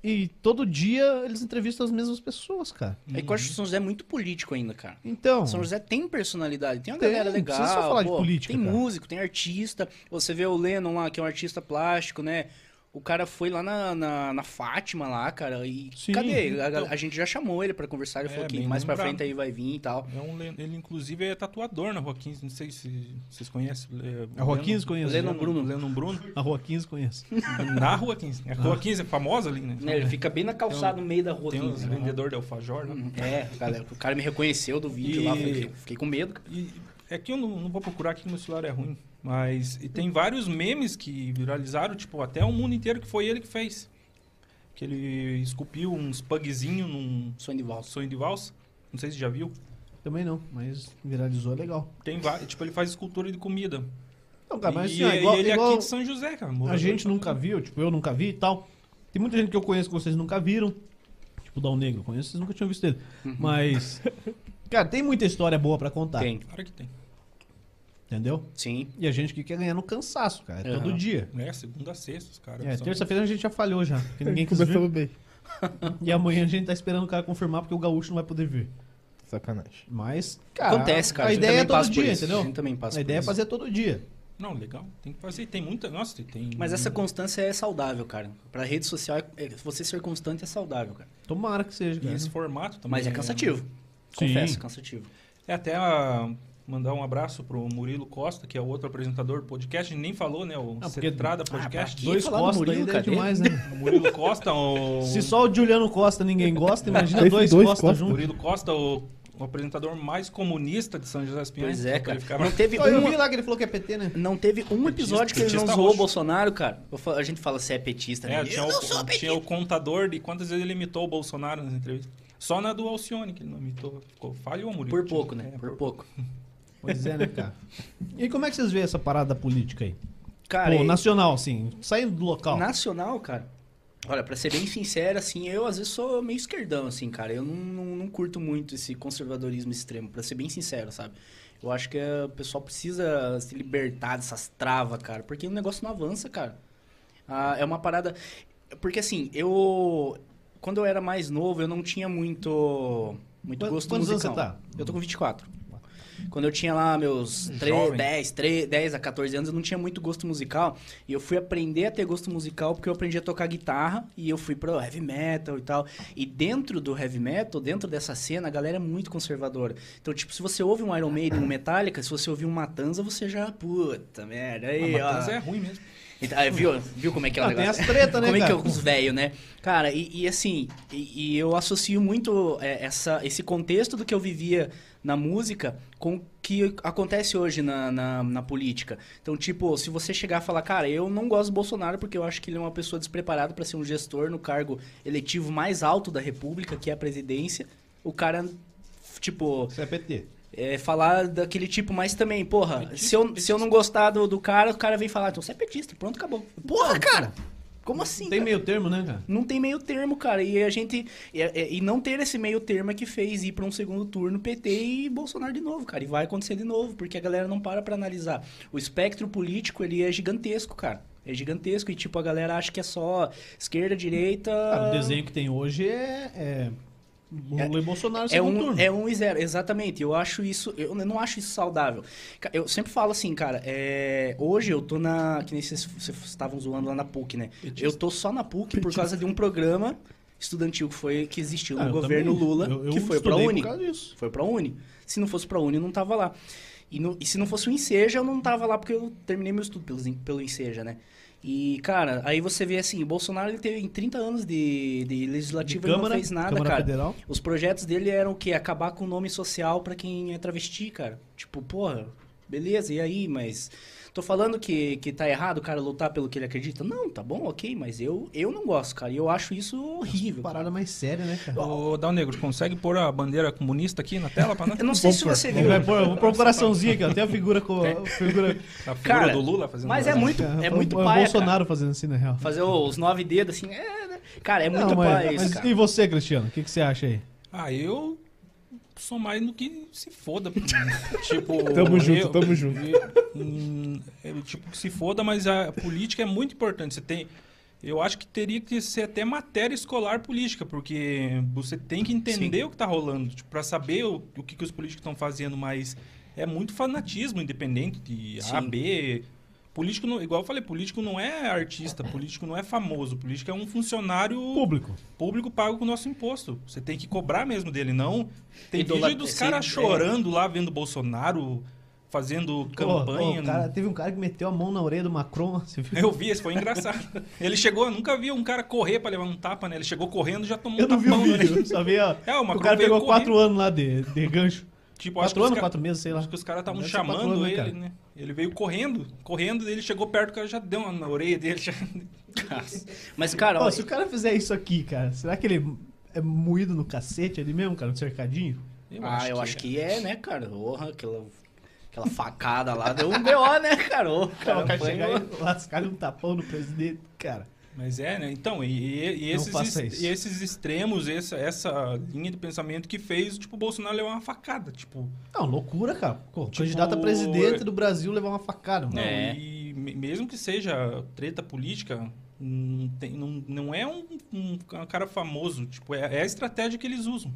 B: e todo dia eles entrevistam as mesmas pessoas, cara.
F: É que eu acho que o São José é muito político ainda, cara.
B: Então.
F: São José tem personalidade, tem uma
B: Tem,
F: galera
B: não
F: legal.
B: precisa só falar de
F: pô,
B: política,
F: Tem
B: cara.
F: músico, tem artista. Você vê o Lennon lá, que é um artista plástico, né? O cara foi lá na, na, na Fátima lá, cara, e
B: Sim.
F: cadê? ele? A,
E: Então.
F: a gente já chamou ele pra conversar, ele
E: É,
F: falou que
E: bem
F: mais pra
E: lembrado.
F: frente aí vai vir e tal.
E: É um, le- ele, inclusive, é tatuador na Rua 15. Não sei se vocês conhecem. É,
B: A Rua 15 conheço.
F: Lennon Bruno.
E: Lennon Bruno.
B: A Rua 15 conheço.
E: na Rua 15. A
B: Ah.
E: Rua 15 é famosa ali, né?
F: Né, ele fica bem na
B: um
F: calçada, no meio da rua.
E: Tem
F: assim,
E: uns
F: né?
E: vendedores de alfajor, né?
F: É, galera, o cara me reconheceu do vídeo lá,
E: E-
F: fiquei, fiquei com medo. cara.
E: E é que eu não, não vou procurar aqui, meu celular é ruim. Mas e tem vários memes que viralizaram, tipo, até o mundo inteiro que foi ele que fez. Que ele esculpiu uns pugzinhos num
F: Sonho de valsa.
E: sonho de valsa. Não sei se já viu.
B: Também não, mas viralizou é legal.
E: Tem va- tipo, ele faz escultura de comida.
B: Não, cara, mas assim,
E: e,
B: ó,
E: e
B: igual,
E: ele é
B: igual
E: aqui de São José, cara.
B: a
E: morador de
B: gente
E: São
B: nunca
E: José.
B: viu, tipo, eu nunca vi e tal. Tem muita gente que eu conheço que vocês nunca viram. Tipo, o Dal Negro, eu conheço, vocês nunca tinham visto ele.
F: Uhum.
B: Mas, cara, tem muita história boa pra contar,
F: Tem.
E: Claro que tem.
B: entendeu?
F: Sim.
B: E a gente que quer ganhar no cansaço, cara, é
F: Aham.
B: todo dia.
E: Né? Segunda a sexta, os caras.
B: É,
E: são-
B: terça-feira a gente já falhou já, porque ninguém
D: Ninguém
B: quis vir.
D: começou bem.
B: E amanhã a gente tá esperando o cara confirmar, porque o gaúcho não vai poder vir.
D: Sacanagem.
B: Mas, cara,
F: Acontece, cara.
B: a
F: gente
B: ideia é
F: também
B: todo
F: passa por
B: dia,
F: isso, A
B: entendeu?
F: gente também passa
B: A
F: por
B: ideia é
F: isso.
B: fazer todo dia.
E: Não, legal. Tem que fazer. Tem muita. Nossa, tem.
F: Mas essa constância é saudável, cara. Pra rede social, é- é- você ser constante é saudável, cara.
B: Tomara que seja,
E: E
B: cara.
E: esse formato também. né?
F: Mas é cansativo.
B: Sim.
F: Confesso, cansativo.
E: É até ah, mandar um abraço pro Murilo Costa, que é o outro apresentador do podcast. A gente nem falou, né? O
B: Ah, porque-
E: Centrada
F: pra
E: Podcast.
F: quê?
B: Dois
F: falar do
B: costas
F: Murilo,
B: ainda é
F: cara,
B: demais, né?
E: O Murilo Costa, o.
B: Se só o Juliano Costa ninguém gosta, imagina
D: Esse
B: dois,
D: dois
B: Costa,
D: Costa.
E: O
B: juntos.
E: Murilo Costa, o, o apresentador mais comunista de São José dos Pinhais.
F: Pois é,
E: Só pra
F: cara.
E: ele ficar-
F: Não teve,
B: Eu vi
F: um,
B: lá que ele falou que é PT, né?
F: não teve um episódio que ele não
E: Petista
F: zoou o
E: roxo.
F: Bolsonaro, cara. Eu fa- A gente fala se é petista, né?
E: É, tinha, o, tinha o contador de quantas vezes ele imitou o Bolsonaro nas entrevistas. Só na do Alcione que ele não imitou. Ficou falho ou Murilo?
F: Por pouco, né?
E: É,
F: por pouco.
B: Pois é, né, cara? E como é que vocês veem essa parada política aí?
F: Cara,
B: Pô,
F: e-
B: nacional, assim, saindo do local.
F: nacional, cara. Olha, pra ser bem sincero, assim, eu às vezes sou meio esquerdão, assim, cara. Eu não, não, não curto muito esse conservadorismo extremo, pra ser bem sincero, sabe? Eu acho que eh, o pessoal precisa se libertar dessas travas, cara, porque o negócio não avança, cara. Ah, é uma parada. Porque assim, eu. Quando eu era mais novo, eu não tinha muito. Muito
B: Quan-
F: gosto
B: quantos anos
F: musical.
B: você tá?
F: Eu tô com 24. Quando eu tinha lá meus três
E: Jovem.
F: 10, 3, 10 a 14 anos, eu não tinha muito gosto musical. E eu fui aprender a ter gosto musical porque eu aprendi a tocar guitarra e eu fui pro heavy metal e tal. E dentro do heavy metal, dentro dessa cena, a galera é muito conservadora. Então, tipo, se você ouve um Iron Maiden, um Metallica, se você ouvir um Matanza, você já, puta merda,
E: Ah,
F: aí,
E: mas
F: ó.
E: Mas é ruim mesmo.
F: Então, aí, viu, viu como é que é o
B: Ah, tem
F: negócio?
B: as treta, né,
F: como é que é
B: cara?
F: os velhos, né? Cara, e, e assim, e, e eu associo muito é, essa, esse contexto do que eu vivia na música com o que acontece hoje na, na, na política. Então, tipo, se você chegar e falar, cara, eu não gosto do Bolsonaro porque eu acho que ele é uma pessoa despreparada para ser um gestor no cargo eletivo mais alto da República, que é a presidência, o cara, tipo,
B: Você é PT.
F: é, falar daquele tipo, mas também, porra, se eu, se eu não gostar do, do cara, o cara vem falar, então você é petista, pronto, acabou. Porra, cara! Como assim?
B: Tem
F: cara?
B: meio termo, né, cara?
F: Não tem meio termo, cara. E a gente. E, e- e não ter esse meio termo é que fez ir pra um segundo turno PT e Bolsonaro de novo, cara. E vai acontecer de novo, porque a galera não para pra analisar. O espectro político, ele é gigantesco, cara. É gigantesco. E, tipo, a galera acha que é só esquerda, direita.
B: Cara, o desenho que tem hoje é. é Lula e Bolsonaro
F: É
B: segundo
F: um,
B: turno. Ah,
F: é um e zero, exatamente. Eu acho isso, eu não acho isso saudável. Ca- Eu sempre falo assim, cara, é, hoje eu tô na. Que nem vocês vocês estavam zoando lá na PUC, né? Eu tô só na PUC por causa de um programa estudantil que foi que existiu
B: Ah,
F: no
B: eu
F: governo
B: também.
F: Lula,
B: Eu- eu
F: que foi pra
B: estudei por
F: Uni.
B: causa disso.
F: Foi pra Uni. Se não fosse pra Uni, eu não tava lá. E, no- e se não fosse o Enseja, eu não tava lá porque eu terminei meu estudo pelo, pelo Enseja, né? E, cara, aí você vê assim, o Bolsonaro ele teve em 30 anos de,
B: De
F: de legislativo, ele
B: Câmara,
F: não fez nada,
B: Câmara
F: cara.
B: Federal.
F: Os projetos dele eram o quê? Acabar com o nome social pra quem é travesti, cara. Tipo, porra, beleza, e aí, mas. Tô falando que, que tá errado o cara lutar pelo que ele acredita? Não, tá bom, ok, mas eu, eu não gosto, cara. E eu acho isso horrível. cara.
B: Parada mais séria, né, cara?
E: Ô, Dal Negro, consegue pôr a bandeira comunista aqui na tela pra nós?
F: Eu não sei se você viu.
B: Vai pôr- vou pôr um coraçãozinho aqui, ó. Tem a figura com. a figura,
E: A figura
F: Cara,
E: do Lula fazendo
F: Mas é
E: nada.
F: muito, é muito
B: o, o
F: paia.
B: um Bolsonaro fazendo assim, na real.
F: cara. Fazer os nove dedos assim. é, né? cara, é muito
B: Não, mas-
F: paia isso,
B: mas
F: cara.
B: e você, Cristiano? O que, que você acha aí?
E: Ah, eu sou mais no que se foda. tipo,
D: Tamo
E: eu-
D: junto, tamo junto.
E: eu- hum, eu, tipo, que se foda, mas a política é muito importante. Você tem. Eu acho que teria que ser até matéria escolar política, porque você tem que entender o que tá rolando, tipo, para saber o, o que, que os políticos estão fazendo, mas é muito fanatismo, independente de A,
F: Sim.
E: B. Político, não, igual eu falei, político não é artista, político não é famoso, político é um funcionário
B: Público.
E: público pago com o nosso imposto. Você tem que cobrar mesmo dele, não. Tem
F: Idolat-
E: vídeo dos
F: é,
E: caras
F: sim, é.
E: chorando lá, vendo Bolsonaro, fazendo
B: Ô,
E: campanha. né?
B: ô, cara, teve um cara que meteu a mão na orelha do Macron, você viu?
E: Eu vi, isso foi engraçado. Ele chegou, eu nunca vi um cara correr pra levar um tapa, né? Ele chegou correndo e já tomou
B: Eu
E: um
B: não vi o
E: tapão, né?
B: vídeo, só vi, ó.
E: É, o Macron
B: o cara
E: veio
B: pegou
E: correndo.
B: quatro anos lá de, de gancho.
E: Tipo, acho
B: Quatro
E: que os
B: anos,
E: ca-
B: quatro meses, sei lá.
E: Acho que os caras estavam
B: Deve ser quatro
E: chamando
B: anos, né,
E: ele,
B: cara?
E: né? Ele veio correndo, correndo, ele chegou perto, o cara já deu uma na orelha dele. já-
F: Mas, cara,
B: Ó,
F: ó,
B: se o cara fizer isso aqui, cara, será que ele é moído no cacete ali mesmo, cara, no cercadinho?
F: ah, eu acho que é, né, cara? Porra, aquela, aquela facada lá deu um BO, né, cara? Ô, cara,
B: o cara
F: foi
B: chegar
F: uma-
B: e lascar um tapão no presidente, cara.
E: Mas é, né? Então, e, e- e
B: Não
E: esses,
B: faça
E: es-
B: é isso.
E: e esses extremos, essa, essa linha de pensamento que fez, tipo, o Bolsonaro levar uma facada, tipo...
B: Não, loucura, cara. Pô,
E: Tipo,
B: candidato a presidente do Brasil levar uma facada, mano.
E: Não,
F: É.
E: e me- mesmo que seja treta política, não, tem- não- não é um, um cara famoso, tipo, é, é a estratégia que eles usam.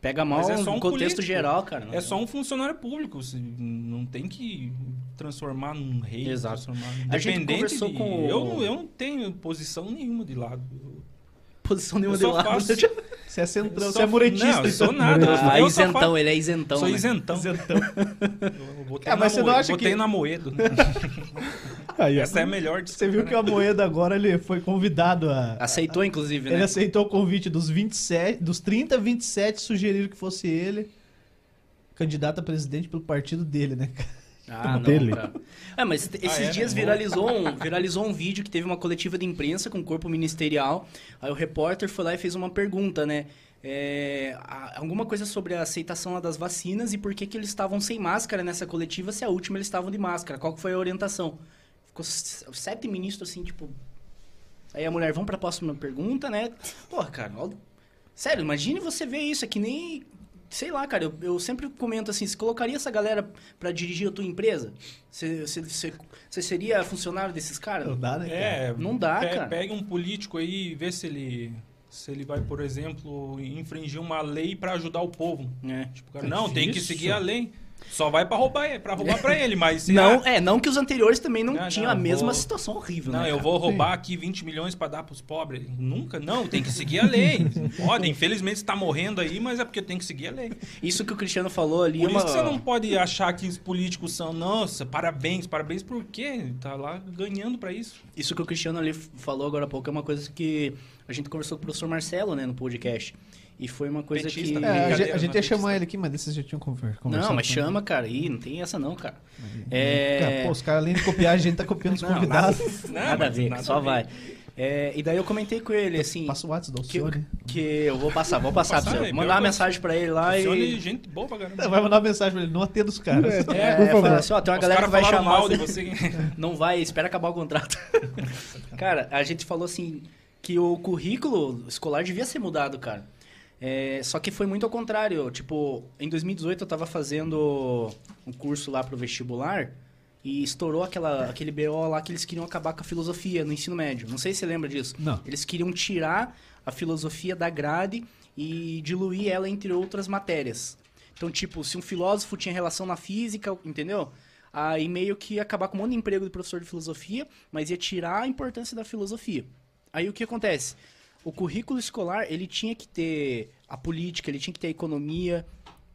F: Pega mal
E: Mas é
F: no
E: só um
F: contexto
E: político.
F: geral, cara. né? não-
E: É só um funcionário público, se- não tem que transformar num rei.
F: Exato.
E: transformar-
F: A gente
E: Independente
F: conversou
E: de-
F: com o-
E: Eu, não- eu não tenho posição nenhuma de lado. Eu-
F: posição
E: Eu
F: nenhuma de um
E: só
F: lado.
E: faço...
B: Você é centrão,
E: eu
B: você
E: sou-
B: é muretista.
E: Não, eu sou
B: então.
E: nada. eu-
F: Ah,
E: eu só
F: isentão,
E: faço-
F: ele é isentão.
E: Sou
F: né?
E: isentão.
B: Isentão.
E: Eu botei
B: Cara, É, mas
E: na
B: você não
E: Moedo,
B: acha
E: botei
B: que-
E: na Moedo. né?
D: Aí, ó.
E: Essa é a melhor de
B: Você viu que o Amoedo agora ele foi convidado a.
F: Aceitou, inclusive,
B: Ele
F: né?
B: aceitou o convite dos 27, dos 30, 27 sugeriram que fosse ele candidato a presidente pelo partido dele, né? cara?
F: Ah, não,
D: Dele.
F: cara. É, mas t- esses
E: é, né?
F: dias viralizou um, viralizou um vídeo que teve uma coletiva de imprensa com o corpo ministerial. Aí o repórter foi lá e fez uma pergunta, né? É, a- alguma coisa sobre a aceitação lá das vacinas e por que, que eles estavam sem máscara nessa coletiva, se a última eles estavam de máscara. Qual que foi a orientação? Ficou s- sete ministros assim, tipo. Aí a mulher, vamos pra próxima pergunta, né? Porra, cara, ó- sério, imagine você ver isso, é que nem. Sei lá, cara, eu, eu sempre comento assim: você colocaria essa galera pra dirigir a tua empresa? Você, você, você, você seria funcionário desses caras?
B: Não dá, né? cara?
E: É,
F: Não dá,
E: pe-
F: cara.
E: Pega um político aí e vê se ele, se ele vai, por exemplo, infringir uma lei pra ajudar o povo.
F: É.
E: Tipo, cara, não, tem que seguir a lei. Só vai pra roubar, é pra roubar pra ele, mas se,
F: Não,
B: né?
E: ah,
F: é, não que os anteriores também não,
E: Não, não,
F: tinham a
E: eu
F: mesma
E: vou-
F: situação horrível,
E: não,
F: né?
E: eu
F: cara?
E: vou roubar aqui 20 milhões pra dar pros pobres. Nunca, não, tem que seguir a lei. Pode, infelizmente você tá morrendo aí, mas é porque tem que seguir a lei.
F: Isso que o Cristiano falou ali
E: Por
F: é uma...
E: isso que você não pode achar que os políticos são, nossa, parabéns, parabéns por quê? Tá lá ganhando pra isso.
F: Isso que o Cristiano ali falou agora há pouco é uma coisa que a gente conversou com o professor Marcelo, né, no podcast. E foi uma coisa
E: Petista,
F: que...
E: né?
B: É, a gente, a
E: Brincadeira,
B: gente
E: não
B: ia
E: é
B: chamar ele aqui, mas desses já tinham conver- conversado.
F: Não, mas
B: com ele.
F: chama, cara. Ih, não tem essa não, cara.
B: Cara,
F: É...
B: pô, os caras além de copiar, a gente tá copiando os
F: Não,
B: convidados.
F: Nada, nada a ver,
E: nada
F: só
E: a ver.
F: vai. É, e daí eu comentei com ele, assim,
B: Passa o né? WhatsApp do
F: que,
B: Alcione.
F: que eu vou passar, vou passar,
E: Passar,
F: pra você.
E: né?
F: Mandar uma
E: Pega-
F: mensagem pra ele lá
E: Alcione,
F: e...
E: gente boa pra caramba.
B: Vai mandar uma mensagem pra ele, não atenda os caras.
D: É.
F: É,
D: Por
F: é,
D: favor.
F: falar assim, ó,
B: Então
F: tem uma
E: Os
F: galera
E: caras
F: que vai
E: falaram
F: chamar...
E: mal
F: você.
E: de você.
F: Não vai, espera acabar o contrato. cara, a gente falou assim que o currículo escolar devia ser mudado, cara. É, só que foi muito ao contrário. Tipo, em 2018 eu tava fazendo um curso lá pro vestibular e estourou aquela, aquele BO lá que eles queriam acabar com a filosofia no ensino médio. Não sei se você lembra disso.
B: Não.
F: Eles queriam tirar a filosofia da grade e diluir ela entre outras matérias. Então, tipo, se um filósofo tinha relação na física, entendeu? Aí meio que ia acabar com um monte de emprego de professor de filosofia, mas ia tirar a importância da filosofia. Aí o que acontece? O currículo escolar, ele tinha que ter a política, ele tinha que ter a economia,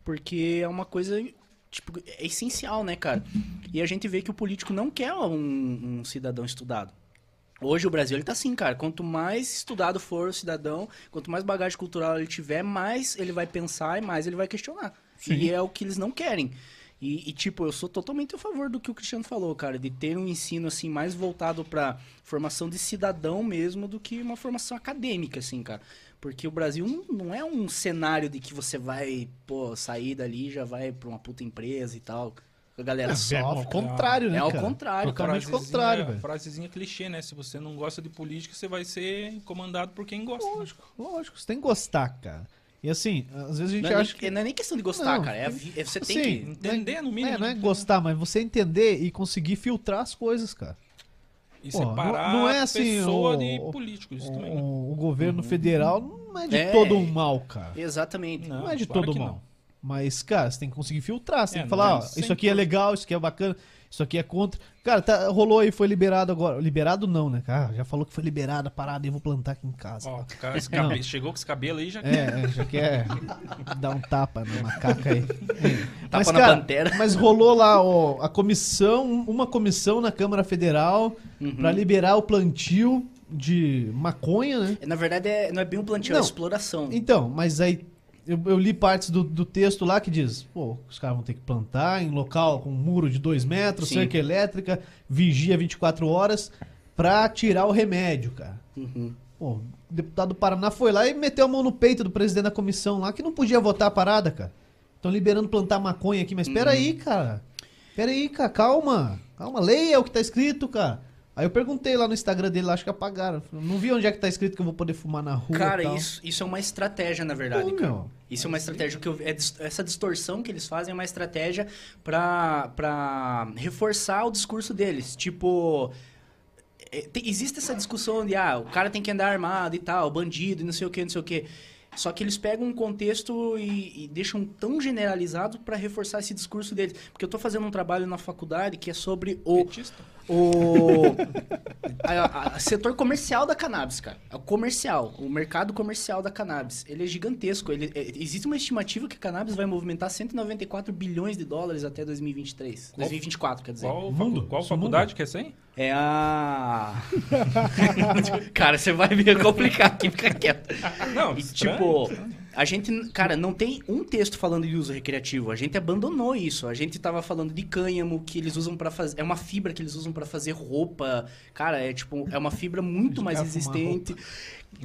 F: porque é uma coisa, tipo, é essencial, né, cara? E a gente vê que o político não quer um, um cidadão estudado. Hoje o Brasil ele tá assim, cara. Quanto mais estudado for o cidadão, quanto mais bagagem cultural ele tiver, mais ele vai pensar e mais ele vai questionar. E é o que eles não querem. E, e, tipo, eu sou totalmente a favor do que o Cristiano falou, cara, de ter um ensino assim mais voltado pra formação de cidadão mesmo do que uma formação acadêmica, assim, cara. Porque o Brasil não, não é um cenário de que você vai, pô, sair dali e já vai pra uma puta empresa e tal. A galera
B: É ao
F: sofre.
B: contrário, né?
F: É ao
B: cara?
F: contrário,
B: Totalmente
E: Frasezinha-
B: contrário, velho.
E: Frasezinha clichê, né? Se você não gosta de política, você vai ser comandado por quem gosta. né?
B: Lógico, lógico. Você tem que gostar, cara. E assim, às vezes a gente
F: Não é,
B: acha
F: nem,
B: que.
F: não é nem questão de gostar,
B: Não,
F: cara. É, a vi- é- você tem
B: assim,
F: que.
E: Entender, no mínimo.
B: É, não é
E: né?
B: gostar, mas você entender e conseguir filtrar as coisas, cara.
E: E
B: Pô, não-
E: separar
B: não é assim,
E: pessoa
B: o-
E: de político. Isso também. né?
B: O, o governo federal não é de
F: É.
B: todo um mal, cara.
F: Exatamente.
E: Não,
B: Não, é de
E: claro
B: todo
E: que
B: mal.
E: não.
B: Mas, cara, você tem que conseguir filtrar. Você
E: É,
B: tem que
E: não
B: falar,
E: é
B: ó, isso
E: 100%.
B: aqui é legal, isso aqui é bacana, isso aqui é contra. Cara, tá, rolou aí, foi liberado agora. Liberado não, né, cara? Já falou que foi liberado a parada, eu vou plantar aqui em casa.
E: Ó, o cara, esse
B: Não.
E: cabelo- chegou com esse cabelo aí já.
B: É, é, já quer dar um tapa na macaca aí. É.
F: Tapa na pantera.
B: Mas rolou lá, ó, a comissão, uma comissão na Câmara Federal
F: Uhum.
B: pra liberar o plantio de maconha, né?
F: Na verdade, é- não é bem um plantio, é
B: Não.
F: exploração.
B: Então, mas aí eu, eu li partes do, do texto lá que diz, pô, os caras vão ter que plantar em local com um muro de 2 metros,
F: Sim.
B: cerca elétrica, vigia 24 horas, pra tirar o remédio, cara.
F: Uhum.
B: Pô, o deputado do Paraná foi lá e meteu a mão no peito do presidente da comissão lá, que não podia votar a parada, cara. Estão liberando plantar maconha aqui, mas peraí,
F: Uhum.
B: cara. Peraí, cara, calma. Calma, leia o que tá escrito, cara. Aí eu perguntei lá no Instagram dele, lá, acho que apagaram. Não vi onde é que tá escrito que eu vou poder fumar na rua. e
F: Cara,
B: tal.
F: isso, isso é uma estratégia, na
B: Pô,
F: verdade, cara.
B: meu.
F: Isso é uma estratégia que eu, é dis- essa distorção que eles fazem é uma estratégia pra pra reforçar o discurso deles. Tipo, é, tem- existe essa discussão de ah, o cara tem que andar armado e tal, bandido, e não sei o que, não sei o que. Só que eles pegam um contexto e, e deixam tão generalizado pra reforçar esse discurso deles. Porque eu tô fazendo um trabalho na faculdade que é sobre o
E: Petista.
F: o a- a- a- setor comercial da cannabis, cara. É O comercial, o mercado comercial da cannabis, ele é gigantesco. Ele, é- existe uma estimativa que a cannabis vai movimentar 194 bilhões de dólares até 2023, 2024, quer dizer.
E: Qual,
B: Mundo.
E: facu- qual
B: Isso muda.
E: faculdade que é sem?
F: É a Cara, você vai me complicar aqui, fica quieto.
E: Não,
F: E,
E: estranho.
F: tipo, a gente, cara, não tem um texto falando de uso recreativo. A gente abandonou isso. A gente tava falando de cânhamo que eles usam pra fazer, é uma fibra que eles usam pra fazer roupa. Cara, é tipo, é uma fibra muito mais
B: caras fumam
F: resistente.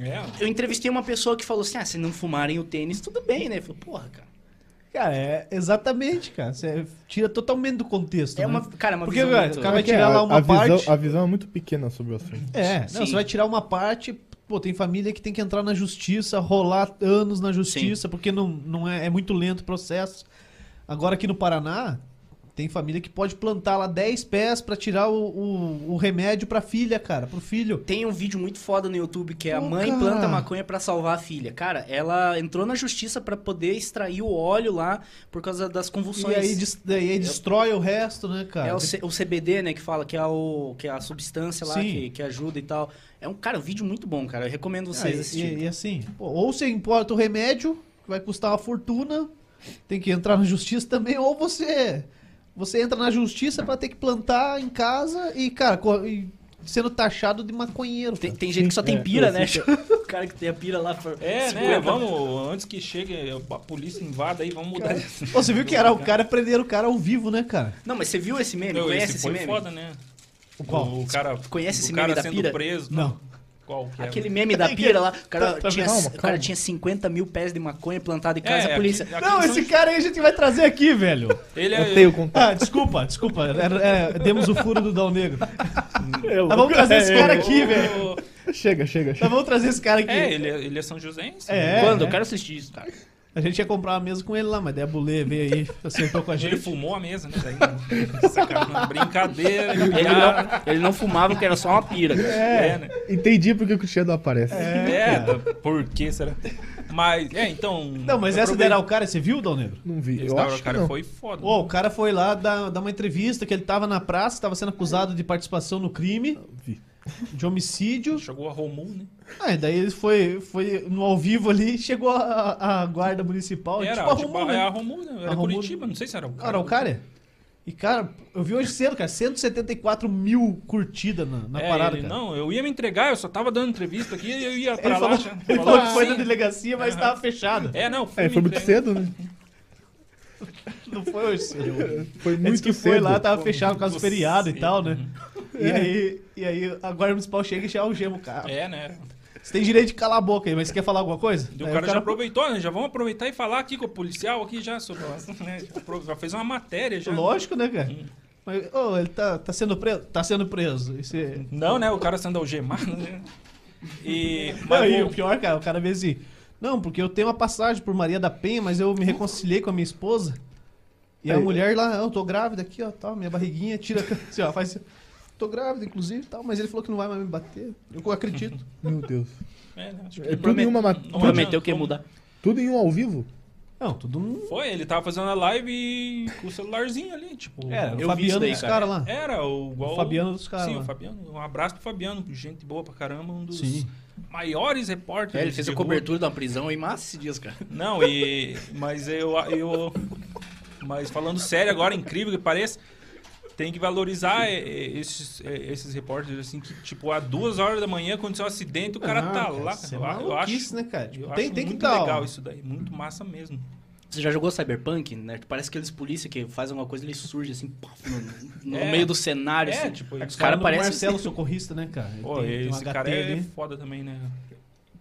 E: É,
F: Eu entrevistei uma pessoa que falou assim: "Ah, se não fumarem o tênis, tudo bem, né?" Eu falei: "Porra, cara.
B: Cara, é exatamente, cara. Você tira totalmente do contexto.
F: É
B: né?
F: uma, cara, é uma
B: Porque,
F: visão
B: cara,
F: muito-
B: o cara vai
D: Porque
B: tirar
D: a-
B: lá uma
D: a
B: parte-
D: Visão, a visão é muito pequena sobre o assunto.
B: É, não,
F: Sim.
B: você vai tirar uma parte. Pô, tem família que tem que entrar na justiça, rolar anos na justiça, porque não, não é, é muito lento o processo. Agora aqui no Paraná, tem família que pode plantar lá 10 pés pra tirar o, o, o remédio pra filha, cara, pro filho.
F: Tem um vídeo muito foda no YouTube que é a
B: Pô,
F: mãe
B: cara.
F: planta maconha pra salvar a filha. Cara, ela entrou na justiça pra poder extrair o óleo lá por causa das
B: E
F: convulsões.
B: aí, des- e aí destrói o resto, né, cara?
F: É o, C- o CBD, né, que fala que é, o, que é a substância lá
B: Sim.
F: que, que ajuda e tal. É um, cara, um vídeo muito bom, cara. Eu recomendo
B: Ah,
F: vocês
B: e-
F: assistirem.
B: e, e assim, pô, ou você importa o remédio, que vai custar uma fortuna, tem que entrar na justiça também, ou você você entra na justiça pra ter que plantar em casa e, cara, co- e sendo taxado de maconheiro.
F: Tem,
B: cara.
F: tem gente que só tem
D: é,
F: pira,
D: eu
F: né? o cara que tem a pira lá. pra-
E: é né?
F: 50.
E: Vamos, antes que chegue a polícia invada aí, vamos mudar. esse-
B: Pô, você viu que era o cara prenderam o cara ao vivo, né, cara?
F: Não, mas você viu esse meme?
E: Não,
F: Conhece
E: esse
F: esse,
E: foi
F: meme?
E: foda, né?
B: O qual?
E: O cara,
F: Conhece
E: o
F: esse
E: cara
F: meme da
E: sendo
F: pira?
E: preso.
B: Não.
E: Qual que é?
F: Aquele meme da pira lá, o cara,
D: Tá, tá,
F: tinha,
D: calma,
F: o cara
D: calma.
F: tinha 50 mil pés de maconha plantado em
E: É,
F: casa,
E: aqui-
F: a polícia.
E: aqui
B: Não,
E: são-
B: esse cara aí a gente vai trazer aqui, velho.
E: Ele é...
D: Eu tenho contato.
B: Ah, desculpa, desculpa. É, é, demos o furo do Dal Negro.
D: Eu-
B: Nós vamos trazer esse cara aqui, velho.
D: Chega, chega,
B: Nós
D: chega.
B: vamos trazer esse cara aqui.
E: É, ele é, ele é São Joséense.
B: É,
F: Quando?
B: é.
F: Eu quero assistir isso, cara.
B: A gente ia comprar uma mesa com ele lá, mas daí a Bulê veio aí, sentou com a
E: Ele
B: gente.
E: fumou a mesa, né? Daí, não- sacanagem, brincadeira,
F: Ele
E: piada.
F: não, ele não fumava porque era só uma pira. cara.
E: É, né?
D: Entendi porque o Cristiano não aparece.
E: É, da- por que será? Mas, é, então.
B: Não, mas
E: eu
B: essa
E: provei-
B: daí era o cara, você viu, Dal Negro?
D: Não vi.
E: Esse
D: Eu
E: da
D: acho que
E: cara
D: não.
E: foi foda.
B: Ô, o cara foi lá dar, dar uma entrevista que ele tava na praça, tava sendo acusado de participação no crime,
D: Vi.
B: de homicídio.
E: Chegou a Romul, né?
B: Ah, e daí ele foi, foi no ao vivo ali, chegou a, a guarda municipal.
E: Era,
B: tipo,
E: tipo,
B: arrumou, né?
E: é a Romul, né? Era
B: A Romul-
E: Curitiba, não sei se era o cara.
B: Cara, o cara. é, E, cara, eu vi hoje cedo, cara, 174 mil curtidas na, na
E: É,
B: parada,
E: ele,
B: cara.
E: Não, eu ia me entregar, eu só tava dando entrevista aqui e eu ia pra
B: Ele falou,
E: lá. já-
B: ele falou que
E: assim.
B: foi na delegacia, mas tava fechada.
E: É, não, fui
D: É,
E: me
D: foi muito
E: entregar.
D: cedo, né?
B: Não foi hoje cedo.
D: Foi
B: Ele disse
D: muito
B: que
D: cedo.
B: foi lá, tá- tava fechado por causa do
E: Você- é
B: feriado e tal, né? E aí, e aí a guarda municipal chega e já algema o cara.
E: É, né?
B: Você tem direito de calar a boca aí, mas você quer falar alguma coisa?
E: E Então o
B: Aí
E: cara já aproveitou, né? Já vamos aproveitar e falar aqui com o policial aqui já sobre o assunto, né? Já apro- Já fez uma matéria já.
B: Lógico, né, cara? Mas, ô, ele tá, tá sendo preso? Tá sendo preso. Esse...
E: Não, né? O cara sendo algemado, né? E.
B: Não,
E: Mas,
B: e o
E: bom,
B: pior, cara, o cara vê assim... Não, porque eu tenho uma passagem por Maria da Penha, mas eu me reconciliei com a minha esposa. E a
D: Aí.
B: mulher lá, "Ah, eu tô grávida aqui, ó, tal, minha barriguinha, tira... Assim, ó, faz... Tô grávida, inclusive, tal, mas ele falou que não vai mais me bater. Eu acredito.
D: Meu Deus.
E: é, né? Acho que
D: É tudo em uma mat-
E: Não
F: Prometeu
E: adianta,
F: que ia
E: não-
F: mudar.
D: Tudo em um ao vivo?
B: Não, tudo não
E: Foi, ele tava fazendo a live com o celularzinho ali, tipo.
B: Era, o
F: vi
B: Fabiano
F: isso daí,
B: dos
F: cara.
B: caras lá.
E: Era o igual.
B: O Fabiano dos caras
E: Sim,
B: lá.
E: o Fabiano. Um abraço pro Fabiano, gente boa pra caramba, um dos
B: Sim.
E: maiores repórteres.
F: É, ele fez
E: de
F: a
E: rua.
F: cobertura da prisão em massa esses dias, cara.
E: Não, e. Mas eu. eu mas falando sério agora, incrível que pareça, tem que valorizar é, é, esses, é, esses repórteres, assim, que, tipo, às duas horas da manhã aconteceu um acidente, o cara
B: Ah,
E: tá
B: cara,
E: lá.
B: isso é
E: eu, a- eu
B: maluquice,
E: acho.
B: né, cara? Tipo,
E: Eu
B: tem-
E: acho
B: tem que
E: muito
B: dar, ó.
E: legal isso daí, muito massa mesmo.
F: Você já jogou Cyberpunk, né? Parece aqueles polícia que faz alguma coisa, ele surge assim, paf, no, no
E: É.
F: meio do cenário,
E: É,
F: assim.
E: tipo,
F: os
E: eles
B: Cara,
F: caras
B: do
F: parecem...
B: Marcelo Socorrista, né, cara? Ele
E: Pô,
B: tem- tem um
E: esse
B: HT
E: cara é
B: ali.
E: foda também, né?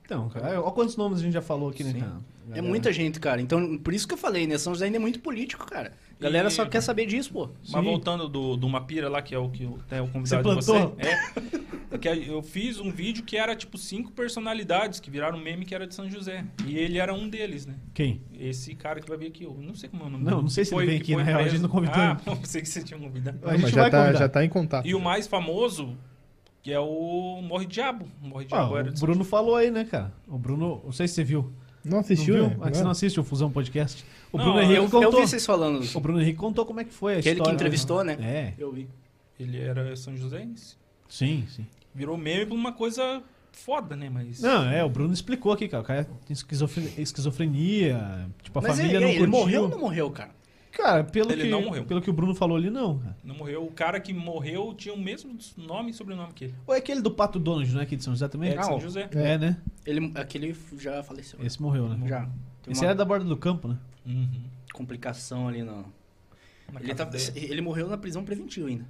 B: Então, cara, olha quantos nomes a gente já falou aqui, né, cara?
F: É
B: Galera.
F: muita gente, cara. Então, por isso que eu falei, né? São José ainda é muito político, cara. A galera
E: E-
F: só quer saber disso, pô.
E: Mas
B: Sim.
E: voltando do, do Mapira lá, que é o que eu- é o convidado
B: Você
E: de
B: plantou?
E: você. É, que eu fiz um vídeo que era tipo cinco personalidades que viraram meme que era de São José. E ele era um deles, né?
B: Quem?
E: Esse cara que vai vir aqui, eu não sei como é o nome
B: Não,
E: dele.
B: não sei se ele
E: Foi-
B: vem
E: que
B: aqui,
E: foi
B: na real, a gente
E: preso.
B: não convidou
E: Ah,
B: ele.
E: não pensei que você tinha convidado.
B: A gente
D: mas
B: vai
D: já tá,
B: convidar.
D: já tá em contato.
E: E o mais famoso, que é o Morre Diabo. Morre
B: Ah,
E: Diabo era
B: o
E: de São
B: Bruno falou aí, né, cara? O Bruno, não sei se você viu.
D: Não
B: Não
D: assistiu,
B: viu?
D: né?
B: Ah, que você não assiste o Fusão Podcast. O
E: Não,
B: Bruno
E: eu-
B: Henrique
F: Eu, eu
B: contou.
F: vi vocês falando.
B: O Bruno Henrique contou como é que foi a
F: Aquele que
B: história.
F: entrevistou, né?
B: É,
F: Eu vi.
E: Ele era São Joséense.
B: sim, sim.
E: Virou meme por uma coisa foda, né? Mas.
B: Não, é, o Bruno explicou aqui, cara. O cara tem esquizofre- esquizofrenia, tipo, a
F: Mas
B: família
F: ele,
B: não
F: ele
B: curtiu.
F: morreu ou não morreu, cara?
B: Cara, pelo
E: Ele
B: que,
E: não morreu.
B: Pelo que o Bruno falou ali, não, cara.
E: Não morreu. O cara que morreu tinha o mesmo nome e sobrenome que ele.
B: Ou é aquele do Pato Donald, não é aqui de São José também?
E: É de São
B: Ah,
E: José.
B: É, né?
F: Ele, aquele já faleceu.
B: Esse morreu, né?
F: Já. Teve
B: Esse
F: uma
B: era da borda do campo, né?
E: Uhum.
F: complicação ali, não.
E: Na
F: Ele,
E: casa
F: tá-
E: dele.
F: ele morreu na prisão preventiva ainda.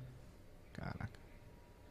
B: Caraca.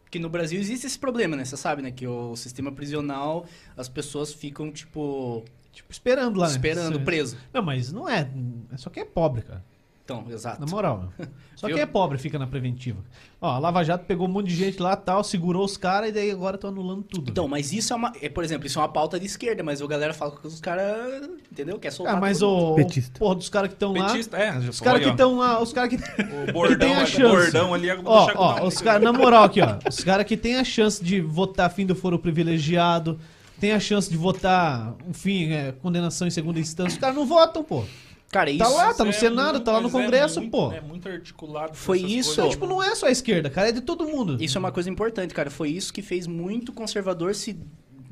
F: Que no Brasil existe esse problema, né? Você sabe, né? Que o sistema prisional, as pessoas ficam, tipo,
B: Tipo, esperando lá, né?
F: esperando,
B: Cê-
F: preso.
B: Não, mas não é. é Só que é pobre, cara.
F: Então, exato.
B: Na moral. meu. Só
F: Viu?
B: que é pobre, fica na preventiva. Ó, a Lava Jato pegou um monte de gente lá tal, segurou os caras e daí agora estão anulando tudo.
F: Então, mas isso é uma. É, por exemplo, isso é uma pauta de esquerda, mas o galera fala que os caras. Entendeu? Quer soltar.
B: ah, mas
F: todo
B: o.
D: Petista.
B: o Porra, dos caras que estão lá.
E: Petista, é, já
B: Os
E: falou
B: caras que
E: aí, ó.
B: estão lá, os caras que.
E: O bordão,
B: tem a
E: ali,
B: chance.
E: o bordão ali, é eu vou
B: Ó,
E: deixar com
B: ó,
E: o
B: os caras, na moral aqui, ó. Os caras que tem a chance de votar fim do foro privilegiado, tem a chance de votar, enfim, é, condenação em segunda instância, os caras não votam, pô.
F: mundo. Cara, isso. um
B: Tá lá, tá no
E: Mas é
B: Senado,
E: muito-
B: tá lá no
E: mas é
B: Congresso,
E: muito-
B: pô.
E: É muito articulado.
F: Foi
E: essas
F: isso.
B: Então,
E: coisas.
B: tipo, não é só a esquerda, cara, é de todo mundo.
F: Isso é uma coisa importante, cara. Foi isso que fez muito conservador se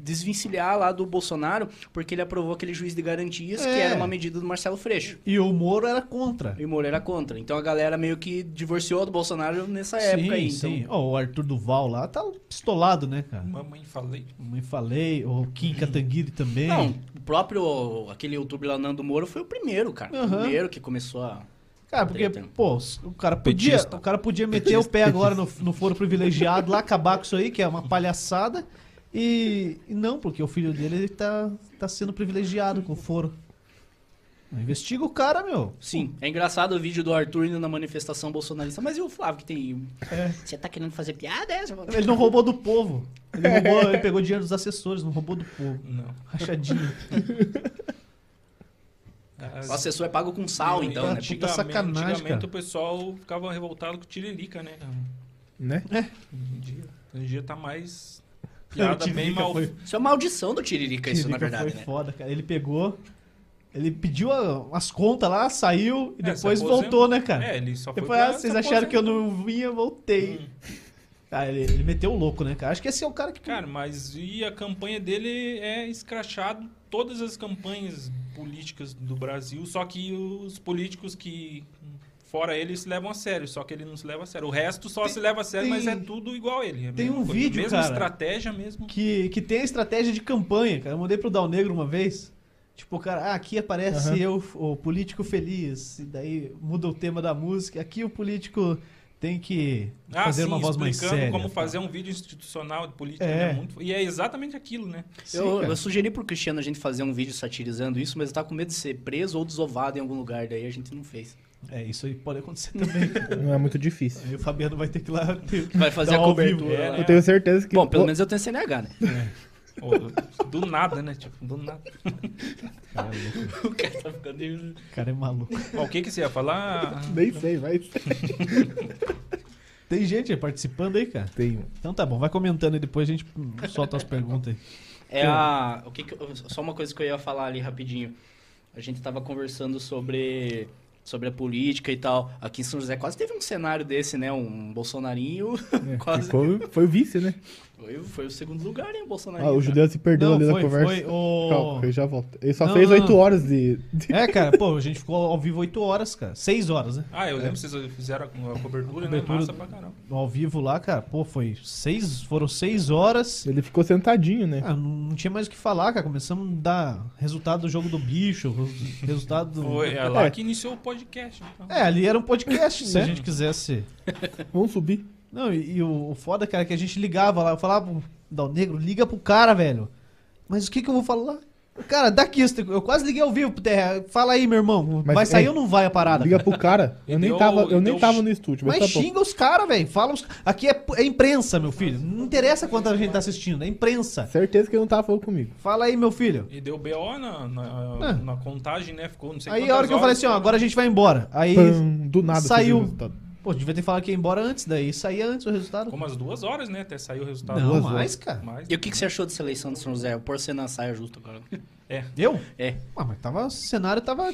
F: desvencilhar lá do Bolsonaro, porque ele aprovou aquele juiz de garantias, que
B: É.
F: era uma medida do Marcelo Freixo.
B: E o Moro era contra.
F: E o Moro era contra. Então a galera meio que divorciou do Bolsonaro nessa época aí. Então,
B: sim. Ó, o Arthur Duval lá tá pistolado, né, cara?
E: Mamãe, falei.
B: Mãe falei, o Kim Kataguiri também.
F: Não, o próprio, aquele youtuber lá, Nando Moro, foi o primeiro, cara. O
B: Aham.
F: primeiro que começou a...
B: Cara, porque,
F: Treta.
B: pô, o cara podia,
E: Petista.
B: o cara podia meter o pé agora no, no foro privilegiado lá, acabar com isso aí, que é uma palhaçada. E, e não, porque o filho dele tá, tá sendo privilegiado com o foro. Investiga o cara, meu.
F: Sim, é engraçado o vídeo do Arthur indo na manifestação bolsonarista. Mas e o Flávio que tem.
B: É.
F: Você tá querendo fazer piada? É? seu maluco?"
B: Ele não roubou do povo. Ele, roubou- ele pegou dinheiro dos assessores, não roubou do povo.
E: Não.
B: Rachadinho.
F: O assessor é pago com sal, então, né?
B: puta sacanagem,
E: Antigamente
B: cara.
E: o pessoal ficava revoltado com o Tiririca, né? cara?
D: Né?
E: Hoje em dia. Hoje em dia tá mais.
B: O
E: Piada
B: Tiririca
E: bem mal.
B: foi-
F: Isso é uma maldição do Tiririca, isso, na
B: Tiririca
F: verdade,
B: foi
F: né?
B: foda, cara. Ele pegou, ele pediu a- as contas lá, saiu e
E: É, se
B: depois
E: aposenta-
B: voltou,
F: um-
B: né, cara?
E: É, ele só foi.
B: Depois,
E: pra né?" Hum.
B: ah, vocês
E: se
B: acharam que eu
E: aposentar.
B: não vinha, voltei. Cara, ele, ele meteu o louco, né, cara? Acho que esse é o cara que.
E: Cara, mas e a campanha dele é escrachado todas as campanhas políticas do Brasil, só que os políticos que fora ele se levam a sério, só que ele não se leva a sério. O resto só
B: Tem-
E: se leva a sério, mas é
B: tem-
E: tudo igual a ele. É a
B: tem
E: mesma
B: um vídeo,
E: mesma
B: cara.
E: estratégia mesmo.
B: que, que tem a estratégia de campanha, cara. Eu mandei pro Dal Negro uma vez. Tipo, cara, ah, aqui aparece eu, o político feliz. E daí muda o tema da música. Aqui o político tem que
E: Ah,
B: fazer
E: sim,
B: uma voz mais
E: explicando
B: séria.
E: como
B: tá?
E: fazer um vídeo institucional de política,
B: É.
E: né? Muito- E é exatamente aquilo, né?
B: Sim,
F: Eu,
B: cara.
F: eu sugeri pro Cristiano a gente fazer um vídeo satirizando isso, mas eu tava com medo de ser preso ou desovado em algum lugar, daí a gente não fez.
B: É, isso aí pode acontecer também. cara.
D: Não é muito difícil.
B: aí o Fabiano vai ter que ir lá. ter-
F: Vai fazer
B: dar
F: a
B: um ao vivo.
F: cobertura.
E: É,
F: lá.
E: né?
D: Eu tenho certeza que.
F: Bom, pelo
D: Ô,
F: menos eu tenho CNH, né?
E: Ou- do nada, né? Tipo, do nada.
F: o cara tá ficando.
B: O cara é maluco.
E: Ó, o que que você ia falar?
D: Nem sei, mas.
B: Tem gente aí participando aí, cara.
D: Tenho.
B: Então tá bom, vai comentando e depois a gente hum, solta as perguntas aí.
F: É a. O que que eu- só uma coisa que eu ia falar ali rapidinho. A gente tava conversando sobre. Sobre a política e tal. Aqui em São José quase teve um cenário desse, né? Um Bolsonarinho.
D: É,
F: Quase.
D: ficou- foi o vice, né?
F: Foi, foi o segundo lugar, hein, o Bolsonarinho.
D: Ah, o Juliano se perdeu
B: Não,
D: ali
B: foi-
D: na conversa.
B: foi o-
D: Calma, eu já volto. Ele só
B: Não,
D: fez
B: não,
D: 8
B: não.
D: horas de. de-
B: É, cara, pô, a gente ficou ao vivo 8 horas, cara. 6 horas, né?
E: Ah, eu lembro que vocês fizeram a cobertura, né?
B: Cobertura-
E: Massa pra caramba.
B: Ao vivo lá, cara, pô, foi 6. Foram 6 horas.
D: Ele ficou sentadinho, né?
B: Ah, não não tinha mais o que falar, cara. Começamos a dar resultado do jogo do bicho, ro- resultado do.
E: Foi é lá que iniciou o podcast. Então.
B: É, ali era um podcast,
D: Né?
B: se a gente quisesse. Ah,
D: Vamos subir.
B: Não, e, e o, o foda, cara, é que a gente ligava lá, eu falava pro Dal Negro, liga pro cara, velho. Mas o que que eu vou falar? Cara, daqui, eu quase liguei ao vivo pro Terra. Fala aí, meu irmão.
D: Mas,
B: vai sair
D: ei,
B: ou não vai a parada?
D: Liga
B: cara?
D: pro cara. Eu
E: E
D: nem
E: deu-
D: tava, eu
E: e
D: nem
E: deu-
D: tava no estúdio, mas,
B: Mas
D: tá bom.
B: xinga os caras, velho. Fala os... Aqui é, é imprensa, meu filho. Não interessa quanta gente tá assistindo, é imprensa.
D: Certeza que ele não tava falando comigo.
B: Fala aí, meu filho.
E: E deu BO na, na,
B: É.
E: na contagem, né? Ficou não sei
B: Aí
E: quantas
B: a hora que eu falei
E: horas,
B: assim, ó, agora a gente vai embora. Aí.
D: Pam, do nada
B: É saiu.
D: surgiu o resultado.
B: Pô, devia ter falado que ia embora antes, daí saía antes o resultado.
E: Ficou umas duas horas, né? Até saiu o resultado. né?
B: Não,
D: duas
B: mais, cara.
E: Mas,
F: E o que, que você achou da seleção de São José? Por ser na saia justa agora.
B: Deu?
F: É.
B: Ah, mas tava. O cenário tava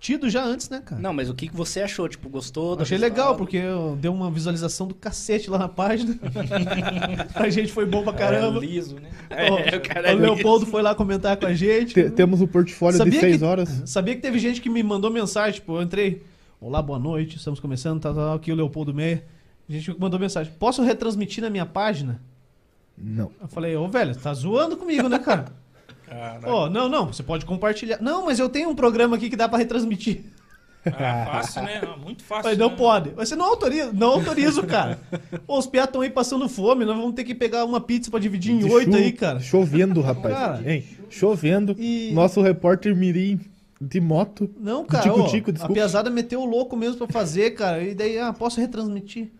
B: tido já antes, né, cara?
F: Não, mas o que, que você achou? Tipo, gostou? do
B: Achei
F: resultado?
B: legal, porque eu- deu uma visualização do cacete lá na página. a gente foi bom pra caramba.
E: É liso, né?
F: É, o cara é
B: o Leopoldo foi lá comentar com a gente.
D: Te- temos o portfólio de
B: Sabia
D: 6
B: que-
D: horas.
B: Sabia que teve gente que me mandou mensagem, tipo, eu entrei, olá, boa noite, estamos começando, tal, tal, tal, aqui o Leopoldo Meia. A gente que mandou mensagem, posso retransmitir na minha página?
D: Não.
B: Eu falei, ô velho, você tá zoando comigo, né, cara?
E: Caraca.
B: Ó, não, não, você pode compartilhar. Não, mas eu tenho um programa aqui que dá pra retransmitir.
E: Ah, fácil, né? Ah, Muito
B: Eu
E: fácil.
B: falei, não
E: né?
B: pode. Mas Você não autoriza, não autorizo, cara. Ô, Os piatas estão aí passando fome, nós vamos ter que pegar uma pizza pra dividir em
D: De
B: oito
D: chu-
B: aí, cara.
D: Chovendo, rapaz.
B: Cara.
D: Hein? Chovendo.
B: E-
D: Nosso repórter Mirim de moto.
B: Não, cara,
D: Tico,
B: ó,
D: tico,
B: a
D: desculpa.
B: piazada meteu o louco mesmo pra fazer, cara. E daí, ah, posso retransmitir?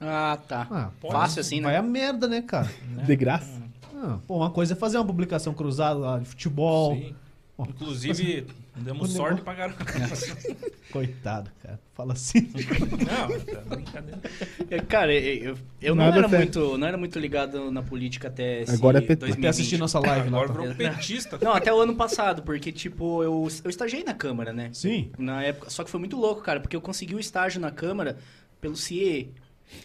F: Ah, tá.
B: Ah,
F: Fácil assim,
B: Vai
F: né?
B: a merda, né, cara?
D: De graça.
B: Ah, pô, uma coisa é fazer uma publicação cruzada lá de futebol.
E: Sim. Inclusive, demos
B: o
E: sorte pra caramba.
B: Coitado, cara. Fala assim.
E: Não, tá brincadeira.
F: É, Cara, eu, eu- eu não,
D: Nada
F: era
D: sério.
F: muito, não era muito ligado na política até esse
D: é Agora é PT.
B: Até assistir
F: 2020.
B: nossa live lá.
E: Agora
B: tá?
E: virou petista.
F: Não, até o ano passado, porque, tipo, eu, eu estagiei na Câmara, né?
B: Sim.
F: Na época. Só que foi muito louco, cara, porque eu consegui o estágio na Câmara pelo CIE.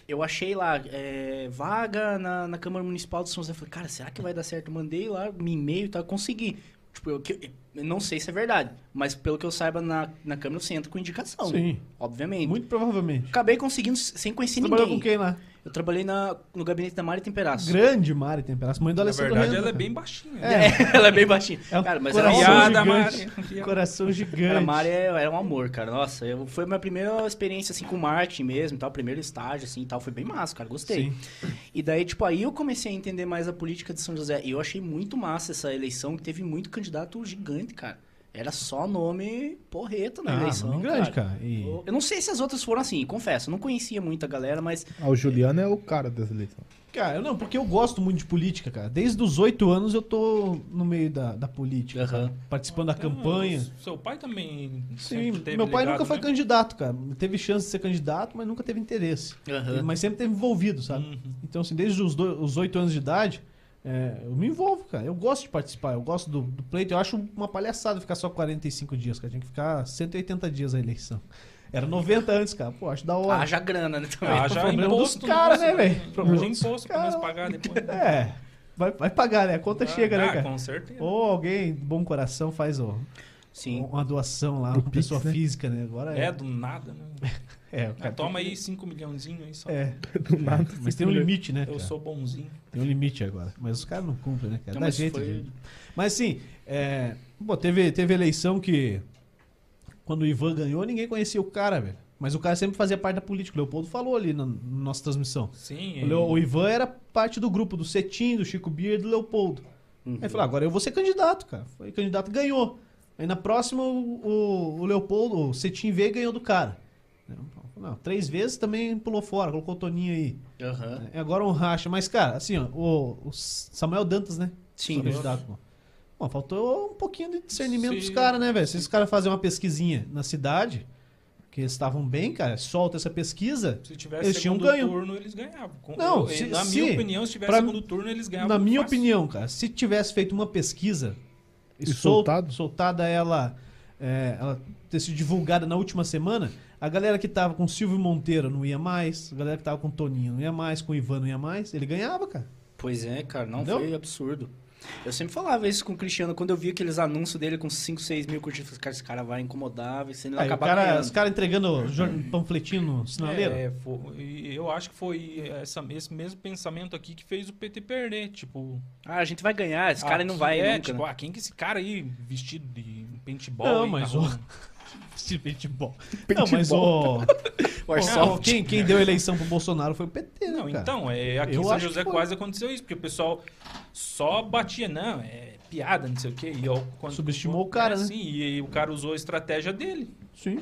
F: Eu achei lá é, vaga na, na Câmara Municipal de São José. Eu Falei, cara, será que vai dar certo? Mandei lá, me e-mail e tal, consegui. Tipo, eu, que- eu não sei se é verdade, mas pelo que eu saiba, na, na Câmara você entra com indicação.
B: Sim.
F: Obviamente.
B: Muito provavelmente.
F: Acabei conseguindo s- sem conhecer
B: Você trabalhou
F: ninguém.
B: com quem lá?
F: Eu trabalhei na, no gabinete da Mari Temperaço.
B: Grande Mari Temperaço, mãe do
E: Na
B: Alessandro
E: verdade,
B: Renda,
E: ela é
B: cara.
E: bem baixinha.
F: É, ela é bem baixinha.
B: É um
F: cara, mas ela
B: coração
F: é uma-
E: Piada,
B: gigante.
E: Mari.
B: Coração gigante.
F: Cara, a Mari é- era um amor, cara. Nossa, eu, foi a minha primeira experiência, assim, com marketing mesmo, e tal. Primeiro estágio, assim, e tal. Foi bem massa, cara. Gostei.
B: Sim.
F: E daí, tipo, aí eu comecei a entender mais a política de São José. E eu achei muito massa essa eleição, que teve muito candidato gigante, cara. Era só nome porreta na
B: Ah,
F: é eleição,
B: nome grande, cara. E-
F: Eu, eu não sei se as outras foram assim, confesso. Eu não conhecia muita galera, mas...
D: Ah, o Juliano é o cara das eleições.
B: Cara, não, porque eu gosto muito de política, cara. Desde os oito anos eu tô no meio da, da política,
F: Aham.
B: cara. participando da campanha.
E: Então, Seu pai também.
B: Sim,
E: sempre teve
B: meu pai
E: ligado,
B: nunca foi
E: né?
B: candidato, cara. Teve chance de ser candidato, mas nunca teve interesse.
F: Aham.
B: Mas sempre teve envolvido, sabe?
E: Uhum.
B: Então, assim, desde os do- os oito anos de idade, é, eu me envolvo, cara. Eu gosto de participar, eu gosto do, do pleito. Eu acho uma palhaçada ficar só 45 dias, cara. Tinha que ficar 180 dias a eleição. Era 90 antes, cara. Pô, acho da hora.
F: Haja grana, né, também.
E: Ah, já
B: problema
E: imposto.
B: dos caras,
E: nossa,
B: né, velho? Problema
E: Haja
B: dos
E: imposto pra nós
B: caras.
E: pagar depois.
B: É, vai, vai pagar, né? A conta
E: Ah,
B: chega, né,
E: ah,
B: cara?
E: Com certeza.
B: Ou alguém, bom coração, faz ó,
F: Sim.
B: uma doação lá,
D: Do
B: uma pessoa
D: Pix, né?
B: física, né? Agora
E: É, do nada, né?
B: É, o
E: Ah,
B: cara-
E: toma aí 5 milhãozinho aí só.
B: É,
D: Do nada.
B: mas tem um limite, né?
E: Eu
B: cara?
E: sou bonzinho.
B: Tem um limite agora. Mas os caras não cumprem, né, cara?
F: Não,
B: Dá
F: mas
B: jeito.
F: foi-
B: de- Mas assim, é, pô, teve, teve eleição que. Quando o Ivan ganhou, ninguém conhecia o cara, velho. Mas o cara sempre fazia parte da política. O Leopoldo falou ali na, na nossa transmissão.
E: Sim,
B: O, Leo- o Ivan era parte do grupo do Cetim, do Chico Bier e do Leopoldo. Aí
F: Uhum.
B: ele falou: agora eu vou ser candidato, cara. Foi candidato e ganhou. Aí na próxima, o, o- o Leopoldo, o Cetim veio e ganhou do cara. Não, três vezes também pulou fora, colocou o Toninho aí.
F: Aham.
B: É agora um racha. Mas, cara, assim, ó, o, o Samuel Dantas, né?
F: Sim.
B: Sobre candidato, pô. Bom, faltou um pouquinho de discernimento
E: Sim.
B: dos caras, né, velho? Se os caras fazem uma pesquisinha na cidade, que eles estavam bem, cara, solta essa pesquisa.
E: Se tivesse
B: Eles tinham
E: segundo
B: ganho.
E: turno, eles ganhavam. Com-
B: Não,
E: eu-
B: se-
E: na
B: se-
E: minha opinião, se tivesse
B: pra-
E: segundo turno, eles ganhavam.
B: na minha
E: fácil.
B: opinião, cara, se tivesse feito uma pesquisa
D: E
B: sol-
D: soltado?
B: soltada ela, é, ela ter sido divulgada na última semana, a galera que tava com o Silvio Monteiro não ia mais, a galera que tava com o Toninho não ia mais, com o Ivan não ia mais, ele ganhava, cara.
F: Pois é, cara, não
B: Entendeu?
F: foi absurdo. Eu sempre falava isso com o Cristiano, quando eu vi aqueles anúncios dele com 5, 6 mil curtidas, eu falei, cara, esse cara vai incomodar, vai se ele não
B: Aí, o
F: acabar
B: cara-
F: ganhando.
B: os caras entregando jor- panfletinho no sinaleiro.
E: É, fo- e eu acho que foi essa- esse mesmo pensamento aqui que fez o PT perder. Tipo,
F: Ah, a gente vai ganhar, esse cara não
E: aqui
F: vai
E: É,
F: nunca,
E: tipo,
F: né?
E: ah, quem que esse cara aí vestido de paintball?
B: Não,
E: aí,
B: mas
E: tá
B: o-
E: rolando?
B: Esse paintball. Não, mas o.
F: O
B: é, o- quem, quem deu eleição pro Bolsonaro foi o PT, né?
E: Não,
B: cara?
E: então, é, aqui
B: Eu
E: em São
B: acho que
E: José
B: foi.
E: quase aconteceu isso, porque o pessoal só batia, não, é piada, não sei o quê. E eu, quando-
B: Subestimou o cara,
E: é,
B: né?
E: Sim, e, o cara usou a estratégia dele.
B: Sim.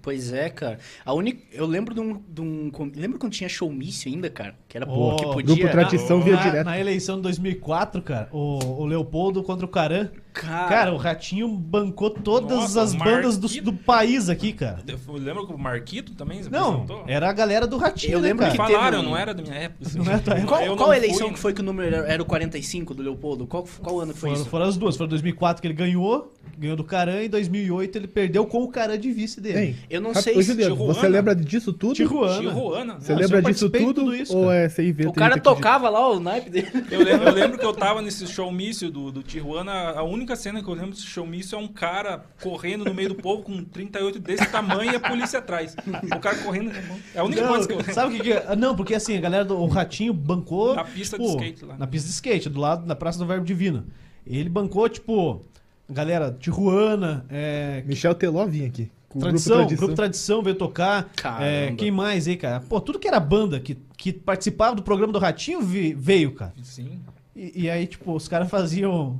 F: Pois é, cara. A única... Eu lembro de um, de um... com- Lembro quando tinha showmício ainda, cara? Que era
B: Ó,
F: é que
B: grupo
F: podia... né?
D: tradição
B: na,
D: via direto.
B: Na eleição de 2004, cara, o, o Leopoldo contra o Caran.
F: Cara,
B: Cara, o Ratinho bancou todas
E: Nossa,
B: as
E: o
B: bandas do,
E: Marquito.
B: do país aqui, cara.
E: Eu lembro que o Marquito também se
B: Não, É,
E: apresentou.
B: era a galera do Ratinho,
F: Eu
B: né,
F: lembro
B: cara?
F: que
E: Falaram,
F: teve um-
E: não era da minha época. assim.
B: Não era da tua época.
E: Eu
F: qual,
E: não
F: qual eleição
E: fui,
F: que foi que o número era, era o 45 do Leopoldo? Qual, qual ano foi
B: Foram,
F: isso?
B: foram as duas. Foram 2004 que ele ganhou, ganhou do Caran, e 2008 ele perdeu com o Caran de vice dele.
D: Ei,
F: Eu não
D: rápido,
F: sei
D: ô,
F: se-
D: Juliano,
E: Tijuana.
D: você lembra disso tudo?
B: Tijuana.
E: Tijuana.
D: Você
B: Ah, se eu
D: lembra disso
B: participei de
D: tudo,
B: tudo isso,
D: ou
B: cara.
D: é você inventa?
F: O cara
D: isso aqui de-
F: tocava lá o naipe dele.
E: Eu lembro, eu lembro que eu tava nesse showmício do, do Tijuana, a única cena que eu lembro desse showmício é um cara correndo no meio do povo com um 38 desse tamanho e a polícia atrás. O cara correndo. É a única coisa que eu
B: Não,
E: lembro.
B: sabe o que, que é? Não, porque assim, a galera do o Ratinho bancou.
E: Na pista de skate lá.
B: Na pista de skate, do lado da Praça do Verbo Divino. Ele bancou, tipo, a galera Tijuana, é,
D: Michel Teló vinha aqui. Com
B: Tradição,
D: o
B: grupo Tradição, veio tocar.
F: Caramba.
B: É, quem mais aí, cara? Pô, tudo que era banda que, que participava do programa do Ratinho vi- veio, cara.
E: Sim.
B: E, e aí, tipo, os caras faziam.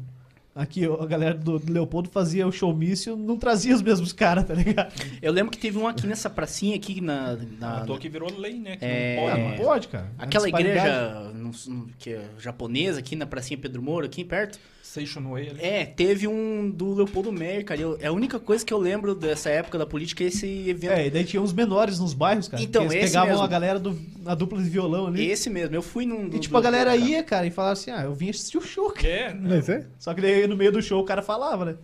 B: Aqui, ó, a galera do, do Leopoldo fazia o showmício, não trazia os mesmos caras, tá ligado?
F: Eu lembro que teve um aqui nessa pracinha aqui na... na-
E: Mudou que virou lei, né? Que
F: Ah, É.
E: não
B: Ah,
E: pode
B: não
E: mais.
B: pode, cara. É
F: Aquela
B: disparidade.
F: igreja não- não- que é japonesa aqui na pracinha Pedro Moro, aqui perto.
E: Seixonoe ali.
F: É, teve um do Leopoldo Meyer, cara. e eu- é a única coisa que eu lembro dessa época da política é esse evento.
B: É, e daí tinha uns menores nos bairros, cara.
F: Então,
B: que eles
F: esse
B: pegavam
F: mesmo.
B: a galera do a dupla de violão ali.
F: Esse mesmo, eu fui num. do-
B: E tipo, a
F: do-
B: galera
F: cara.
B: ia, cara, e falava assim: ah, eu vim assistir o show, cara.
E: É, né?
D: Mas é?
B: Só que daí no meio do show o cara falava, né?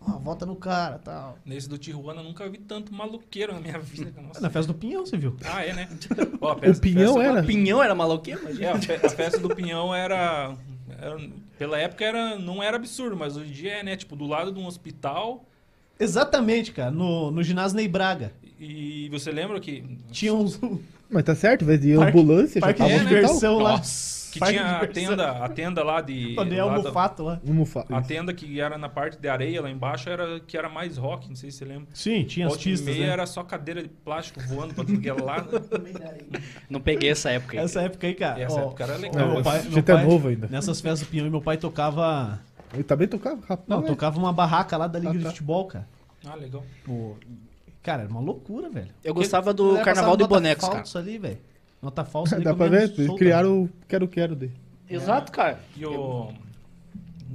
B: Ó, volta no cara tal.
E: Nesse do Tijuana eu nunca vi tanto maluqueiro na minha vida. cara. Nossa.
B: Na festa do Pinhão, você viu?
E: Ah, é, né? Ó, a
D: O Pinhão
E: festa-
D: era?
F: Pinhão era maloqueiro,
E: É, a, fe- a festa do Pinhão era, era- Pela época era, não era absurdo, mas hoje em dia é, né? Tipo, do lado de um hospital.
B: Exatamente, cara, no, no ginásio Ney Braga.
E: E E você lembra que
B: Tinha uns
D: Mas tá certo, vez de
B: Parque-
D: ambulância,
B: parque
D: já
B: de
D: tava no hospital.
B: diversão lá.
E: que
B: Parque
E: tinha
B: de
E: a
B: diversão.
E: tenda, a tenda lá de
B: Onde é o
E: lá tá- da-
B: Mufato lá.
D: Vamos falar.
E: a tenda que era na parte de areia lá embaixo era que era mais rock, não sei se você lembra.
B: Sim, tinha as
E: Volta e
B: pistas,
E: meia
B: né?
E: era só cadeira de plástico voando pra tudo que era lá.
F: Não peguei essa época. aí.
B: Essa época aí, cara.
E: Essa
B: ó,
E: época era legal. né?
B: ó, meu
D: Não,
B: pai,
D: esse
B: meu
D: jeito é
B: pai-
D: novo ainda.
B: Nessas festas do Pinhão, e meu pai tocava...
D: Ah, Ele também tocava, rapaz.
B: Não, tocava uma barraca lá da Liga
D: Ah,
B: de
D: é. tá.
B: Futebol, cara.
E: Ah, legal.
B: Pô, Cara, era uma loucura, velho.
F: Eu gostava
B: A
F: do
B: galera passava
F: Carnaval de
B: nota
F: Bonecos, cara.
B: falsa ali, velho. Nota falsa ali
D: Dá pra
B: comendo
D: ver,
B: solta,
D: eles criaram o quero-quero dele.
F: É. Exato, cara.
E: E o...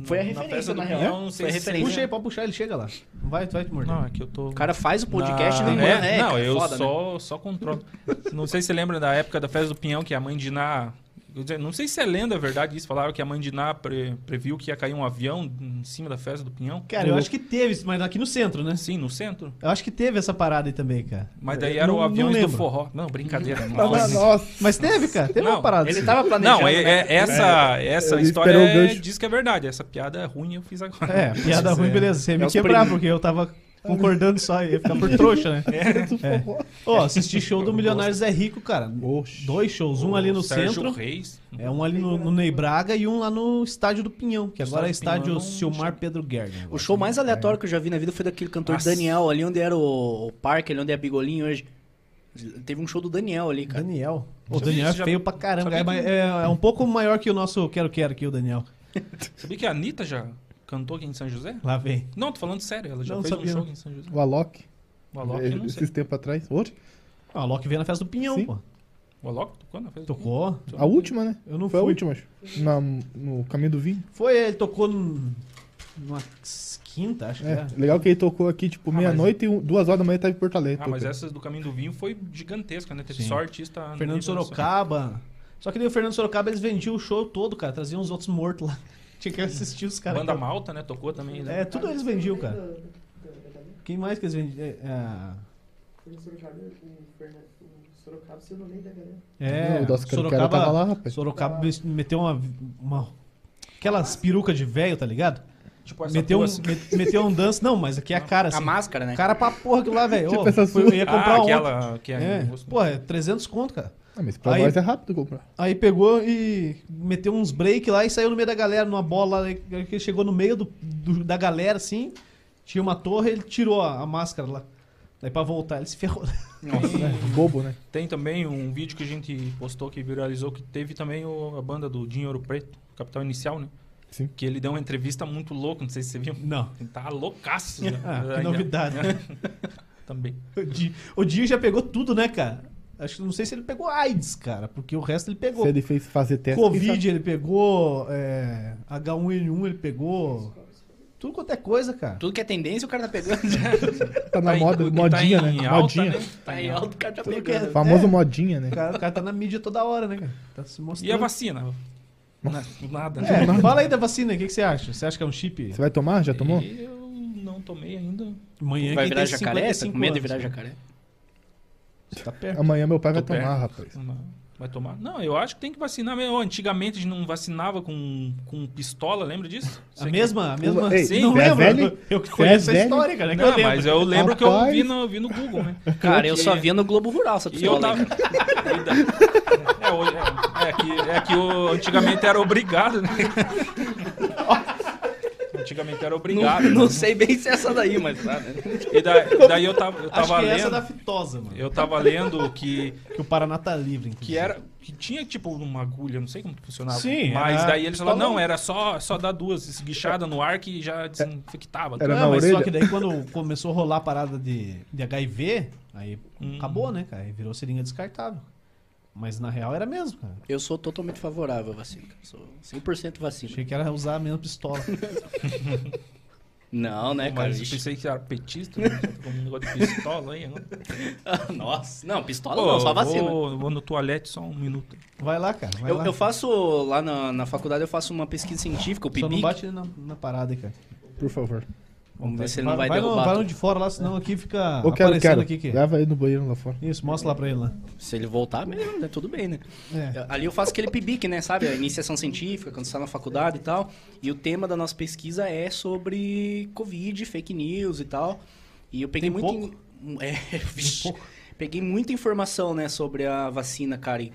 F: Foi a
E: na
F: referência,
E: festa do
F: na
E: Pinhão,
F: real.
E: não sei
F: Foi a
E: se-
F: referência.
B: Puxa aí, pode puxar, ele chega lá. Vai, tu vai te morder.
E: Não, é que eu tô...
F: O cara faz o podcast
E: na...
F: e não
E: é,
F: manda, né?
E: Não,
F: cara?
E: eu
F: Foda, né?
E: só, só controlo. não sei se você lembra da época da festa do Pinhão, que a mãe de Ná... eu dizer, Não sei se é lenda, é verdade, isso. Falaram que a mãe de Ná pre- previu que ia cair um avião em cima da festa do Pinhão.
B: Cara, eu acho que teve isso, mas aqui no centro, né?
E: Sim, no centro.
B: Eu acho que teve essa parada aí também, cara.
E: Mas daí
B: Eu
E: era o
B: não-
E: avião
B: não
E: do
B: lembro.
E: forró. Não, brincadeira.
D: Ah,
E: Nossa.
D: Nossa,
B: Mas teve, cara. Teve
E: Não,
B: uma parada.
F: Ele
B: assim.
F: tava planejando.
E: Não, é,
F: né?
E: é- essa, essa
D: ele
E: história
D: esperou o
E: é-
D: gancho.
E: diz que é verdade. Essa piada ruim eu fiz agora.
B: É, piada ruim, beleza. Você ia
F: é
B: me
F: os
B: quebrar,
F: primos.
B: porque eu tava concordando só. Ia ficar por trouxa, né?
D: do forró.
B: Ó, assisti show do Milionários é Rico, cara.
D: Oxe.
B: Dois shows, um ali no
E: O Sérgio
B: centro.
E: Reis.
B: É um ali no, no Ney Braga e um lá no estádio do Pinhão, que agora é
E: Estádio
B: estádio
E: do Pinhão,
B: Silmar Pedro Guerra.
F: O show mais aleatório que eu já vi na vida foi daquele cantor
E: Nossa.
F: Daniel, ali onde era o, o parque, ali onde é a Bigolinho hoje. Teve um show do Daniel ali, cara.
B: Daniel. O
E: Já
B: Daniel
E: vi-
B: é
E: já-
B: feio pra caramba,
E: sabia
B: cara, mas é, é um pouco maior que o nosso Quero Quero aqui, o Daniel.
E: Sabia que a Anitta já cantou aqui em São José?
B: Lá vem.
E: Não, tô falando sério. Ela já
B: Não,
E: fez
B: sabia
E: um
B: não.
E: show aqui em São José.
D: O Alok.
E: O Alok,
D: eh,
E: eu não sei.
D: esses tempos atrás. Hoje?
B: Ó, a Loki veio na festa do Pinhão,
D: Sim.
B: pô.
E: O Alok tocou na festa?
B: Tocou.
D: A última, né?
B: Eu não
D: Foi a
B: fui.
D: última, acho. Na- no caminho do vinho.
B: Foi, ele tocou num- numa quinta, acho que
D: É,
B: era.
D: legal que ele tocou aqui, tipo, meia-noite e um- duas horas da manhã tava em Porto Alegre.
E: Ah,
D: tocando.
E: mas essas do Caminho do Vinho foi gigantesca, né? Teve
B: Sim.
E: só artista...
B: é. Fernando
E: nível assim, nacional.
B: Sorocaba. Só que daí o Fernando Sorocaba, eles vendiam o show todo, cara. Traziam os outros mortos lá. Tinha que assistir os caras.
E: Banda
B: que-
E: Malta, né? Tocou também, né?
B: É, tudo eles vendiam, cara. Quem mais que eles vendiam? É, É, o
D: Não, o nosso cara- o cara
B: É, Sorocaba,
D: tava lá, rapaz.
B: Sorocaba mes- meteu uma, uma- Aquelas perucas de velho, tá ligado?
E: Tipo essa
B: Meteu um,
E: tua, assim.
B: me- meteu um dance. Não, mas aqui é a cara, assim.
F: A máscara, né?
B: Cara pra porra que lá, velho. Ô,
D: essas
B: fui- eu ia comprar
E: ah,
B: ontem.
E: aquela que é...
B: É, pô, é 300 conto, cara.
D: Ah, mas pra
B: Aí-
D: nós é rápido comprar.
B: Aí pegou e meteu uns break lá e saiu no meio da galera, numa bola. aí que Ele chegou no meio do- do- da galera, assim. Tinha uma torre, ele tirou a, a máscara lá. Daí pra voltar, ele se ferrou.
D: É, bobo, né?
E: Tem também um vídeo que a gente postou que viralizou que teve também o- a banda do Dinho Ouro Preto, Capital Inicial, né?
D: Sim.
E: Que ele deu uma entrevista muito louca, não sei se você viu.
B: Não.
E: Ele Tá loucaço. né?
B: Ah, que
E: Ainda-
B: novidade.
E: também.
B: O Dinho, o Dinho já pegou tudo, né, cara? Acho que não sei se ele pegou AIDS, cara, porque o resto ele pegou.
D: Se ele fez fazer teste. quem sabe?
B: Covid ele pegou, é, H1N1 ele pegou. Tudo quanto é coisa, cara.
F: Tudo que é tendência, o cara tá pegando.
D: Tá na
E: Tá em-
D: moda,
E: que tá
D: modinha,
E: em
D: né?
E: alta,
D: modinha.
E: né?
F: tá em alto, o cara tá
B: Tudo que
F: pegando.
B: é-
D: Famoso
B: É.
D: modinha, né?
B: O cara, o cara tá na mídia toda hora, né, cara? Tá se mostrando.
E: E a vacina? Na- Nada. né?
B: É, mas fala aí da vacina, o que, que você acha? Você acha que é um chip?
D: Você vai tomar? Já tomou?
E: Eu não tomei ainda.
B: Amanhã
F: Vai
B: quem
F: virar
B: tem
F: jacaré? Tá
B: 55
F: com medo de
B: anos,
F: virar
B: cara?
F: jacaré?
B: Tá perto.
D: Amanhã meu pai vai
E: Tô
D: tomar,
E: perto.
D: rapaz.
E: Não, Vai tomar? Não, eu acho que tem que vacinar mesmo. Antigamente a gente não vacinava com, com pistola, lembra disso?
B: A mesma? A mesma?
D: Ei,
B: Sim, não
D: você é
B: lembro.
D: velho?
B: Eu
D: Você é
B: conheço essa
D: velho?
B: história, cara. é que eu
E: Não,
B: lembro.
E: mas eu lembro que eu
D: Rapaz.
E: vi no, vi no Google, né?
F: Cara, eu
E: Porque-
F: só via no Globo Rural essa
E: E eu
F: pistola.
E: tava.
F: aí, cara.
E: É, hoje- é, é que, é que o- antigamente era obrigado, né? Antigamente era obrigado.
F: Não,
E: né?
F: não sei bem se é essa daí, mas tá, né?
E: E da- daí, eu tava, eu
B: Acho que
E: tava
B: é essa
E: lendo.
B: da fitosa, mano.
E: Eu tava lendo que,
B: Que o Paraná tá livre, inclusive.
E: que é era. Que tinha tipo uma agulha, não sei como que funcionava.
B: Sim,
E: mas
B: era-
E: daí eles falaram,
B: falou-
E: não, era só, só dar duas esguichadas no ar que já desinfectava. né,
D: Era
B: não,
D: na
B: É, mas só
D: orelha?
B: que daí quando começou a rolar a parada de, de HIV, aí
E: Hum.
B: acabou, né, cara? Aí virou seringa descartável. Mas na real era mesmo, cara.
F: Eu sou totalmente favorável à vacina. cara. Sou 100% vacina.
B: Achei que era usar a mesma pistola.
F: Não, né,
E: Mas
F: cara?
E: eu pensei que era petista, né? Ficou um negócio de pistola aí. agora.
F: Nossa. Não, pistola
E: Pô,
F: não, só
E: eu
F: vacina.
E: Vou, vou no toalete só um minuto.
B: Vai lá, cara. Vai
F: Eu,
B: lá.
F: eu faço, lá na, na faculdade, eu faço uma pesquisa científica, o
B: Só não
F: PIBIC.
B: bate na, na parada aí, cara.
D: Por favor.
F: Vamos ver se ele
B: vai,
F: não vai,
B: vai no-
F: derrubar.
B: vai no
F: tudo.
B: de fora lá, senão aqui fica
D: Eu quero,
B: aparecendo
D: quero.
B: aqui. Que...
D: Leva ele no banheiro lá fora.
B: Isso, mostra lá pra ele lá.
F: Se ele voltar mesmo, né? Tudo bem, né?
B: É.
F: Ali eu faço aquele PIBIC, né? Sabe? A iniciação científica, quando você tá na faculdade e tal. E o tema da nossa pesquisa é sobre Covid, fake news e tal. E eu peguei
B: Tem
F: muito.
B: pouco?
F: em- É, vixe. peguei muita informação, né, sobre a vacina, cara. E,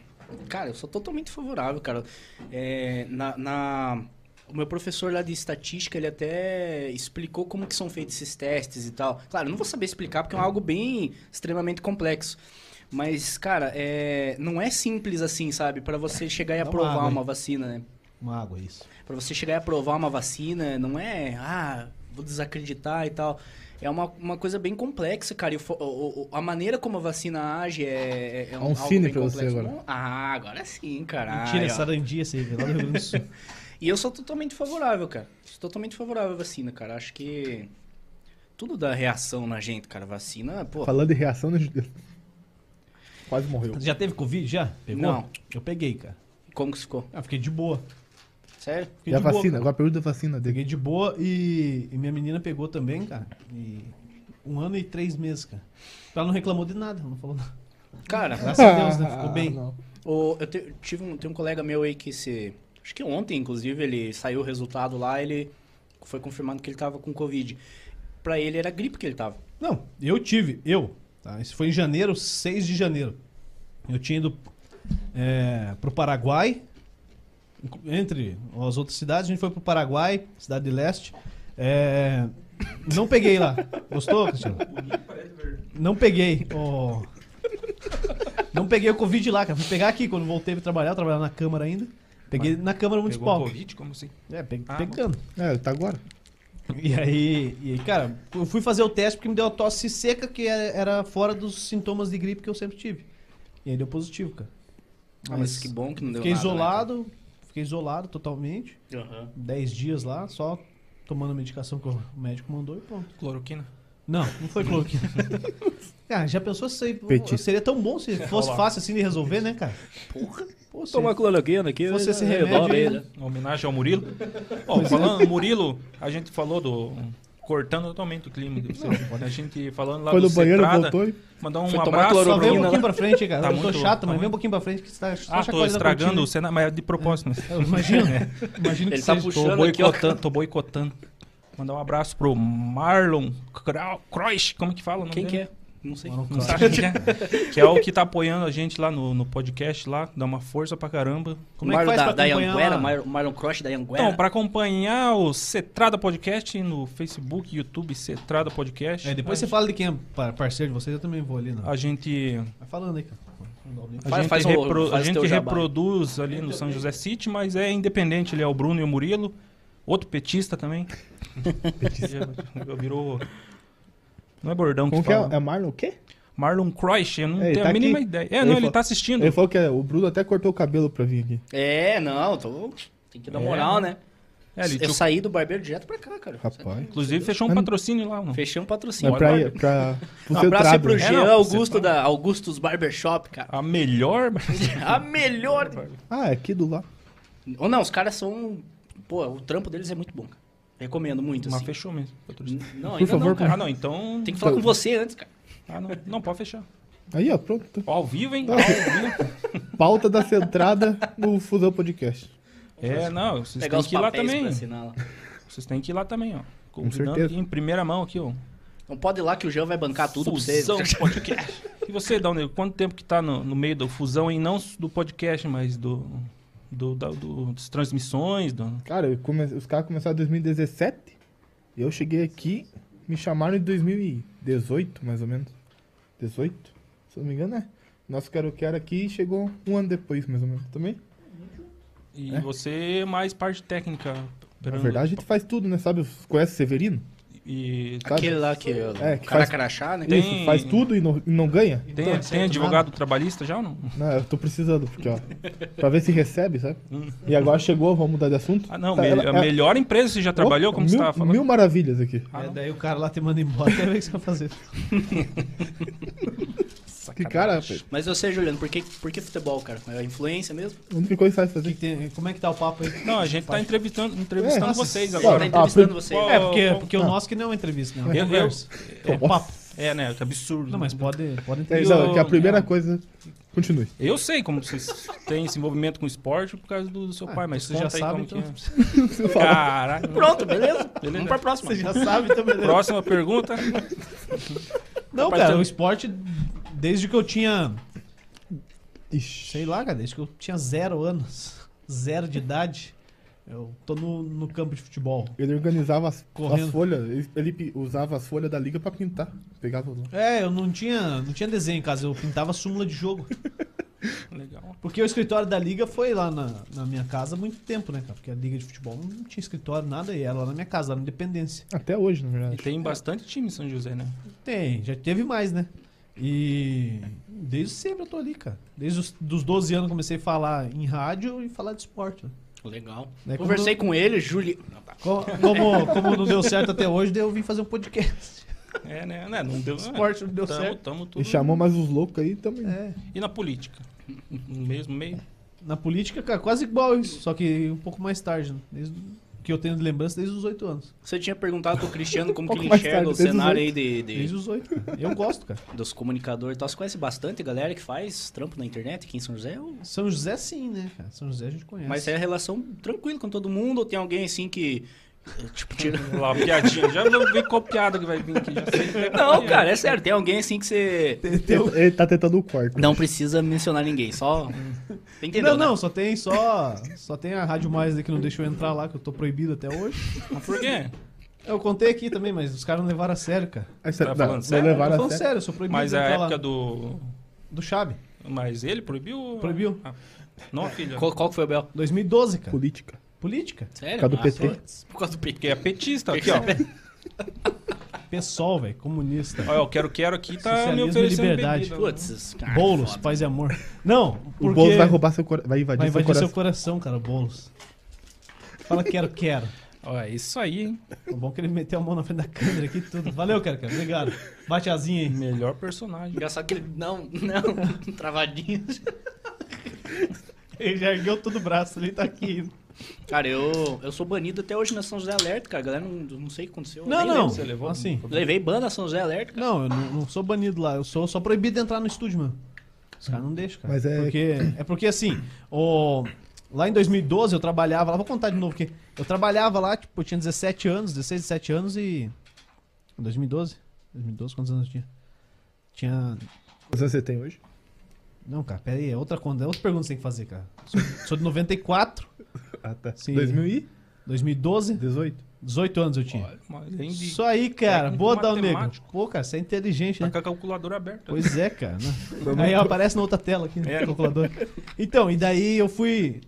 F: cara, eu sou totalmente favorável, cara. É, na, na- O meu professor lá de estatística, ele até explicou como que são feitos esses testes e tal. Claro, eu não vou saber explicar, porque é algo bem extremamente complexo. Mas, cara, é, não é simples assim, sabe? Pra você chegar e
B: Dá uma
F: aprovar
B: água aí.
F: uma vacina, né?
B: Uma água, isso.
F: Pra você chegar e aprovar uma vacina, não é, ah, vou desacreditar e tal. É uma, uma coisa bem complexa, cara. E o fo- o- o- a maneira como a vacina age é, é, é
D: Um
F: algo
D: cine
F: bem
D: pra você
F: complexo.
D: agora.
F: Ah, agora sim, caralho.
B: Mentira,
F: ó.
B: sarandia essa aí, velho, lá do Rio Grande do Sul.
F: E eu sou totalmente favorável, cara. Sou totalmente favorável à vacina, cara. Acho que tudo dá reação na gente, cara. Vacina, pô.
D: Falando em reação, né, Juliano? Quase morreu.
B: Já teve Covid? Já? Pegou?
F: Não.
B: Eu peguei, cara.
F: Como que ficou?
B: Ah, fiquei de boa.
F: Sério?
B: Fiquei
D: E a
B: de boa,
D: vacina? Agora a pergunta da vacina dele.
B: Peguei de boa e, e minha menina pegou também, cara. E um ano e três meses, cara. Ela não reclamou de nada, não falou nada.
F: Cara,
B: Graças a Deus, né? Ficou bem.
D: Ah, não.
F: O- eu te- tive um, tem um colega meu aí que se. Acho que ontem, inclusive, ele saiu o resultado lá, ele foi confirmado que ele tava com Covid. Pra ele era gripe que ele tava.
B: Não, eu tive, eu. Tá? Isso foi em janeiro, 6 de janeiro. Eu tinha ido é, pro Paraguai, incu- entre as outras cidades, a gente foi pro Paraguai, cidade de leste. É, não peguei lá. Gostou, Cristiano? Não peguei. ó. Não peguei o Covid lá, cara. Fui pegar aqui quando voltei pra trabalhar, eu trabalhava na Câmara ainda. Peguei na Câmara
D: Um
E: Pegou
B: Municipal.
E: Covid? Como assim?
B: É, pe-
E: Ah,
B: pegando.
D: É, tá agora.
B: E aí, e aí, cara, eu fui fazer o teste porque me deu uma tosse seca que era- era fora dos sintomas de gripe que eu sempre tive. E aí deu positivo, cara.
F: Ah, mas que bom que não deu
B: Fiquei
F: nada, né,
B: isolado, fiquei isolado totalmente.
F: cara? Aham.
B: 10 dias lá, só tomando a medicação que o médico mandou e pronto.
E: Cloroquina?
B: Não, não foi cloroquina. cara, já pensou se isso aí-
D: Petista.
B: seria tão bom se fosse fácil assim de resolver, né, cara? Porra. Pô, se
F: cloroquina aqui, É,
B: fosse esse remédio aí, né?
E: Uma homenagem ao Murilo? Ó, falando, Murilo, a gente falou do. Cortando totalmente o clima. de vocês. a gente falando lá
D: Foi
E: do
D: no banheiro,
E: Cetrada,
D: voltou e...
E: Mandar um
F: Foi tomar
B: Só
E: abraço.
B: vem um
F: cloroquina né?
B: pouquinho
F: lá.
B: pra frente, cara.
E: Tá
B: eu tô
E: muito-
B: chato, mas
E: tá
B: vem um
E: muito-
B: pouquinho pra frente que você tá só
E: Ah, tô
B: chacoalhando a
E: estragando o
B: cortina.
E: cenário, mas é de propósito. né?
B: Eu Imagino, imagino que
F: Ele tá
B: seja.
E: Tô
F: puxando aqui, ó.
E: boicotando, tô boicotando. Mandar um abraço pro Marlon Krau- Croix, como que fala? o nome
F: Quem que
E: dele?
F: é? Não sei.
B: Não,
E: Não
B: claro.
E: sabe quem é? Que é o que tá apoiando a gente lá no, no podcast, lá, dá uma força pra caramba.
B: Como é que faz
F: da,
B: pra
F: da
B: acompanhar
F: Anguera,
B: lá?
F: Marlon, Marlon Cross da Anguera.
E: Então, pra acompanhar o Cetrada Podcast no Facebook, YouTube, Cetrada Podcast.
B: É, depois
E: a
B: você fala de quem é par- parceiro de vocês, eu também vou ali, não.
E: A gente,
B: Vai falando aí, cara.
E: a
F: Faz-
E: gente,
F: faz o-
E: repro-
F: faz
E: a
F: o
E: gente
F: teu jabá.
E: reproduz ali no São José City, mas é independente. Ele é o Bruno e o Murilo. Outro petista também. petista. Virou. Não é bordão que
D: Como que é?
E: fala.
D: É Marlon o quê?
E: Marlon Croix, eu não
D: É, ele
E: tenho
D: tá
E: a mínima
D: aqui.
E: ideia. É,
D: Ele
E: não, ele
D: falou-
E: tá assistindo.
D: Ele falou que é, o Bruno até cortou o cabelo pra vir aqui.
F: É, não, tô... tem que dar
E: É.
F: moral, né?
E: É, ele
F: eu
E: tinha-
F: saí do barbeiro direto pra cá, cara.
D: Rapaz.
E: Inclusive, fechou um patrocínio lá. Não.
F: Fechei um patrocínio.
D: Mas pra, pra, pro
F: Um abraço aí
D: Cetrado,
F: pro
D: né?
E: É,
F: Jean
E: não,
F: Augusto
E: você
F: da Augustus Barbershop, cara.
E: A melhor.
F: A melhor.
D: Ah, é aqui do lado.
F: Ou não, os caras são. Pô, o trampo deles é muito bom, cara. Recomendo muito,
E: Mas
F: assim.
E: fechou mesmo. patrocínio.
F: N- Não,
D: Por
F: ainda
D: favor,
F: não, cara.
E: Ah, não, então.
F: Tem que falar com você antes, cara.
E: Ah, não. Não, pode fechar.
D: Aí, ó, pronto.
E: Ó, Ao vivo, hein? Ao vivo.
D: Pauta da Cetrada no Fusão Podcast.
E: É, não, vocês
F: Pegar
E: têm
F: os
E: que ir lá
F: papéis
E: também.
F: pra assinar lá.
E: Vocês têm que ir lá também, ó. Convidando
D: certeza.
E: aqui em primeira mão aqui, ó.
F: Então pode ir lá que o Jean vai bancar tudo
E: Fusão
F: pra vocês.
E: Podcast. E você, Dão, quanto tempo que tá no, no meio do fusão e não do podcast, mas do, do, da- do- das transmissões? Do...
D: Cara, eu come- os caras começaram em 2017. E eu cheguei aqui, me chamaram em 2018, mais ou menos. 18? Se eu não me engano, é. Nosso Quero Quero aqui chegou um ano depois, mais ou menos, também.
E: E você é mais parte técnica.
D: Na
E: operando-
D: É verdade, a gente faz tudo, né? Sabe, conhece o Severino?
E: E
D: Sabe?
F: Aquele lá que. o
D: É, que
F: cara
D: faz-
F: crachá, né?
E: Tem-
D: Isso, faz tudo e não, e não ganha.
E: tem, tem
D: é
E: advogado trabalhista já ou não?
D: Não, eu tô precisando, porque, ó. pra ver se recebe, sabe? E agora chegou, vamos mudar de assunto.
E: Ah, não,
D: Tá,
E: me-
D: ela-
E: a
D: ela-
E: melhor empresa você já trabalhou,
D: Opa,
E: como
D: mil,
E: você estava falando?
D: Mil maravilhas aqui.
E: Ah,
B: É, daí o cara lá te manda embora, quer ver o que você vai fazer.
E: Ah, tá
D: que cara, rapaz.
F: Mas eu sei, Juliano, por que, por que futebol, cara? É a influência mesmo?
D: Onde ficou isso aí
B: O que
D: fazer?
B: que tem- como é que tá o papo aí?
E: Não, a gente tá entrevistando, entrevistando
D: É.
E: vocês
D: Nossa,
F: Ele tá
E: agora.
D: é.
F: entrevistando
D: Ah,
F: você.
B: É,
E: Ó,
B: porque,
E: ó,
B: porque o nosso que não é uma entrevista, né? É
E: Eu-
B: uma
E: eu-
B: conversa. É
D: Nossa.
B: papo.
E: É, né? Que absurdo.
B: Não, mas pode, pode
D: É,
B: entrevistar.
D: Isabel, que a primeira
E: é.
D: coisa. Continue.
E: Eu sei como vocês têm esse envolvimento com esporte por causa do, do
D: Ah,
E: seu pai, mas
B: Você
E: conta
B: já
E: aí
B: sabe,
E: como
B: então.
E: que
B: Você
D: Você
E: é.
D: fala.
E: Caralho.
F: Pronto, beleza? Vamos pra próxima.
B: já sabe, então beleza.
E: Próxima pergunta.
B: né? Não,
F: Rapaz,
B: cara,
F: eu-
B: o esporte, desde que eu tinha,
D: Ixi.
B: sei lá, cara, desde que eu tinha zero anos, zero de idade, eu tô no, no campo de futebol.
D: Ele organizava as,
B: Correndo.
D: as folhas, ele, ele pi- usava as folhas da liga pra pintar. Pegava os-
B: É, eu não tinha, não tinha desenho em casa, eu pintava súmula de jogo.
E: Legal.
B: Porque o escritório da liga foi lá na, na minha casa há muito tempo, né, cara? Porque a liga de futebol não tinha escritório, nada, e era lá na minha casa, lá na Independência.
D: Até hoje, na
E: E
D: verdade.
E: tem bastante time em São José, né?
B: Tem, já teve mais, né? E desde sempre eu tô ali, cara. Desde os dos 12 anos eu comecei a falar em rádio e falar de esporte. né?
F: Legal.
B: Né,
F: Conversei com ele, Juli. Não, tá.
B: Co- Como, como não deu certo até hoje, daí eu vim fazer um podcast.
E: É, né? Né, Não deu.
B: Esporte não deu
E: tamo,
B: certo.
E: Tamo tudo.
D: E chamou mais os loucos aí também.
B: É.
E: E na política? No mesmo meio?
B: Na política, cara, quase igual isso, só que um pouco mais tarde, né? Desde que eu tenho de lembrança desde os 8 anos.
F: Você tinha perguntado pro Cristiano como que
D: Pouco
F: ele
D: mais
F: enxerga
D: tarde,
F: o
D: desde os
F: cenário aí
D: oito.
F: de, de-
B: Desde os 8. Eu gosto, cara.
F: dos comunicadores e tal. Você conhece bastante galera que faz trampo na internet aqui em São José? Ou-
B: São José sim, né, cara? São José a gente conhece.
F: Mas é a relação tranquila com todo mundo? Ou tem alguém assim que. Tipo, tira.
E: Vamos lá, piadinha. Já vou ver qual piada que vai vir aqui. Já sei.
F: Não, cara, é sério. Tem alguém assim que você.
D: Ele, ele tá tentando o quarto.
F: Não precisa mencionar ninguém, só. Você Entendeu? né?
B: não, não, só tem só. Só tem a Rádio Mais ali que não deixou eu entrar lá, que eu tô proibido até hoje.
E: Mas por quê?
B: Eu contei aqui também, mas os caras não levaram a sério, cara.
D: Aí você-
E: Tá
D: não,
E: falando
D: não
E: sério?
B: Tô
D: levaram a
B: falando
D: sério.
B: sério, eu sou proibido
E: Mas
B: de
E: a
B: entrar
E: época
B: lá.
E: do.
B: Do Chave,
E: Mas ele proibiu?
B: Proibiu.
E: Ah, não, filho.
F: Qual, qual que foi o Bel?
B: 2012, cara.
D: Política.
B: Política.
F: Sério?
D: Por causa do
F: Ah,
D: PT.
F: só- Por causa do PT.
E: Porque é petista aqui, ó.
B: PSOL, velho, comunista.
E: Olha, eu quero, quero aqui, tá me
B: Socialismo e
E: oferecendo
B: liberdade.
E: bebida.
F: Putz, esses caras
B: Boulos,
F: foda.
B: paz e amor. Não, porque...
D: O Boulos vai roubar seu coração. Vai
B: Vai
D: invadir seu
B: invadir seu
D: coração.
B: coração, cara, o Boulos. Fala quero, quero.
E: Ó, é isso aí, hein?
B: Tá bom que ele meteu a mão na frente da câmera aqui e tudo. Valeu, cara, cara. Obrigado. Bate asinha aí.
E: Melhor personagem.
F: Engraçado que ele. Não, não, travadinho.
B: Ele já ergueu todo o braço, ele tá aqui.
F: Cara, eu, eu sou banido até hoje na São José Alerta, cara. Galera, não, não sei o que aconteceu.
B: Não,
F: nem
B: não.
F: lembro.
E: Você levou?
B: Assim.
F: Levei ban na São José Alerta, cara.
B: Não, eu não, não sou banido lá. Eu sou só proibido de entrar no estúdio, mano. Os caras não deixam, cara.
D: Mas é-
B: Porque, é porque assim, o... lá em 2012 eu trabalhava lá. Vou contar de novo porque eu trabalhava lá, tipo, eu tinha 17 anos, 16, 17 anos e. Em 2012? 2012, quantos anos eu tinha? Tinha.
D: Quantos anos você tem hoje?
B: Não, cara, pera aí, é outra conta, é outra pergunta que você tem que fazer, cara. Sou, sou de 94,
D: Ah, tá.
B: Sim.
D: 2018.
B: 2012, 18 anos eu tinha.
E: Olha, mas é além de...
B: Isso aí, cara,
E: Técnico
B: boa Dal Negro.
E: matemático.
B: Pô, cara, você é inteligente, né?
E: Tá com a calculadora aberta.
B: Pois é, cara. né? Aí aparece na outra tela aqui,
E: É.
B: no calculador. Então, e daí eu fui.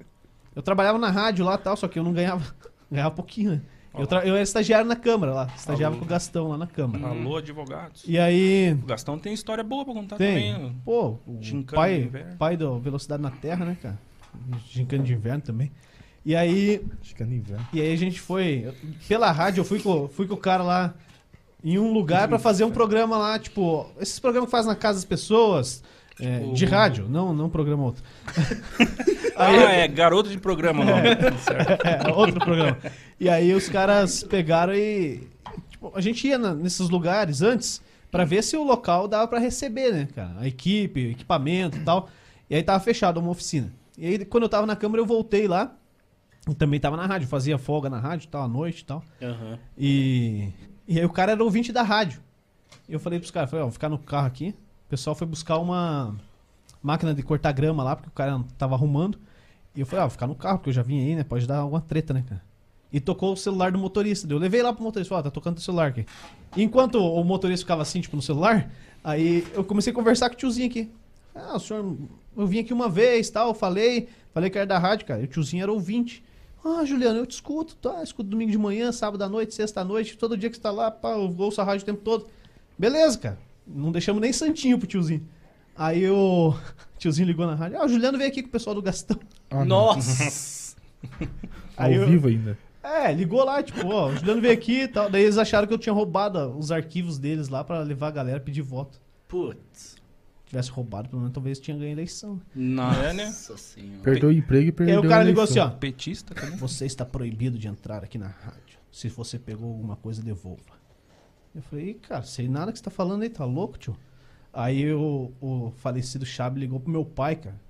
B: Eu trabalhava na rádio lá e tal, só que eu não ganhava. Ganhava pouquinho, né? Eu, tra- eu era estagiário na Câmara lá. Estagiava
E: Alô.
B: com o Gastão lá na Câmara.
E: Alô, advogados.
B: Hum. E aí.
E: O Gastão tem história boa pra contar também.
B: Tem.
E: né?
B: Pô, o
E: Gincana de
B: pai,
E: inverno.
B: pai do Velocidade na Terra, né, cara? Gincana de inverno também. E aí.
D: Acho que é no inverno.
B: E aí a gente foi. eu- Pela rádio, eu fui com, fui com o cara lá em um lugar pra fazer um programa lá, tipo. Esses programas que faz na casa das pessoas. é,
E: Tipo-
B: de rádio, não, não um programa outro.
E: Ah, é, garoto de programa o nome. Certo.
B: É, outro programa. E aí os caras pegaram e. Tipo, a gente ia na- nesses lugares antes pra ver se o local dava pra receber, né, cara? A equipe, equipamento e tal. E aí tava fechado uma oficina. E aí, quando eu tava na câmera, eu voltei lá. E também tava na rádio, fazia folga na rádio e tal, à noite e tal.
F: Aham.
B: E, e aí o cara era ouvinte da rádio. E eu falei pros caras, falei, ó, vou ficar no carro aqui. O pessoal foi buscar uma máquina de cortar grama lá, porque o cara tava arrumando. E eu falei, ó, vou ficar no carro, porque eu já vim aí, né? Pode dar alguma treta, né, cara? E tocou o celular do motorista. daí Eu levei lá pro motorista, falei, ó, tá tocando o celular aqui. E enquanto o motorista ficava assim, tipo, no celular, aí eu comecei a conversar com o tiozinho aqui. Ah, o senhor, eu vim aqui uma vez, tal, falei, falei que era da rádio, cara. E o tiozinho era ouvinte. Ah, Juliano, eu te escuto, tá? Escuto domingo de manhã, sábado à noite, sexta à noite, todo dia que você tá lá, pá, eu ouço a rádio o tempo todo. Beleza, cara. Não deixamos nem santinho pro tiozinho. Aí o tiozinho ligou na rádio. Ah, o Juliano veio aqui com o pessoal do Gastão.
D: Ah, não.
F: Nossa!
D: Ao
B: Aí eu-
D: vivo ainda.
B: É, ligou lá, tipo, ó, o Juliano veio aqui e tal. Daí eles acharam que eu tinha roubado ó, os arquivos deles lá pra levar a galera pedir voto.
F: Putz.
B: Tivesse roubado, pelo menos talvez tinha ganho a eleição.
F: Nossa
E: É, né?
F: senhora.
D: Perdeu o emprego e
B: E
D: perdeu
B: aí o cara
D: a
B: ligou assim,
D: eleição.
B: ó.
E: Petista também.
B: Você está proibido de entrar aqui na rádio. Se você pegou alguma coisa, devolva. Eu falei, "Ih, cara, sei nada que você tá falando aí, tá louco, tio? Aí o, o falecido Chave ligou pro meu pai, cara.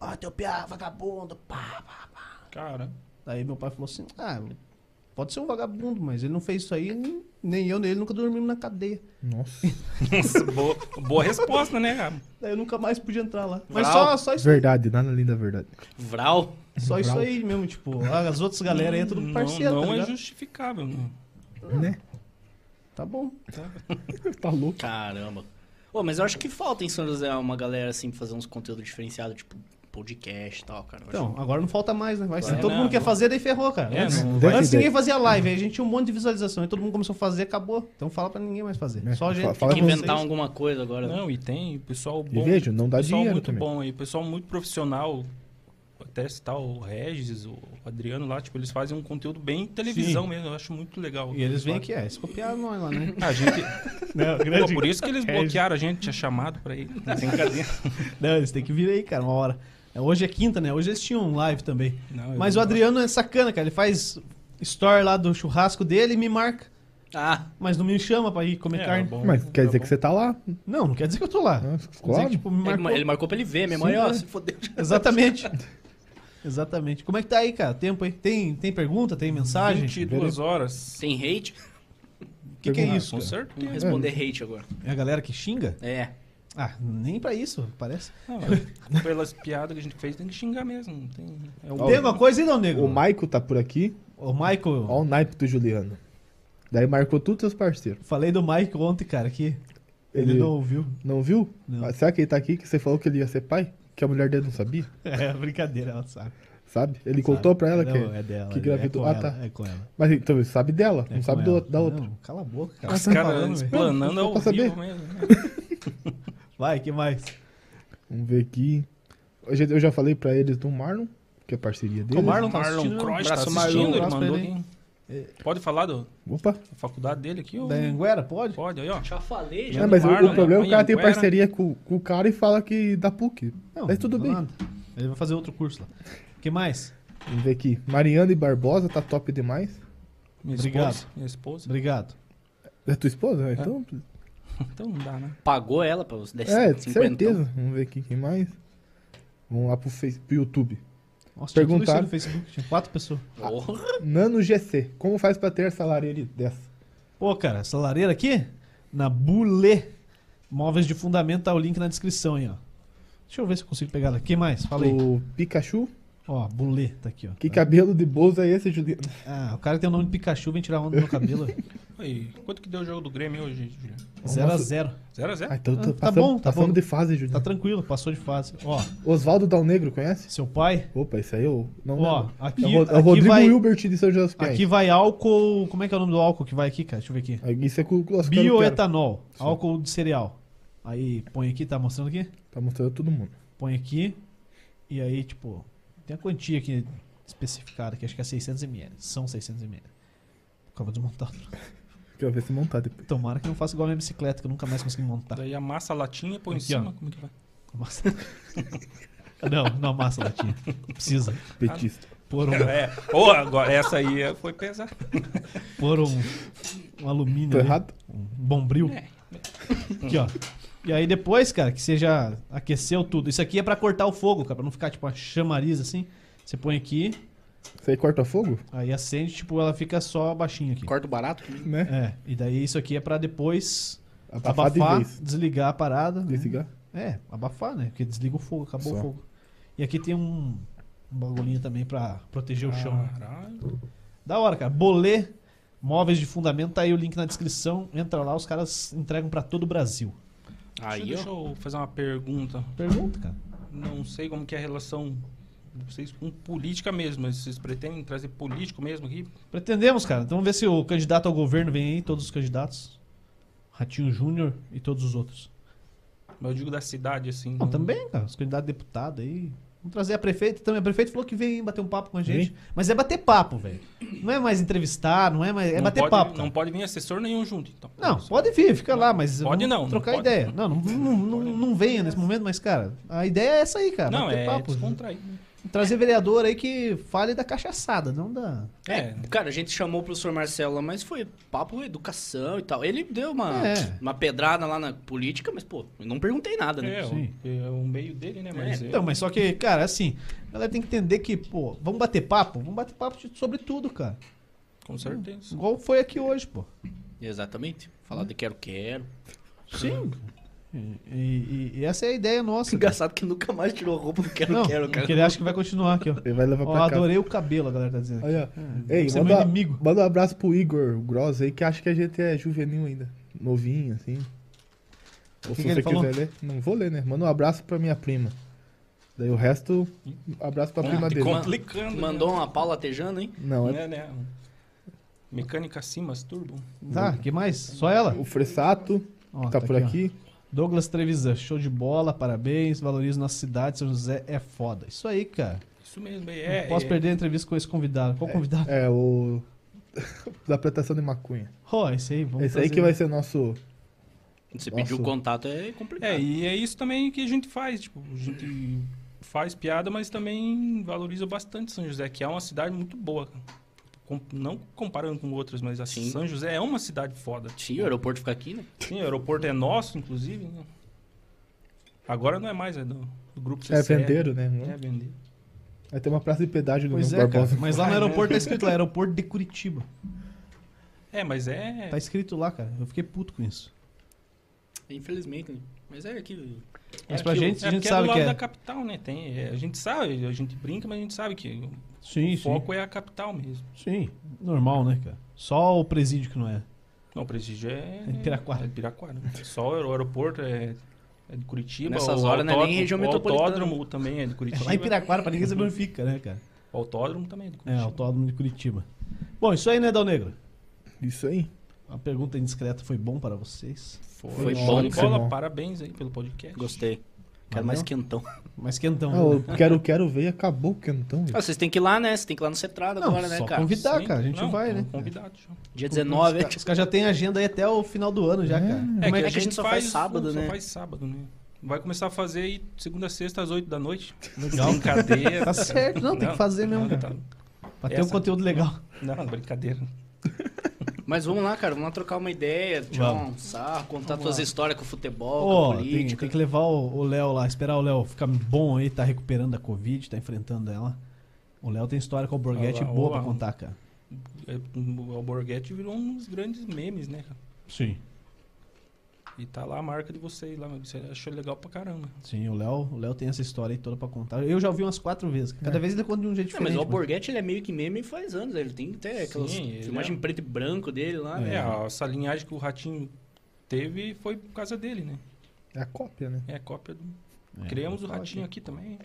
B: Ah, teu piá, vagabundo, pá, pá, pá.
E: Cara,
B: Daí meu pai falou assim, ah, Pode ser um vagabundo, mas ele não fez isso aí, nem- nem eu, nem ele nunca dormimos na cadeia.
D: Nossa.
E: Nossa, boa, boa resposta, né, cara?
B: Daí eu nunca mais podia entrar lá. Mas
F: Vral.
B: só, só isso
D: Verdade, nada além da verdade.
F: Vral.
B: Só isso aí mesmo, tipo, as outras galera aí é tudo parceiro,
E: não
B: tá
E: não é
B: ligado?
E: justificável, né?
D: Né?
B: Tá bom.
D: Tá louco.
F: Caramba. Ô, mas eu acho que falta em São José uma galera assim pra fazer uns conteúdos diferenciados, tipo podcast e tal, cara. Eu
B: Então, agora não falta mais, né? Vai, se
E: É,
B: todo
E: não,
B: mundo quer
E: não.
B: fazer, daí ferrou, cara.
E: É,
B: antes
E: não
D: vai
B: antes
D: ter
B: ninguém fazia live, aí a gente tinha um monte de visualização, aí todo mundo começou a fazer, acabou. Então fala pra ninguém mais fazer.
D: É,
B: Só a gente
D: fa- fala
B: que
F: acho que
D: com
B: vocês-
F: inventar alguma coisa agora.
E: Não, e tem pessoal
D: E
E: bom.
D: veja, não dá
E: pessoal
D: dinheiro
E: muito
D: também.
E: bom aí, pessoal muito profissional. Até citar o Regis, o Adriano lá, tipo, eles fazem um conteúdo bem televisão
B: Sim.
E: mesmo, eu acho muito legal.
B: E eles vêm aqui, é, eles copiaram nós lá, né?
E: A gente,
B: Não,
E: pô, por isso que eles
B: Regis.
E: bloquearam a gente, tinha chamado pra ir. Brincadeira.
B: Não, eles têm que vir aí, cara, uma hora. É, Hoje é quinta, né? Hoje eles tinham um live também.
E: Não, eu
B: Mas o
E: não-
B: Adriano é sacana, cara. Ele faz story lá do churrasco dele e me marca.
F: Ah,
B: Mas não me chama pra ir comer
E: É,
B: carne.
E: bom,
D: Mas quer
E: é
D: dizer
E: bom.
D: que você tá lá.
B: Não, não quer dizer que eu tô lá.
D: Ah,
B: Quer dizer
D: claro.
B: que, tipo, me
F: ele,
B: marcou.
F: ma- ele marcou pra ele ver, minha
B: Sim,
F: mãe, ó,
B: é.
F: se fodeu.
B: Exatamente. Exatamente. Como é que tá aí, cara? Tempo aí? Tem, tem pergunta? Tem mensagem? O
E: 22 horas.
F: Tem hate?
B: que, que é
D: Pergunta.
B: isso?
E: Com
B: cara?
F: Vamos
E: certeza.
F: responder hate agora.
B: É a galera que xinga?
F: É.
B: Ah, nem pra isso, parece.
E: Não, mas pelas piadas que a gente fez, tem que xingar mesmo. não Tem, é o-
B: Tem alguma coisa aí, não, nego?
D: O Maico tá por aqui.
B: O Michael.
D: Ó o naipe do Juliano. Daí marcou todos seus parceiros.
B: Falei do Michael ontem, cara, que ele,
D: Ele-
B: não ouviu.
D: Não viu?
B: Não.
D: Ah, Será que ele tá aqui que você falou que ele ia ser pai? Que a mulher dele não sabia?
B: É, brincadeira, ela sabe.
D: Sabe? Ele contou pra ela
B: não,
D: que.
B: É dela.
D: que
B: é
D: gravidou.
B: com
D: Ah,
B: ela,
D: tá.
B: É com ela.
D: Mas então ele sabe dela,
B: é
D: não
B: com
D: sabe do-
B: ela.
D: da outra.
B: Não, cala a boca, cara.
E: Os
D: tá
E: caras
D: falando, velho.
E: explanando
D: Não,
E: ao
D: só pra
E: vivo
D: saber.
E: mesmo. né? assim.
B: Vai, que mais?
D: Vamos ver aqui. Eu já- Eu já falei pra eles do Marlon, que é a parceria dele.
B: O Marlon tá
E: Marlon
B: assistindo,
E: Cross
B: né?
E: tá
B: Abraço,
E: assistindo,
B: Marlon,
E: ele
B: abraço pra
E: mandou
B: ele, hein? É.
E: aqui. Pode falar do-
D: Opa.
E: da faculdade dele aqui? Ou...
B: Da Anguera, pode?
E: Pode, aí, ó.
F: Já falei,
D: É, mas o-
E: Marlon,
D: o problema é que o cara tem
E: Anhanguera.
D: parceria com, com o cara e fala que dá PUC. Mas tudo
B: dá
D: bem.
B: nada. Ele vai fazer outro curso lá. que mais?
D: Vamos ver aqui. Mariana e Barbosa tá top demais.
E: Minha
B: Obrigado.
E: esposa. Minha esposa.
B: Obrigado.
D: É tua esposa? né? Então.
E: Então não dá, né?
F: Pagou ela pra os 10
D: É,
F: 50.
D: certeza. Vamos ver aqui quem mais. Vamos lá pro, face, pro YouTube.
B: Nossa, tinha tudo isso aí
D: Perguntaram.
B: no Facebook. Tinha quatro pessoas.
F: Porra.
D: Nano GC. Como faz pra ter salário ali dessa?
B: Pô, cara, essa lareira aqui, na Bulê. Móveis de fundamento, tá o link na descrição aí, ó. Deixa eu ver se eu consigo pegar ela. Quem mais? Fala aí.
D: O Pikachu?
B: Ó, Bulê, tá aqui, ó.
D: Que cabelo de bolsa é esse, Juliano?
B: Ah, o cara que tem o nome de Pikachu, vem tirar onda do meu cabelo.
E: Aí, quanto que deu o jogo do Grêmio hoje, Juliano?
B: 0 a 0
D: Ah,
E: 0x0?
D: então
B: Ah,
D: tá,
B: tá
D: passamos,
B: bom, tá
D: passamos
B: bom.
D: de fase, Juliano.
B: Tá tranquilo, passou de fase. Ó,
D: Oswaldo Dal Negro, conhece?
B: seu pai.
D: Opa, isso aí eu não
B: Ó,
D: lembro.
B: aqui-
D: é o, Ro- é o
B: aqui
D: Rodrigo
B: vai-
D: Hilbert de São José dos Pinhais.
B: Aqui vai álcool. Como é que é o nome do álcool que vai aqui, cara? Deixa eu ver aqui.
D: Aí Isso é com com os caras.
B: Bioetanol, álcool de cereal. Aí põe aqui, tá mostrando aqui?
D: Tá mostrando todo mundo.
B: Põe aqui. E aí, tipo, tem a quantia aqui especificada, que acho que é 600ml. São 600ml. Acabou de montar.
D: Quero ver se montar depois.
B: Tomara que eu não faça igual a minha bicicleta, que eu nunca mais consegui montar.
E: Daí amassa a latinha, põe em
B: tá. Aqui,
E: cima.
B: ó.
E: Como é que vai?
B: Amassa. Não, não amassa a latinha. Precisa.
D: Petista.
B: Por um,
E: É, ou agora, essa aí é- foi pesada.
B: por um, um alumínio.
D: Tô
B: ali,
D: errado?
B: Um bombril.
E: É.
B: Aqui, ó. E aí depois, cara, que você já aqueceu tudo. Isso aqui é pra cortar o fogo, cara, pra não ficar tipo uma chamariz assim. Você põe aqui,
D: Isso aí corta fogo?
B: aí acende, tipo, ela fica só baixinha aqui.
F: Corta o barato.
D: Né?
B: É, e daí isso aqui é pra depois
D: Abafar
B: abafar,
D: de vez.
B: desligar a parada. né?
D: Desligar.
B: É, abafar, né? Porque desliga o fogo, acabou o
D: Só.
B: fogo. E aqui tem um, um bagulhinho também pra proteger o chão. né?
E: Caralho.
B: Da hora, cara. Bolê, móveis de fundamento, tá aí o link na descrição. Entra lá, os caras entregam pra todo o Brasil.
E: Aí,
F: Aí,
E: deixa,
F: ó.
E: eu fazer uma pergunta.
B: Pergunta, cara.
E: Não sei como que é a relação de vocês com política mesmo, mas vocês pretendem trazer político mesmo aqui?
B: Pretendemos, cara. Então vamos ver se o candidato ao governo vem aí, todos os candidatos. Ratinho Júnior e todos os outros.
E: Mas eu digo da cidade, assim.
B: Não,
E: né?
B: também, cara. Os candidatos a deputado aí. Vamos trazer a prefeita também. A prefeita falou que vem bater um papo com a gente. Mas é bater papo, velho. Não é mais entrevistar, não é mais. É
E: Não
B: bater
E: pode-
B: papo. Cara.
E: Não pode vir assessor nenhum junto, então.
B: Não, pode vir, fica lá, mas.
E: Pode
B: vamos
E: não, não
B: Trocar
E: pode.
B: ideia. Não, não, não, não, não venha nesse momento, mas, cara, a ideia é essa aí, cara.
E: Não,
B: bater
E: é
B: papo.
E: descontrair.
B: Trazer vereador aí que fale da cachaçada, não da.
E: É,
F: Cara, a gente chamou o professor Marcelo lá, mas foi papo educação e tal. Ele deu uma,
B: É.
F: uma pedrada lá na política, mas, pô, eu não perguntei nada, né?
E: é,
B: Sim.
E: o- é o meio dele, né? Mas é,
B: Então, mas só que, cara, assim, a galera tem que entender que, pô, vamos bater papo? Vamos bater papo de- sobre tudo, cara.
E: com certeza.
B: Igual foi aqui hoje, pô.
F: Exatamente. Falar de quero, quero.
B: Sim. E, e- e essa é a ideia nossa. cara.
F: Engraçado que nunca mais tirou a roupa do quero,
B: Não,
F: quero, cara.
B: porque ele acha que vai continuar aqui, ó.
D: Ele vai levar
B: Ó,
D: pra casa.
B: adorei o cabelo, a galera tá dizendo. aqui.
D: Aí, ó. Ei,
B: Você é
D: manda,
B: meu inimigo.
D: manda um abraço pro Igor Gross aí, que acha que a gente é juvenil ainda. Novinho, assim. Ou
B: Que que
D: se você
B: ele
D: quiser
B: falou?
D: ler. Não vou ler, né? Manda um abraço pra minha prima. Daí o resto, abraço pra
F: Ah,
D: prima
F: tem
D: dele.
F: como-
E: Complicando. né?
F: Mandou uma Paula Tejano, hein?
D: Não, é
E: Né, né? Mecânica Simas Turbo.
B: Tá, que mais? Só ela?
D: o Fressato,
B: Ó,
D: que tá, por
B: ó.
D: aqui.
B: Douglas Trevisan, show de bola, parabéns, valoriza nossa cidade, São José é foda. Isso aí, cara.
E: Isso mesmo, é.
B: Não posso
E: é-
B: perder a entrevista com esse convidado. Qual convidado?
D: É, o. da plantação de maconha.
B: Ó, esse aí, vamos
D: Esse aí
B: trazer.
D: que vai ser nosso.
F: Você
D: Nossa.
F: pediu o contato, é complicado.
E: É, e é isso também que a gente faz, tipo, a gente faz piada, mas também valoriza bastante São José, que é uma cidade muito boa. cara. Com- não comparando com outras, mas assim,
F: Sim.
E: São José é uma cidade foda.
F: Sim, o aeroporto fica aqui, né?
E: Sim, o aeroporto é nosso, inclusive. né? Agora não é mais, é do, do grupo
D: É
E: CCR.
D: vendeiro, né?
E: É vender.
D: Vai ter uma praça de pedágio do
B: Pois é,
D: Nando
B: cara.
D: Barbosa.
B: Mas lá no aeroporto tá escrito lá, aeroporto de Curitiba.
E: É, mas é.
B: Tá escrito lá, cara. Eu fiquei puto com isso.
F: Infelizmente, né? Mas é aqui.
B: Mas
E: é
B: pra
E: aquilo.
B: gente, a
E: é
B: gente
E: porque é do
B: sabe
E: lado
B: que
E: da
B: é.
E: capital, né? Tem, é, a gente sabe, a gente brinca, mas a gente sabe que o
B: Sim, sim.
E: foco é a capital mesmo.
B: Sim, normal, né, cara? Só o presídio que não é.
E: Não, o prestígio é.
B: É de Piraquara.
E: É de Piraquara. Só o aer- o aeroporto é, é de Curitiba.
F: Nessas
E: o
F: horas não é nem
E: autódromo-
F: região
E: o
F: metropolitana. né?
E: autódromo também é de
B: É
E: Curitiba.
B: lá em Piraquara, pra ninguém saber onde fica, né, cara?
E: O autódromo também é de
B: É,
E: Curitiba.
B: autódromo de Curitiba. Bom, isso aí, né, Dal Negro?
D: Isso aí.
B: A pergunta indiscreta foi bom para vocês.
F: Foi
E: Show
F: bom,
E: de
D: foi
E: bola.
D: bom.
E: Parabéns aí pelo podcast.
F: Gostei.
B: Valeu.
F: Quero mais quentão.
B: Mas quentão.
D: Ah,
B: né?
D: o quero, quero ver e acabou o quentão. velho.
F: Ah, vocês têm que ir lá, né? Vocês têm que ir lá no Cetrado
B: Não,
F: agora, né,
B: só
F: cara?
B: convidar, cara. A gente
E: Não, é um
B: vai, né?
E: Convidado. já.
F: Dia 19,
B: Os caras já tem agenda aí até o final do ano, já, cara.
E: É,
F: Como
E: que,
F: é
E: a gente, só faz,
F: sábado,
E: só
F: né?
E: faz sábado, né? Vai começar a fazer aí segunda, a sexta, às 8 da noite.
B: Legal.
E: Brincadeira.
B: Tá certo, não, tem que fazer mesmo,
E: Não,
B: cara.
E: tá-
B: Pra ter um
E: Essa-
B: conteúdo legal.
E: não, brincadeira.
F: Mas vamos lá, cara. Vamos lá trocar uma ideia, tirar
B: Vamos.
F: um sarro, contar tuas histórias com o futebol,
B: Ó,
F: com a
B: tem,
F: política.
B: tem que levar o o Léo lá, esperar o Léo ficar bom aí, tá recuperando a Covid, tá enfrentando ela. O Léo tem história com o Borghetti
E: Ah, lá,
B: boa
E: ó,
B: pra
E: lá.
B: contar, cara.
E: É, O Alborguete virou um dos grandes memes, né, cara?
B: Sim.
E: E tá lá a marca de vocês lá, mas você achou legal pra caramba.
B: Sim, o Léo, o Léo tem essa história aí toda pra contar. Eu já ouvi umas quatro vezes. Cada vez ele conta de um jeito
F: É,
B: diferente.
F: mas o
B: mano.
F: Alborguete, ele é meio que meme faz anos. né? Ele tem até aquelas
E: Sim, ele
F: filmagens
E: é.
F: em preto e branco dele lá, né?
E: É, a- essa linhagem que o Ratinho teve foi por causa dele, né?
D: É a cópia, né?
E: É a cópia do.
B: É,
E: Criamos o
B: vou falar
E: Ratinho aqui também.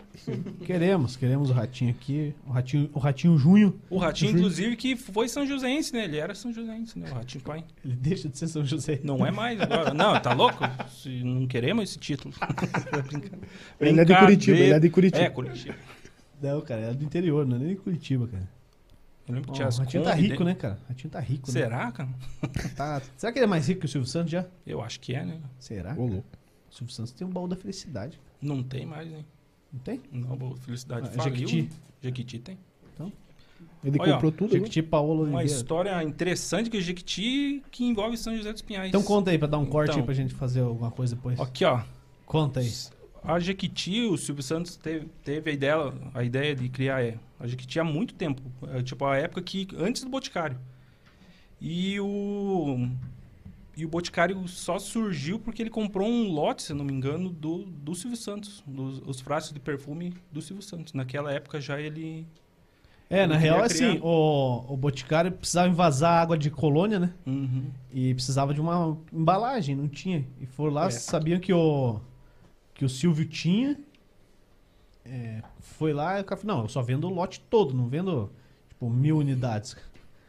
B: Queremos, queremos o Ratinho aqui. O Ratinho, o Ratinho Junho.
E: O Ratinho, inclusive, que foi São Joséense, né? Ele era São Joséense, né? O Ratinho Pai.
B: Ele deixa de ser São José.
E: Não é mais agora. Não, tá louco? Se não queremos esse título. Brincadeira.
D: Ele é de Curitiba, ele é de Curitiba.
E: É, Curitiba.
B: Não, cara, é do interior, não é nem de Curitiba, cara.
E: Eu lembro que
B: Ó,
E: tinha
B: o
E: as
B: Ratinho tá
E: Kombi
B: rico,
E: dele.
B: né, cara? O Ratinho tá rico, né?
E: Será, cara?
B: Tá- Será que ele é mais rico que o Silvio Santos já?
E: Eu acho que é, né?
B: Será?
D: Ô, louco.
B: O Silvio Santos tem um baú da felicidade.
E: Não tem mais, né?
B: Não tem?
E: Não, boa felicidade.
B: Ah,
E: faliu,
B: Jequiti.
E: né? Jequiti tem.
D: Ele
E: Olha, ó,
D: comprou tudo.
B: Jequiti Paolo
E: Uma
B: Oliveira.
E: história interessante que o Jequiti que envolve São José dos Pinhais.
B: Então conta aí pra dar um corte
E: Então.
B: aí pra gente fazer alguma coisa depois.
E: Aqui, ó.
B: Conta aí.
E: A Jequiti, o Silvio Santos teve, teve a, ideia, a ideia de criar é, a Jequiti há muito tempo. É, tipo, a época que... Antes do Boticário. E o... E o Boticário só surgiu porque ele comprou um lote, se eu não me engano, do, do Silvio Santos. Dos, os frascos de perfume do Silvio Santos. Naquela época já ele...
B: É, na
E: Eu
B: real,
E: queria
B: assim,
E: criar-
B: o, o Boticário precisava invasar a água de colônia, né?
E: Uhum.
B: E precisava de uma embalagem, não tinha. E foram lá,
E: É.
B: sabiam que o, que o Silvio tinha. É, foi lá e o cara falou, não, eu só vendo o lote todo, não vendo, tipo, mil unidades.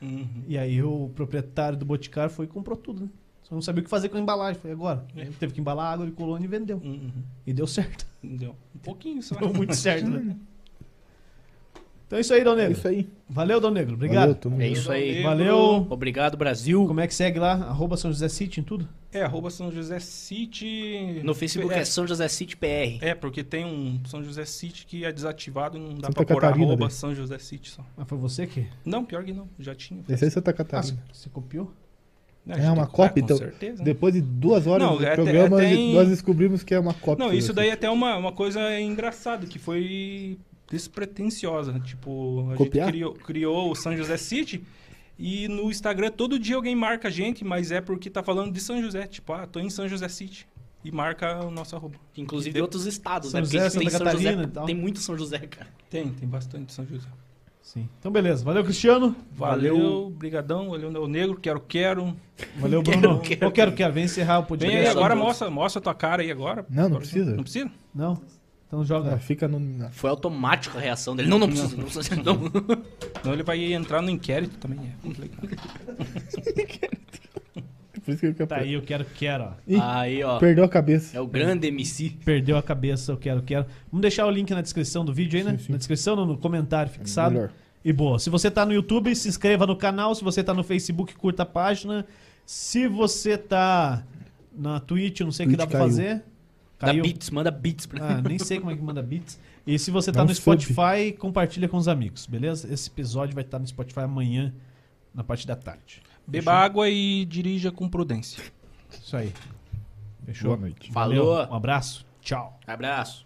E: Uhum.
B: E aí o proprietário do Boticário foi e comprou tudo, né? Só não sabia o que fazer com a embalagem, foi agora.
E: É.
B: Ele teve que embalar a água de colônia e vendeu.
E: Uhum.
B: E deu certo.
E: Deu um pouquinho só.
B: Deu muito certo, né?
E: Hum,
B: Então é isso aí, Dão
D: É
B: Negro.
D: isso aí.
B: Valeu, Dão Negro.
D: Valeu,
B: Obrigado.
D: tamo
F: É
D: junto.
F: isso aí.
B: um Valeu.
F: Obrigado, Brasil.
B: Como é que segue lá? Arroba São José City em tudo?
E: É, arroba São José City.
F: No Facebook é
E: é.
F: São José City PR.
E: É, porque tem um São José City que é desativado e não dá
D: Santa
E: pra pôr
D: Catarina, né?
E: arroba
D: daí.
E: São José City só.
B: Mas Ah, foi você que?
E: Não, pior que não, já tinha.
D: Esse aí é Santa
B: Ah,
D: Catarina.
B: você copiou?
E: Não,
D: É
E: já
D: uma
E: tem que-
D: cópia,
E: ah,
D: então.
E: Com certeza. né?
D: Depois de duas horas
E: Não,
D: do
E: é até-
D: programa,
E: é até
D: a gente-
E: em-
D: nós descobrimos que é uma cópia.
E: Não, isso
D: assim.
E: daí é até uma, uma coisa engraçada, que foi despretensiosa. Tipo, a
D: Copiar?
E: gente criou, criou o São José City E no Instagram, todo dia alguém marca a gente, mas é porque tá falando de São José. Tipo, ah, tô em São José City. E marca o nosso arroba.
F: Inclusive
E: Deu-
F: de outros estados,
B: São
F: né? Porque
B: José,
F: a gente tem
B: Santa
F: São José-
B: Catarina e tal.
F: Tem muito São José, cara.
E: Tem, tem bastante São José.
B: Sim. Então, beleza. Valeu, Cristiano.
E: Valeu, brigadão. Valeu, Neo Negro. Quero, quero.
B: Valeu,
F: Quero,
B: Bruno.
F: quero.
B: Eu quero, quero. Vem encerrar o
E: Vem
B: podcast.
E: aí
F: Obrigado,
E: agora,
F: Bruno.
E: mostra, mostra a tua cara aí agora.
D: Não, não
E: Agora sim.
B: É.
D: precisa.
E: Não precisa?
B: Não? Então
D: Ah,
B: joga.
D: fica anonimizado.
F: Foi automático a reação dele. Não, não precisa, não precisa. Não.
E: Não, ele vai entrar no inquérito também. É complicado.
D: É por isso que eu quero.
B: Tá aí, eu quero, quero. ó.
D: Ih,
F: Aí, ó.
D: Perdeu a cabeça.
F: É o grande MC.
B: Perdeu a cabeça, eu quero, quero. Vamos deixar o link na descrição do vídeo aí, né?
D: Sim, sim.
B: Na descrição, no, no comentário fixado.
D: Melhor.
B: E boa. Se você tá no YouTube, se inscreva no canal. Se você tá no Facebook, curta a página. Se você tá na Twitch, eu não sei o que
D: Twitch
B: dá pra
D: caiu.
B: fazer.
F: Dá beats, manda beats pra
B: Ah, nem sei como é que manda beats. E se você tá
D: Dá um
B: no
D: sub.
B: Spotify, compartilha com os amigos, beleza? Esse episódio vai estar no Spotify amanhã, na parte da tarde.
E: Beba água e dirija com prudência.
B: Isso aí. Fechou?
D: Boa noite.
B: Valeu.
F: Falou.
B: Um abraço. Tchau.
F: Abraço.